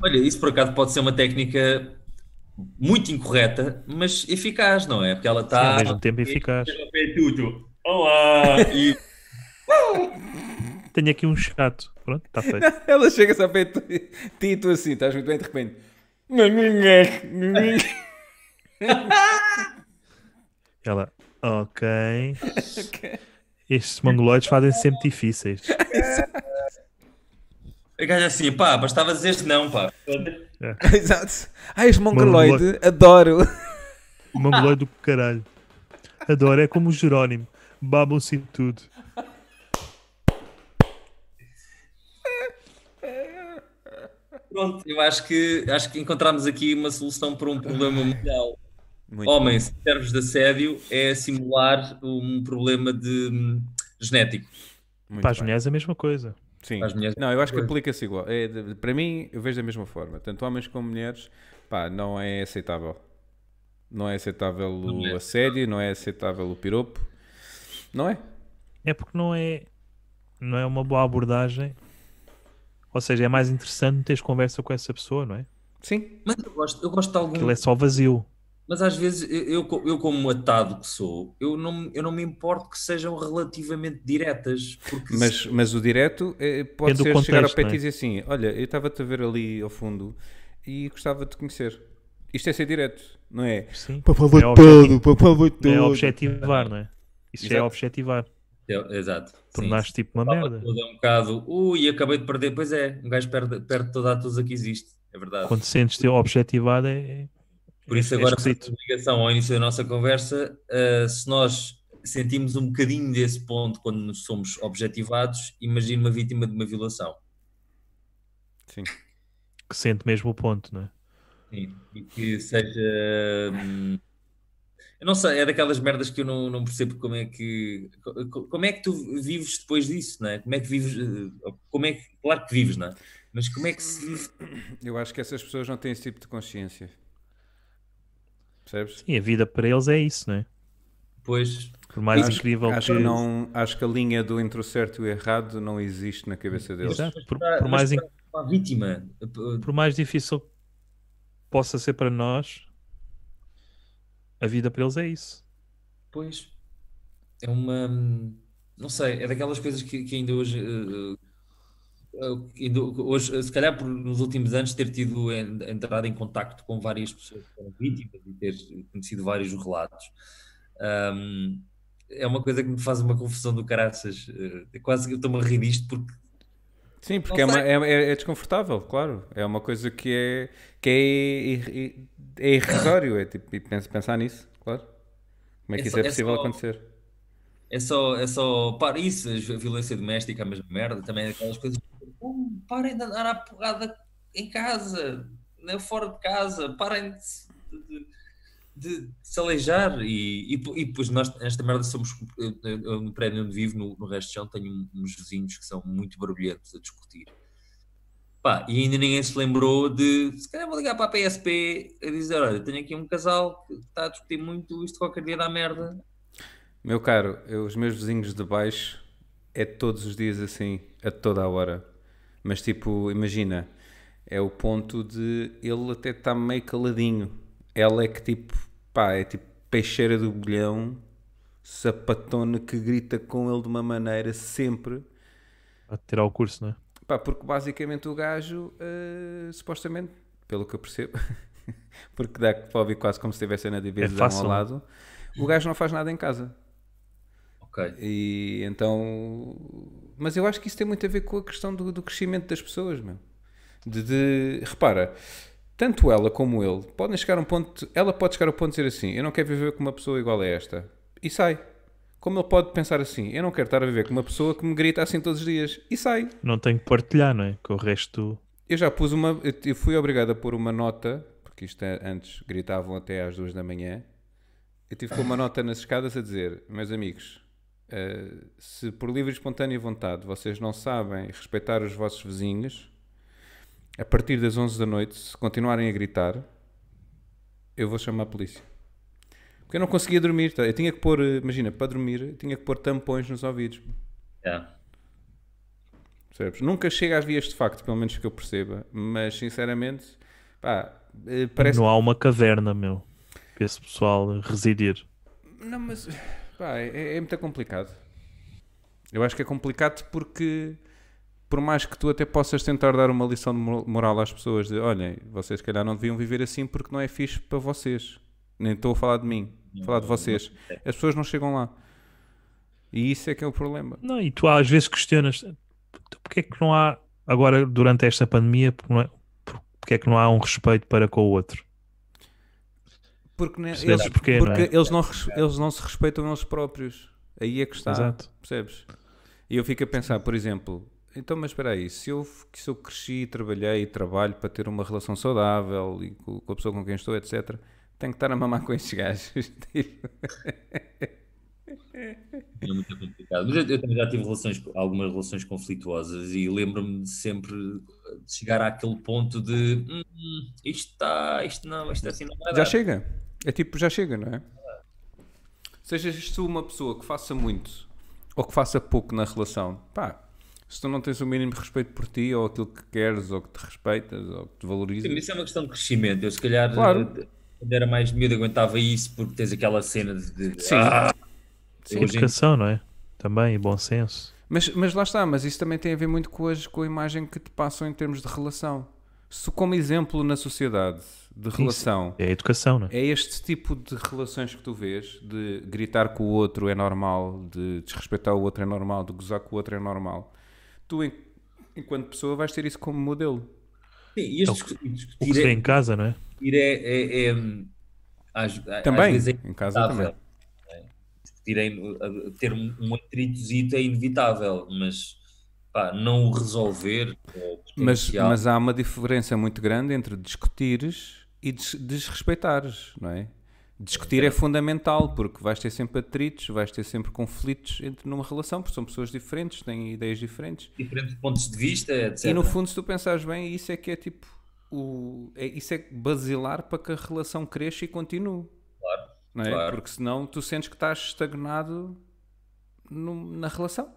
olha, isso por acaso pode ser uma técnica muito incorreta, mas eficaz, não é? Porque ela está.
ao
Ah,
mesmo tempo eficaz.
É tudo. Olá! E
Tenho aqui um chato. Pronto, está feito.
Ela chega-se ao pé de tu- ti e tu assim, estás muito bem de repente.
Ela, ok. Estes mongoloides fazem sempre difíceis.
a gaja assim, pá, bastava dizer não, pá.
Exato. Ai, és mongoloide, adoro.
Mongoloide do caralho. Adoro, é como o Jerónimo. Babam-se em tudo.
Pronto, eu acho que, acho que encontramos aqui uma solução para um problema mundial.
Muito.
Homens, servos de assédio é simular um problema de hum, genético.
muito
Para as
bem.
mulheres é a mesma coisa.
Sim.
Para as mulheres.
Não, eu acho que aplica-se igual. É, de- para mim, eu vejo da mesma forma. Tanto homens como mulheres, pá, não é aceitável. Não é aceitável o assédio, não é aceitável o piropo. Não é?
É porque não é, não é uma boa abordagem. Ou seja, é mais interessante teres conversa com essa pessoa, não é?
Sim.
Mas eu gosto, eu gosto de
Aquilo
algum.
é só vazio.
Mas às vezes eu- eu, co- eu como atado que sou, eu não, eu não me importo que sejam relativamente diretas. Porque se-
Mas, mas o direto eh, pode
Depende do
ser chegar ao
contexto,
pé
não
e
é?
dizer assim: Olha, eu estava-te a ver ali ao fundo e gostava de te conhecer. Isto é ser direto, não é?
Sim.
Por favor,
É
todo, por favor, todo.
Não é objetivar, não é? Isso já é
Exato.
objetivar.
Eu- Exato.
Tornaste tipo uma
Fala
merda.
toda um bocado. Ui, acabei de perder. Pois é, um gajo perde, perde toda a tusa que existe. É verdade.
Quando sentes-te objetivado é, é-
Por isso,
é
agora,
esquisito.
fazendo ligação ao início da nossa conversa, ah, se nós sentimos um bocadinho desse ponto quando nos somos objetivados, imagina uma vítima de uma violação.
Sim.
que sente mesmo o ponto, não é?
Sim. E que seja. hum, eu não sei, é daquelas merdas que eu não, não percebo como é que. co- Como é que tu vives depois disso, não é? Como é que vives. eh, Como é que, claro que vives, não é? Mas como é que se vive
Eu acho que essas pessoas não têm esse tipo de consciência. Percebes?
Sim, a vida para eles é isso, não é?
depois?
Por mais
Acho-
incrível
acho, que não, acho que a linha do entre o certo e o errado não existe na cabeça deles.
Exato. Por,
Ah, Mas
por mais, in-
para uma vítima. eh,
por mais difícil que possa ser para nós, a vida para eles é isso.
Pois. É uma. não sei, é daquelas coisas que, que ainda hoje. eh, eh, que ainda hoje, se calhar por nos últimos anos ter tido en- entrado em contacto com várias pessoas que foram vítimas e ter conhecido vários relatos, ahm, é uma coisa que me faz uma confusão do caraças. eh, quase que eu estou-me a rir disto porque
Sim, porque é,
Não
uma- é- é- é desconfortável, claro. É uma coisa que é, que é, ir- ir- é irrisório. É tipo, e pensa- pensar nisso, claro. Como é que
É
isso
só-
é
é
possível
só-
acontecer?
É só, é só, para isso, a violência doméstica é a mesma merda, também é aquelas coisas, "Oh, parem de andar à porrada em casa, né, fora de casa, parem de, se- de- de- de se aleijar, e, e, po- e depois nós, esta merda somos, eu, eu- eu no prédio onde vivo, no, no resto de chão, tenho um- uns vizinhos que são muito barulhentos a discutir, pá, e ainda ninguém se lembrou de, se calhar vou ligar para a PSP a dizer, olha, tenho aqui um casal que está a discutir muito, isto qualquer dia dá merda,
Meu caro, eu- os meus vizinhos de baixo é todos os dias assim, a toda a hora. Mas tipo, imagina, é o ponto de ele até está meio caladinho. Ela é que tipo, pá, é tipo peixeira do bolhão, sapatona que grita com ele de uma maneira sempre.
A tirar o curso, não é?
Pá, porque basicamente o gajo, eh, supostamente, pelo que eu percebo, porque dá para ouvir quase como se estivesse na divisão ao
fácil.
lado, o gajo não faz nada em casa.
ok.
E então. Mas eu acho que isso tem muito a ver com a questão do, do crescimento das pessoas, meu. De, de- Repara, tanto ela como ele podem chegar a um ponto. Ela pode chegar ao ponto de dizer assim: Eu não quero viver com uma pessoa igual a esta. E sai. Como ele pode pensar assim: Eu não quero estar a viver com uma pessoa que me grita assim todos os dias. E sai.
Não tenho que partilhar, não é? Com o resto.
Eu já pus uma. eu- Eu fui obrigado a pôr uma nota, porque isto é- antes gritavam até às duas da manhã. Eu tive com uma nota nas escadas a dizer: Meus amigos, eh, se por livre e espontânea vontade vocês não sabem respeitar os vossos vizinhos, a partir das 11 da noite, se continuarem a gritar, eu vou chamar a polícia. Porque eu não conseguia dormir. tá? Eu tinha que pôr, eh, imagina, para dormir, eu tinha que pôr tampões nos ouvidos.
Yeah.
Percebes? Nunca chega às vias de facto, pelo menos que eu perceba, mas sinceramente, pá, eh, parece.
Não há uma caverna, meu. Para esse pessoal residir.
Não, mas pá, é, é muito complicado. Eu acho que é complicado porque, por mais que tu até possas tentar dar uma lição de mor- moral às pessoas, de olhem, vocês se calhar não deviam viver assim porque não é fixe para vocês. Nem estou a falar de mim, a falar de vocês. As pessoas não chegam lá. E isso é que é o problema.
Não, e tu às vezes questionas "Então, porque é que não há, agora durante esta pandemia, porque, não é- por- porque é que não há um respeito para com o outro?
Porque, né,
Percebes
eles,
porquê, não
porque
é?
eles, não, res- eles não se respeitam eles próprios. Aí é que está.
Exato.
Percebes? E eu fico a pensar, por exemplo, então, mas espera aí, se eu, f- se eu cresci, trabalhei e trabalho para ter uma relação saudável e co- com, a pessoa com quem estou, etc., tenho que estar a mamar com estes gajos. Tipo,
É muito complicado. Mas eu, eu também já tive relações, algumas relações conflituosas e lembro-me de sempre de chegar àquele ponto de "Hum, isto está, isto não, isto assim não vai
já
dar.
chega. É tipo, já chega, não é? Sejas tu uma pessoa que faça muito ou que faça pouco na relação, pá, se tu não tens o mínimo respeito por ti ou aquilo que queres ou que te respeitas ou que te
Sim,
valorizas,
Isso é uma questão de crescimento. Eu se calhar
Claro.
eh, quando era mais miúdo aguentava isso porque tens aquela cena de, de
Sim.
"Ah,
Sim.
hoje em
Educação, não é? Também, e bom senso.
Mas, mas lá está, mas isso também tem a ver muito com, as, com a imagem que te passam em termos de relação. Se como exemplo na sociedade de relação
É a educação, não é?
é este tipo de relações que tu vês, de gritar com o outro é normal, de desrespeitar o outro é normal, de gozar com o outro é normal, tu en- enquanto pessoa vais ter isso como modelo.
Sim, e este
É o
discu-
O que se
discutir
vê
é,
em casa, não é?
discutir é, é- é, hum, às, às
Também,
vezes é
em casa também.
inevitável, não é? Discutir é in- a- a- ter um, um atritozito é inevitável, mas pá, não o resolver ou
Mas,
potencial-
mas há uma diferença muito grande entre discutires e des- desrespeitares, não é? Discutir é fundamental porque vais ter sempre atritos, vais ter sempre conflitos entre numa relação, porque são pessoas diferentes, têm ideias diferentes.
diferentes pontos de vista, etc.
E no fundo, se tu pensares bem, isso é que é tipo o é- isso é basilar para que a relação cresça e continue.
Claro,
não é?
claro.
Porque senão tu sentes que estás estagnado num- na relação.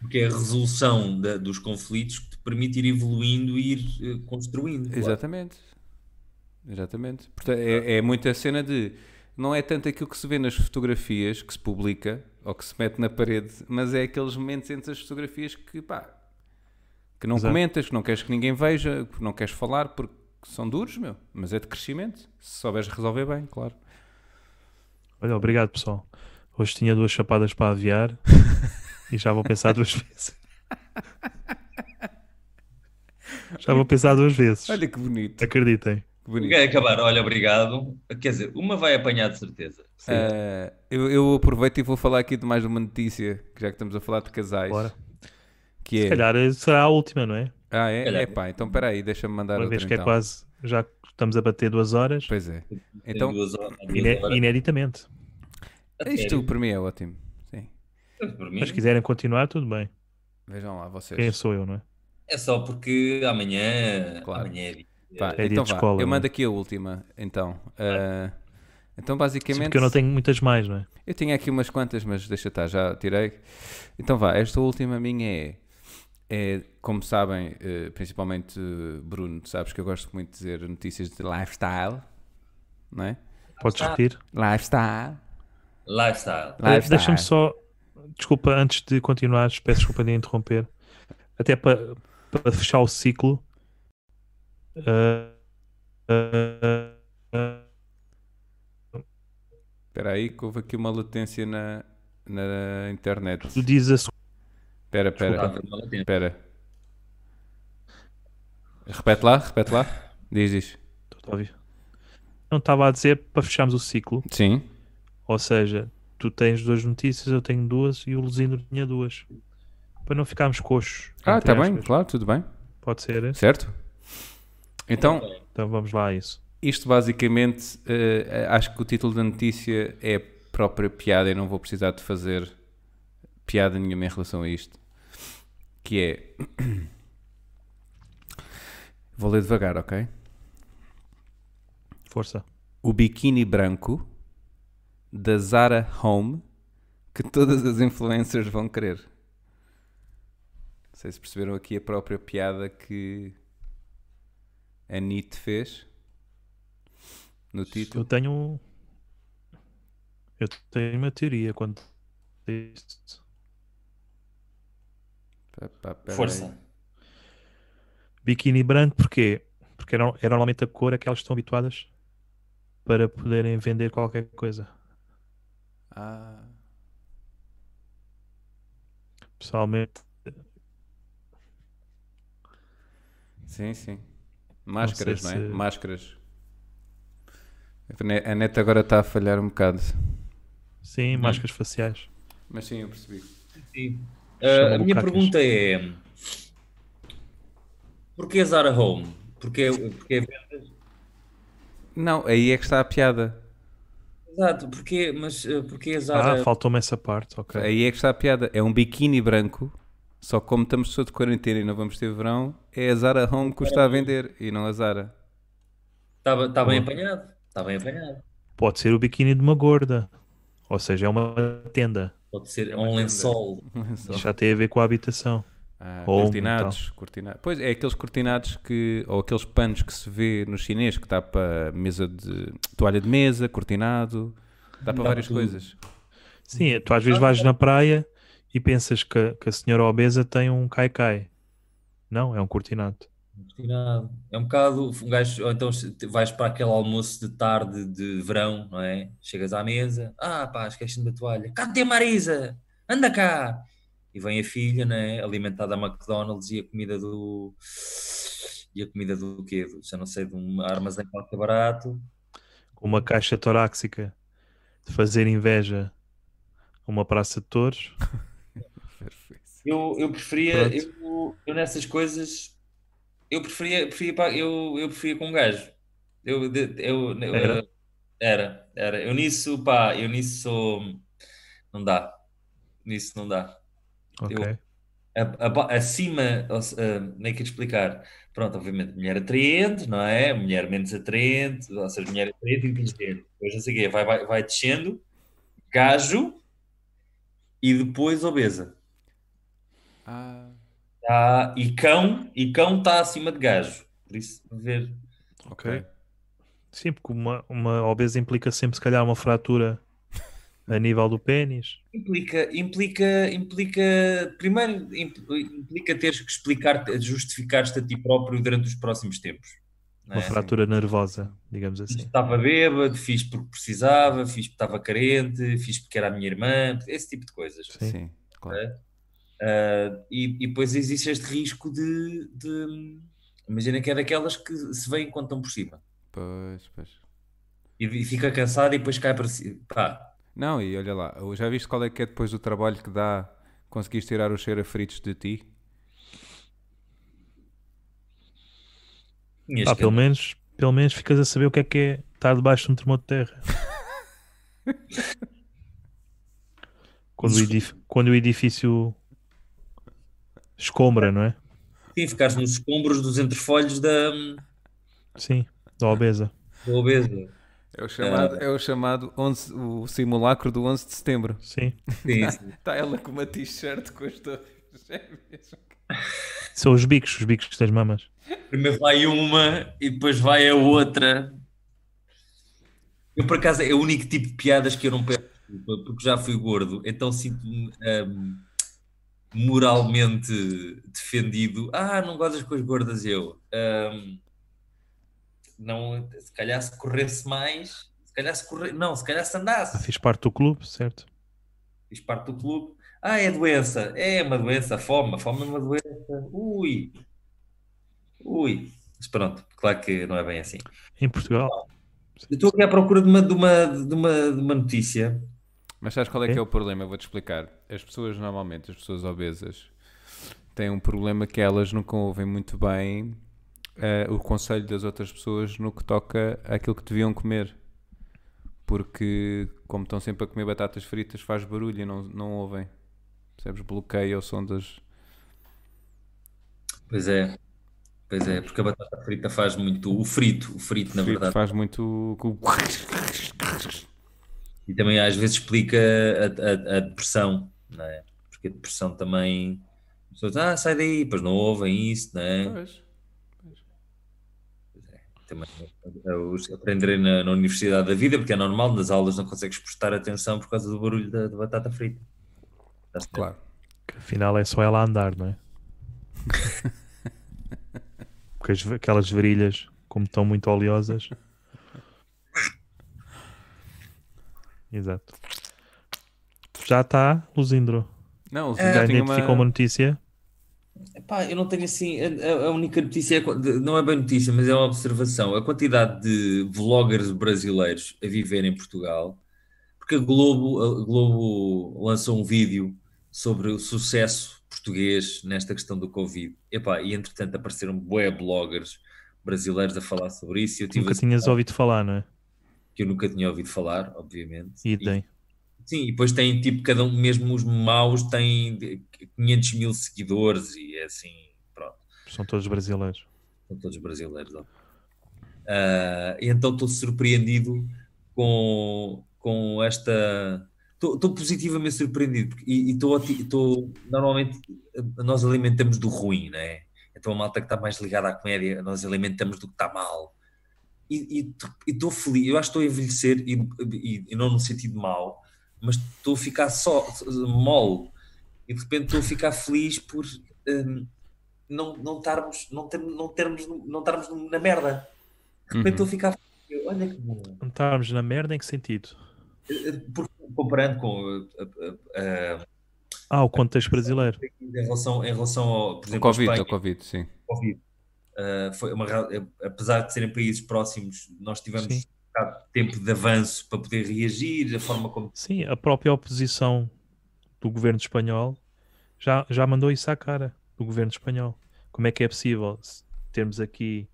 Porque é a resolução da- dos conflitos que te permite ir evoluindo e ir eh, construindo. claro.
Exatamente. Exatamente. Portanto, é, é muito a cena de não é tanto aquilo que se vê nas fotografias que se publica ou que se mete na parede, mas é aqueles momentos entre as fotografias que pá, que não
Exato.
comentas, que não queres que ninguém veja, que não queres falar porque são duros, meu, mas é de crescimento. Se souberes resolver bem, claro.
Olha, obrigado pessoal. Hoje tinha duas chapadas para aviar e já vou pensar duas vezes. Já vou pensar duas vezes.
Olha que bonito.
Acreditem.
que bonito.
Quer acabar? Olha, obrigado. Quer dizer, uma vai apanhar de certeza.
Ah, eu, eu aproveito e vou falar aqui de mais uma notícia, que já que estamos a falar de casais.
Bora.
Que é.
Se calhar eh, será a última, não é?
Ah, é?
calhar.
É pá, então peraí, deixa-me mandar
Uma
outra
vez que é
então.
quase. Já que estamos a bater duas horas.
Pois é.
Tem
Então,
duas horas, duas
ine-
horas.
Ineditamente.
A
isto
sério,
para mim é ótimo. Sim.
por mim,
Mas se quiserem continuar, tudo bem.
Vejam lá vocês.
Quem sou eu, não é?
É só porque amanhã,
Claro.
amanhã é dia.
Pá,
dia
então
de
vá,
escola,
eu
não é?
mando aqui a última, então. Ah, então,
Sim,
basicamente,
porque eu não tenho muitas mais, não é?
eu tinha aqui umas quantas, mas deixa estar, já tirei. Então vá, esta última minha é, é como sabem, eh, principalmente eh, Bruno, tu sabes que eu gosto muito de dizer notícias de lifestyle, não é?
Podes repetir?
Lifestyle.
Lifestyle.
Eh,
lifestyle.
Deixa-me só. Desculpa, antes de continuar, peço desculpa de interromper. Até para para fechar o ciclo. Ah, ah, ah,
Espera aí que houve aqui uma latência na, na internet.
tu dizes a seg-
Espera,
Está a
espera,
ver mal a tempo.
espera. Repete lá, repete lá. Diz, diz.
Estou a ouvir. Não estava a dizer para fecharmos o ciclo.
Sim.
Ou seja, tu tens duas notícias, eu tenho duas e o Luzindo tinha duas. Para não ficarmos coxos.
Ah,
entre
está bem,
aspas.
claro, tudo bem.
Pode ser. é?
Certo? Então,
Então vamos lá a isso.
isto basicamente, eh, acho que o título da notícia é a própria piada e não vou precisar de fazer piada nenhuma em relação a isto. Que é. Vou ler devagar, ok?
Força.
o biquíni branco da Zara Home que todas as influencers vão querer. Não sei se perceberam aqui a própria piada que a Nietzsche fez no
Eu
título.
tenho. um- Eu tenho uma teoria quando. isto.
Pá, pá, pera aí.
Força.
Biquíni branco, porquê? Porque era, era normalmente a cor a que elas estão habituadas para poderem vender qualquer coisa.
Ah,
Pessoalmente,
sim, sim. Máscaras, não,
sei
é?
se-
Máscaras. A ne- A neta agora está a falhar um bocado.
sim,
Uhum.
máscaras faciais.
Mas sim, eu percebi.
Sim.
Chama
Ah, a minha
bucacas.
pergunta é: porquê Zara Home? Porquê, porquê vendas?
Não, aí é que está a piada.
Exato, porquê, mas ah, porquê Zara?
Ah, faltou-me essa parte, ok.
Aí Tá é que está a piada. É um biquíni branco, só que como estamos todos de quarentena e não vamos ter verão, é a Zara Home que o está a vender e não a Zara.
Está está tá bem apanhado. Está bem apanhado.
Pode ser o biquíni de uma gorda. Ou seja, é uma tenda.
Pode ser é um lençol.
Só.
Já tem a ver com a habitação.
Ah,
Home, então.
cortinados, cortina- Pois é, aqueles cortinados que, ou aqueles panos que se vê no chinês que dá para mesa de toalha de mesa, cortinado, dá para várias
tudo.
coisas. Uhum.
Sim, tu às vezes vais na praia e pensas que, que a senhora obesa tem um cai-cai. Não, é um cortinado.
Cortinado. É um bocado um gajo. Ou então vais para aquele almoço de tarde de verão, não é? Chegas à mesa, ah pá, esqueci-me da toalha. Cá tem Marisa, anda cá. E vem a filha, não é? Alimentada a McDonald's e a comida do. E a comida do quê? Do- Já não sei, de um armazém qualquer barato.
com uma caixa torácica de fazer inveja a uma praça de touros.
Eu, eu preferia, eu, eu nessas coisas, eu preferia, preferia pá, eu, eu preferia com um gajo. Eu, de- eu, eu-
Era?
era, era. Eu nisso, pá, eu nisso sou. Não dá. Nisso não dá.
Ok.
Eu- A- aba- Acima, ou se- ah, nem quero explicar. Pronto, obviamente, mulher atraente, não é? Mulher menos atraente, ou seja, mulher atraente e inteligente. Depois não sei o quê, vai, vai, vai descendo, gajo e depois obesa.
Ah,
Tá, e cão, e cão está acima de gajo. Por isso, a ver.
ok.
Ok. Sim, porque uma, uma obesa implica sempre, se calhar, uma fratura a nível do pênis.
Implica, implica, implica, primeiro, impl- implica teres que explicar, justificar-te a ti próprio durante os próximos tempos. não
Uma
é?
fratura nervosa, digamos assim.
Estava bêbado, fiz porque precisava, fiz porque estava carente, fiz porque era a minha irmã, esse tipo de coisas.
Sim.
Sim, claro.
Ah, e, e depois existe este risco de, de- Imagina que é daquelas que se vêm quando estão por cima.
Pois, pois.
E, e fica cansado e depois cai para cima. Pá,
Não, e olha lá, já viste qual é que é depois do trabalho que dá conseguires tirar os cheirafritos de ti?
tinhas
Ah,
que- é.
pelo menos, pelo menos ficas a saber o que é que é estar debaixo de um termo de terra. quando, o edif- quando o edifício escombra, não é?
Sim, ficares nos escombros dos entrefolhos da,
Sim, da obesa.
da obesa.
É o chamado, é o, chamado 11 o simulacro do 11 de setembro.
Sim.
Sim, sim.
Está Tá ela com uma t-shirt com as duas gêmeas.
São os bicos, os bicos das mamas.
Primeiro vai uma e depois vai a outra. Eu, por acaso, é o único tipo de piadas que eu não peço desculpa, porque já fui gordo, então sinto-me ahm, moralmente defendido. Ah, não gosto das coisas gordas, eu. Ahm, não, se calhar se corresse mais, se calhar se corre... não, se calhar se
Ah,
andasse,
Fiz parte do clube, certo?
fiz parte do clube. Ah, é doença, é uma doença, fome, a fome é uma doença. Ui, ui. Mas pronto, claro que não é bem assim.
Em Portugal.
Eu estou aqui à procura de uma, de uma, de uma, de uma notícia.
Mas sabes qual é que
É?
é o problema? Eu Vou-te explicar. As pessoas, normalmente, as pessoas obesas, têm um problema que elas nunca ouvem muito bem eh, o conselho das outras pessoas no que toca àquilo que deviam comer. Porque, como estão sempre a comer batatas fritas, faz barulho e não, não ouvem. Percebes? Bloqueia o som das.
Pois é, pois é, porque a batata frita faz muito. O frito, o frito, na
Frito,
verdade.
Faz muito. com-
E também às vezes explica a, a- a depressão, não é? Porque a depressão também. As pessoas, ah, sai daí, pois não ouvem isso, não é?
Pois.
Também, eh, eu aprenderei na, na Universidade da Vida, porque é normal, nas aulas não consegues prestar atenção por causa do barulho da, da batata frita. Está certo.
Claro.
Que afinal é só ela a andar, não é? Porque as- aquelas varilhas, como estão muito oleosas. Exato. Já está, Luzindro.
Não, o
Já
Zinho tinha É, uma.
identificou uma notícia.
Pá, eu não tenho assim. A, a- a única notícia é quan- de- não é bem notícia, mas é uma observação. A quantidade de vloggers brasileiros a viver em Portugal, porque a Globo, a Globo lançou um vídeo sobre o sucesso português nesta questão do Covid. Epá, e entretanto apareceram bué bloggers brasileiros a falar sobre isso. E eu tive
Nunca
assim,
tinhas ouvido falar, não é?
que eu nunca tinha ouvido falar, obviamente.
E
E-
tem.
Sim, e depois tem tipo, cada um, mesmo os maus têm de- 500 mil seguidores e é assim, pronto.
São todos brasileiros.
São todos brasileiros. ó. Ah, e então estou surpreendido com, com esta. Estou estou positivamente surpreendido porque- e e estou. ati- estou- Normalmente eh, nós alimentamos do ruim, não é? Então a malta que está mais ligada à comédia, nós alimentamos do que está mal. E e t- e estou feliz, eu acho que estou a envelhecer e, e- e não no sentido mau, mas estou a ficar só, mole. E de repente estou a ficar feliz por. hum, não, não estarmos, não ter, não termos, não estarmos na merda. De repente estou a ficar. eu, Olha que bom.
Não Estávamos na merda em que sentido?
Porque, comparando com. eh, eh, eh,
Ah, o contexto brasileiro.
em, relação, em relação ao. Por
O
exemplo, a
Covid,
Espanha,
o Covid, sim.
Covid. Eh, foi uma, ra- eh, apesar de serem países próximos, nós tivemos
Sim.
um bocado de tempo de avanço para poder reagir, a forma como.
Sim, a própria oposição do governo espanhol já, já mandou isso à cara do governo espanhol. Como é que é possível se termos aqui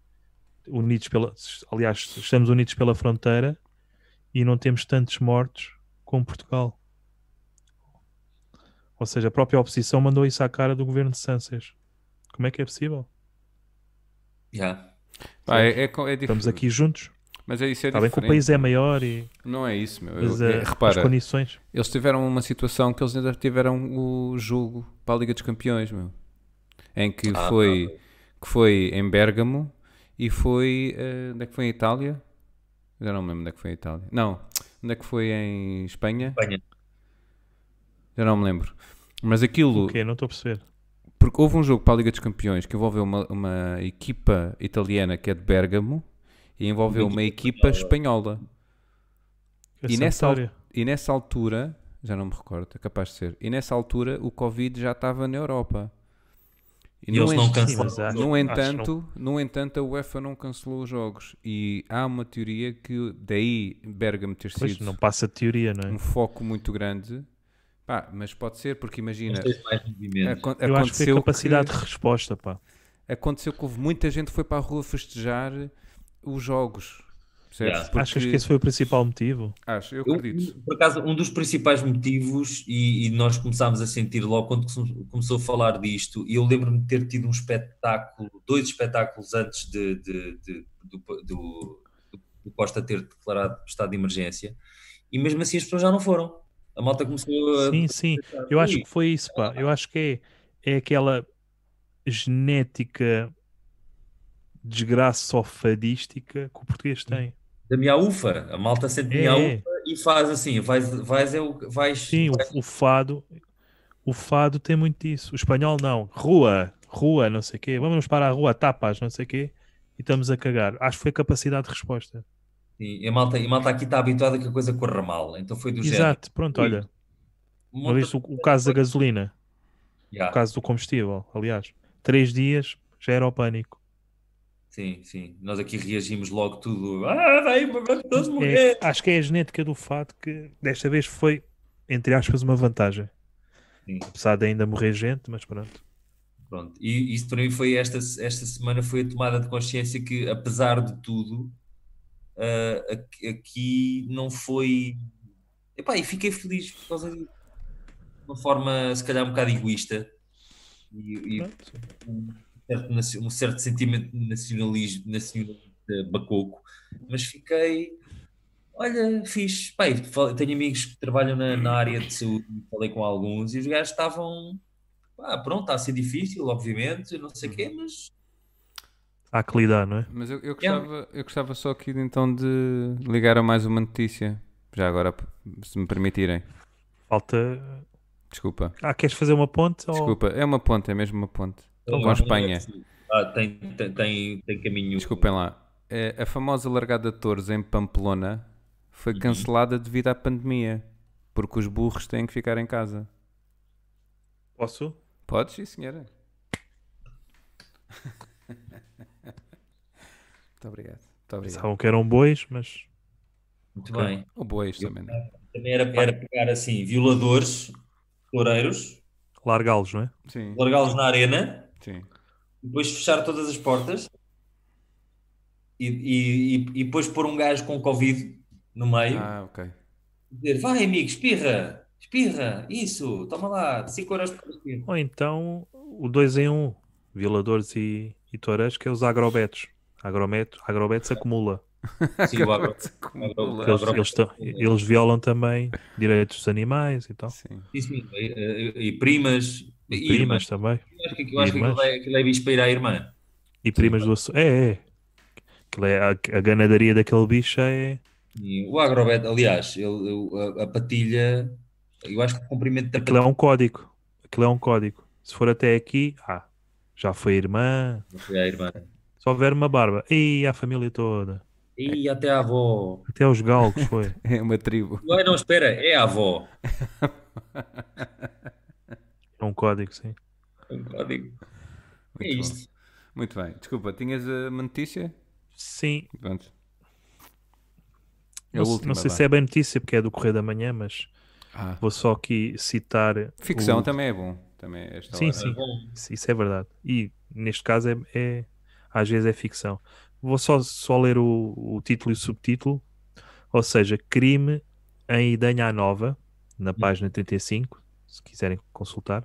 unidos pela. Aliás, estamos unidos pela fronteira e não temos tantos mortos como Portugal? Ou seja, a própria oposição mandou isso à cara do governo de Sanchez. Como é que é possível?
Yeah.
Pá, é, é, co- é
Estamos
dif-
aqui juntos.
Mas é isso, é
Está bem que o
diferente.
país é maior e
Não é isso, meu. Eu-
mas,
é-
eh, as
repara,
condições.
eles tiveram uma situação que eles ainda tiveram o jogo para a Liga dos Campeões, meu. Em que
Ah,
foi que foi em Bérgamo e foi eh, onde é que foi em Itália? Já não me lembro onde é que foi a Itália. Não, onde é que foi em Espanha?
Espanha.
Já não me lembro. Mas aquilo,
O quê? Não estou a perceber.
porque houve um jogo para a Liga dos Campeões que envolveu uma, uma equipa italiana que é de Bergamo e envolveu uma equipa espanhola.
É
E nessa, al-
Sampdoria.
e nessa altura, já não me recordo, é capaz de ser, e nessa altura o Covid já estava na Europa.
E eles não
ent-
Sim, mas
cancelaram.
No
há- acho que não.
entanto, no entanto, a UEFA não cancelou os jogos e há uma teoria que daí Bergamo ter
Pois,
sido
não passa de teoria, não é?
um foco muito grande, Pá, mas pode ser porque imagina,
Tens mais movimento.
acon-
Eu acho que foi a
aconteceu
capacidade de resposta, pá.
aconteceu que houve muita gente que foi para a rua festejar os jogos. Percebes?
Yeah.
Porque-
Achas que esse foi o principal motivo?
Acho, eu
Eu,
acredito.
por acaso, um dos principais motivos, e, e nós começámos a sentir logo quando come- começou a falar disto, e eu lembro-me de ter tido um espetáculo, dois espetáculos antes de, de- de- do, do- do Costa ter declarado estado de emergência, e mesmo assim as pessoas já não foram. A malta começou a.
Sim, sim.
pensar,
Eu acho
"Ui,
que foi isso, pá. Eu acho que é, é aquela genética desgraça sofadística que o português tem.
Da minha ufa, a malta sente
É,
minha
é.
ufa e faz assim, vais, vais é o vais.
Sim, o, o fado, o fado tem muito disso. O espanhol não. Rua, rua, não sei o quê. Vamos para a rua, tapas, não sei o quê. E estamos a cagar. Acho que foi capacidade de resposta.
Sim, e a malta, e a malta aqui está habituada que a coisa corra mal, então foi do género.
Exato, pronto, olha. Uma
Monta-
vez o, o caso da gasolina, o
Yeah,
caso do combustível, aliás. Três dias já era o pânico.
Sim, sim. Nós aqui reagimos logo tudo. Ah, vai, vamos todos
É,
morrer.
acho que é a genética do fato que desta vez foi, entre aspas, uma vantagem.
Sim.
Apesar de ainda morrer gente, mas pronto.
Pronto. E isso para mim foi esta, esta semana foi a tomada de consciência que, apesar de tudo, ah, aqui- aqui não foi. Epá, e fiquei feliz por causa disso. De uma forma, se calhar, um bocado egoísta. E, e
Pronto.
um certo, nacio- um certo sentimento de nacionalismo, nacionalista bacoco, mas fiquei. Olha, fiz. Bem, fal- tenho amigos que trabalham na, na área de saúde, falei com alguns e os gajos estavam. pá, pronto, está a ser difícil, obviamente, não sei o quê, mas.
Há que lidar, não é?
Mas eu, eu
Yeah.
gostava, eu gostava só aqui de, então de ligar a mais uma notícia. Já agora, se me permitirem.
Falta.
Desculpa.
Ah, queres fazer uma ponte? ou-
Desculpa, é uma ponte, é mesmo uma ponte. Com a Espanha.
Ah, tem, tem, tem, tem caminho.
Desculpem lá. É, A famosa largada de touros em Pamplona foi cancelada devido à pandemia. Porque os burros têm que ficar em casa.
Posso?
Podes, sim, senhora. Muito obrigado. Muito obrigado.
Pensavam que eram bois, mas.
Muito
Ok.
bem.
O bois também. não é?
Também era, era pegar assim, violadores, toureiros,
Largá-los, não é?
Sim,
largá-los na arena.
sim.
depois fechar todas as portas e, e, e- e depois pôr um gajo com Covid no meio
Ah, ok.
e dizer, vai amigo, espirra, espirra, isso, toma lá, 5 horas por espirra.
Ou então o 2 em 1, um, violadores e, e touras, que é os agrobetos. Agrobeto, agrobetos acumula.
Sim, o agro-
Acabaste com um uma
agora-
bola.
Eles,
Agrobetos
eles, tão-
acumula.
eles violam também direitos dos animais e tal.
Sim.
isso mesmo, e, eh, e- e primas, e irmãs.
Primas também.
Eu acho que, eu acho que
Irmãs.
aquilo, é, aquilo é bicho para ir à irmã.
E primas do açúcar. É, é. Aquilo é a, a ganadaria daquele bicho é.
E o agrobeto, aliás, ele- eu- a, a patilha, eu acho que o comprimento da
Aquilo
patilha
é um código. Aquilo é um código. Se for até aqui, ah, já foi irmã.
foi à irmã.
Só houver uma barba. E a família toda.
E até a avó.
Até os galgos foi.
É uma tribo.
Não, não, espera, é a avó.
É um código, sim.
É um código. É
Muito
isto.
bom. Muito bem. Desculpa, tinhas eh, uma notícia?
Sim,
Pronto. É a
Não, se-
última,
não sei
vá.
se é bem notícia porque é do Correio da Manhã, mas
Ah.
vou só aqui citar.
Ficção
o-
também é bom. Também é esta
Sim,
hora.
sim.
Bom,
Isso, isso é verdade. E neste caso é, é- às vezes é ficção. Vou só, só ler o, o título e o subtítulo, ou seja, crime em Idanha Nova, na página 35, se quiserem consultar.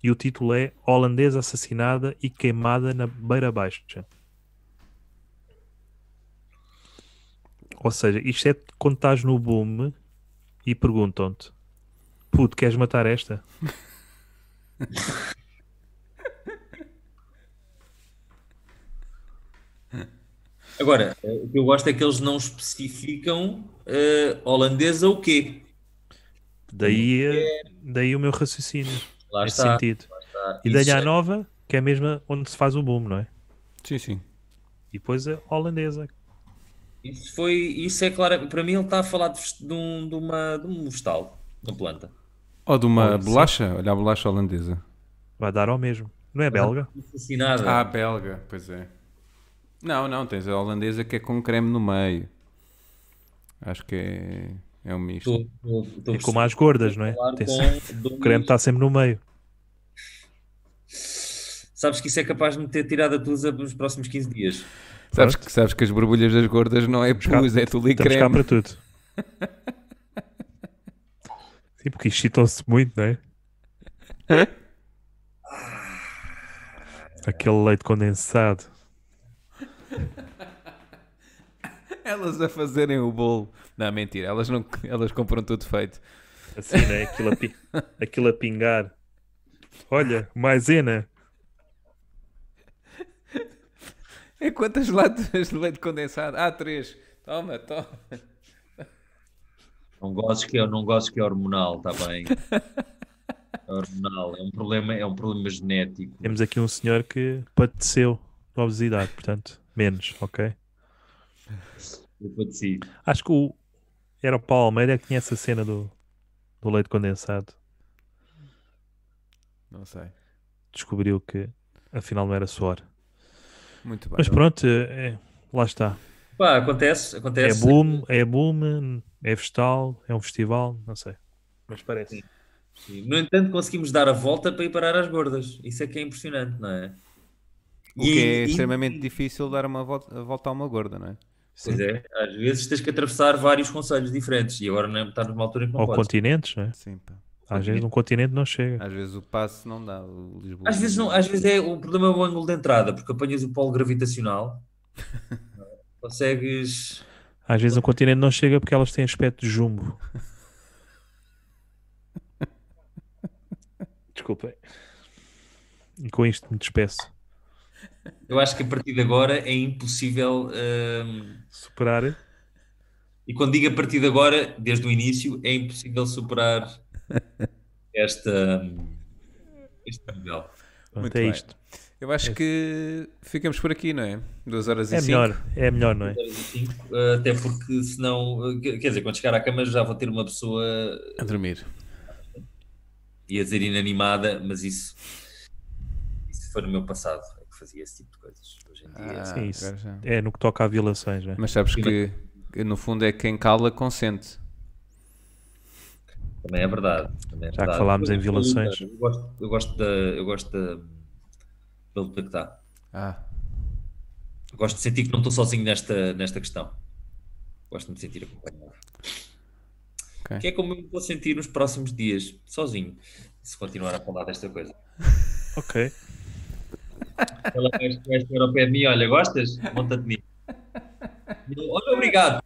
E o título é Holandesa assassinada e queimada na Beira Baixa. Ou seja, isto é quando estás no boom e perguntam-te: Puto, queres matar esta?
Agora, o que eu gosto é que eles não especificam eh, holandesa o quê?
Daí,
Hum.
eh, daí o meu raciocínio.
Lá
nesse
está.
sentido.
está.
E
Isso
daí a
é-
nova, que é a mesma onde se faz o boom, não é?
Sim, sim.
E depois a holandesa.
Isso foi, isso é claro, para mim ele está a falar de, vest- de um, de, uma, de um vegetal, de uma planta.
Ou de uma
Olha, sim.
bolacha, olha a bolacha holandesa.
Vai dar ao mesmo. Não é belga?
Ah,
Assassinada.
belga, pois é. Não, não, tens a holandesa que é com creme no meio. Acho que é, é um misto.
Estou estou- estou
então
É
a
como as gordas, não é?
falar
Tem-
com
O creme está sempre no meio.
Sabes que isso é capaz de me ter tirado a tusa nos próximos 15 dias.
Sabes que, sabes que as borbulhas das gordas não é
cá-
pus, é tudo e
Estamos cá
creme.
para tudo. Sim, porque excitam-se muito, não é? Aquele leite condensado.
Elas a fazerem o bolo. Não, mentira, elas, não, elas compram tudo feito.
Assim, não é? Aquilo a, pi- aquilo a pingar. Olha, maisena.
É quantas latas de leite condensado? Ah, três. Toma, toma.
Não gosto que é, não gosto que é hormonal, está bem? É hormonal, é um problema, é um problema genético.
Temos aqui um senhor que padeceu de obesidade, portanto, menos, ok?
Eu padeci.
Acho que o... era o Paulo Almeida que tinha essa cena do, do leite condensado.
Não sei.
Descobriu que afinal não era suor.
Muito bem.
Mas pronto, é- lá está.
Pá, acontece,
É
acontece.
boom, é boom, é festal, é um festival, não sei. Mas parece.
Sim. No entanto, conseguimos dar a volta para ir parar às gordas. Isso é que é impressionante, não é?
O que é
E- e-
extremamente difícil dar uma volta, a volta a uma gorda, não é?
Pois é, às vezes tens que atravessar vários conselhos diferentes e agora não está numa altura em que não
Ou
podes.
continentes, não é?
Sim, pá.
Às vezes um continente não chega.
Às vezes o passo não dá. O Lisboa.
Às vezes, não, às vezes é o problema é o ângulo de entrada, porque apanhas o polo gravitacional, não é? consegues.
Às vezes um continente não chega porque elas têm aspecto de jumbo. Desculpem. E com isto me despeço.
Eu acho que a partir de agora é impossível. hum,
Superar.
E quando digo a partir de agora, desde o início, é impossível superar esta, hum, este nível.
Pronto,
Muito
é
bem.
isto.
Eu acho que ficamos por aqui, não é? Duas horas e
É
cinco.
melhor, é melhor, não é?
Assim, eh, Até porque senão, eh, quer dizer, quando chegar à cama já vou ter uma pessoa,
A dormir.
ia dizer inanimada, mas isso, isso foi no meu passado é que fazia esse tipo de coisas. Hoje em dia,
Ah,
Sim, isso.
agora já.
É no que toca a violações, não é?
Mas sabes que, que no fundo é quem cala consente.
Também é verdade. Também é
Já que
verdade.
falámos em
Eu- eu-
violações.
Eu gosto, eu gosto da. Eu gosto da. da luta que está.
Ah,
Eu Gosto de sentir que não estou sozinho nesta, nesta questão. Gosto de me sentir acompanhado.
Ok.
Que é como eu me vou sentir nos próximos dias, sozinho, se continuar a falar desta coisa.
Ok.
Ela vai vai chegar ao pé de mim, é olha, gostas? Monta-te nisso. Eu, Olha, obrigado.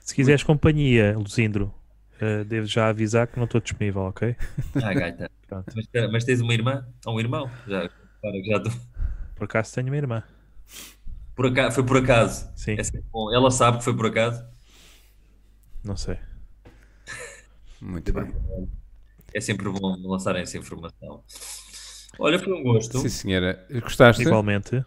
Se quiseres companhia, Luzindro, eh, devo já avisar que não estou disponível, ok?
Ah, gaita.
Pronto.
Mas, espera, mas tens uma irmã? Ou um irmão? Já, claro que já estou-
Por acaso tenho uma irmã.
por acaso, foi por acaso.
Sim.
É sempre bom. Ela sabe que foi por acaso.
Não sei.
muito bem.
É sempre bom lançar essa informação. Olha, foi um gosto
Sim, senhora. Gostaste?
Igualmente.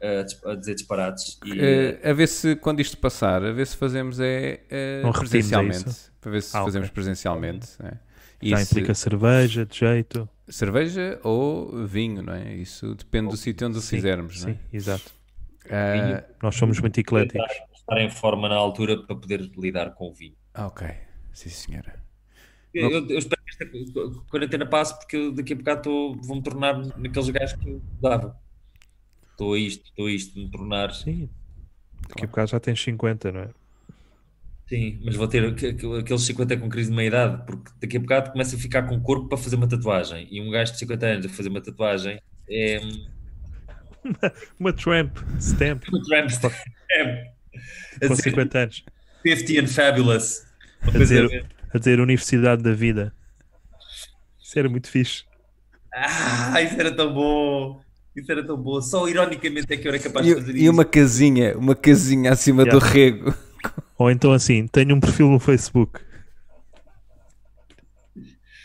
eh, dis- a dizer disparates e eh,
Eh, a ver se quando isto passar, a ver se fazemos é eh,
Não repetimos, é
presencialmente. Para ver se
Ah, ok.
fazemos presencialmente. né? E
Já
se-
implica cerveja, de jeito.
cerveja ou vinho, não é? Isso depende do sítio onde o
Sim,
fizermos, não é?
Sim, exato.
Ah,
Nós somos muito ecléticos.
estar em forma na altura para poder lidar com o vinho.
Ah, ok. Sim, senhora.
Eu, eu- eu espero que esta qu- quarentena passe porque eu daqui a bocado estou- vou-me tornar naqueles gajos que eu dava. Estou a isto, estou a isto de me tornar.
Sim. Daqui a bocado já tens 50, não é?
Sim, mas vou ter aqu- aqu- aqueles 50 com crise de meia-idade, porque daqui a bocado começa a ficar com corpo para fazer uma tatuagem. E um gajo de 50 anos a fazer uma tatuagem é
Uma tramp, stamp,
um tramp stamp. A
com
dizer,
50 anos.
50 and fabulous. Uma
A
coisa
dizer, a dizer Universidade da Vida. Isso era muito fixe.
Ah, isso era tão bom. Isso era tão boa. Só ironicamente é que eu era capaz de fazer
E,
isso.
uma casinha, uma casinha acima
Yeah.
do rego.
Ou então assim, tenho um perfil no Facebook.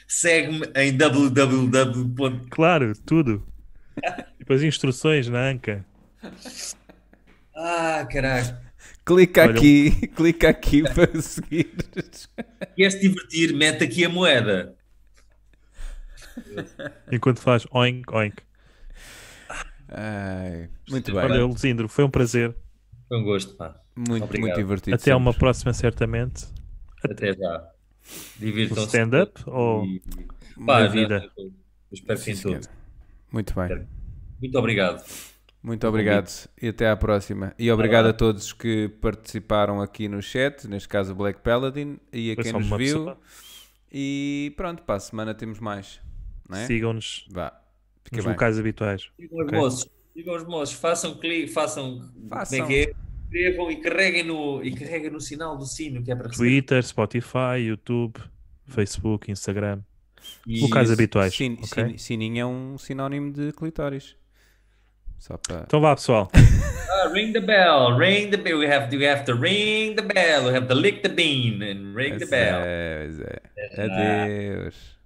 Segue-me em www.
Claro, tudo. Depois instruções na Anca.
Ah, caralho.
Clica
Olha,
aqui, clica aqui para seguir.
Queres divertir? Mete aqui a moeda.
Enquanto faz oink, oink.
Ai, muito bem,
Olha, Lusindro, foi um prazer.
Foi um gosto, pá.
muito,
obrigado.
muito divertido.
Até uma
sempre.
próxima, certamente.
Até já.
O
Então,
Divirtam-se.
stand-up ou
E- Pá,
na
já-
vida.
eu Espero que
Sim,
em tudo.
senhor. Muito bem,
Muito obrigado.
muito obrigado e até à próxima. E obrigado a todos que participaram aqui no chat, neste caso o Black Paladin, e a
Foi
quem
só
nos
uma
viu.
pessoa.
E pronto, para a semana temos mais. Não é?
sigam-nos
Vá, fica
nos
bem.
locais habituais.
Digam aos
Ok.
moços, digam aos moços, façam clique, façam,
Façam.
como é que é? Escrevam e carreguem no, e carreguem no sinal do sino que é para receber.
Twitter, Spotify, YouTube, Facebook, Instagram.
E-
Locais habituais.
Sin-
ok?
sin- sininho é um sinónimo de clitóris. Só para.
Então vá, pessoal.
Ah, ring the bell, ring the bell. We have to, we have to
é.
ring the bell. We have to lick the bean and ring the
Pois
bell.
é, pois é. Adeus.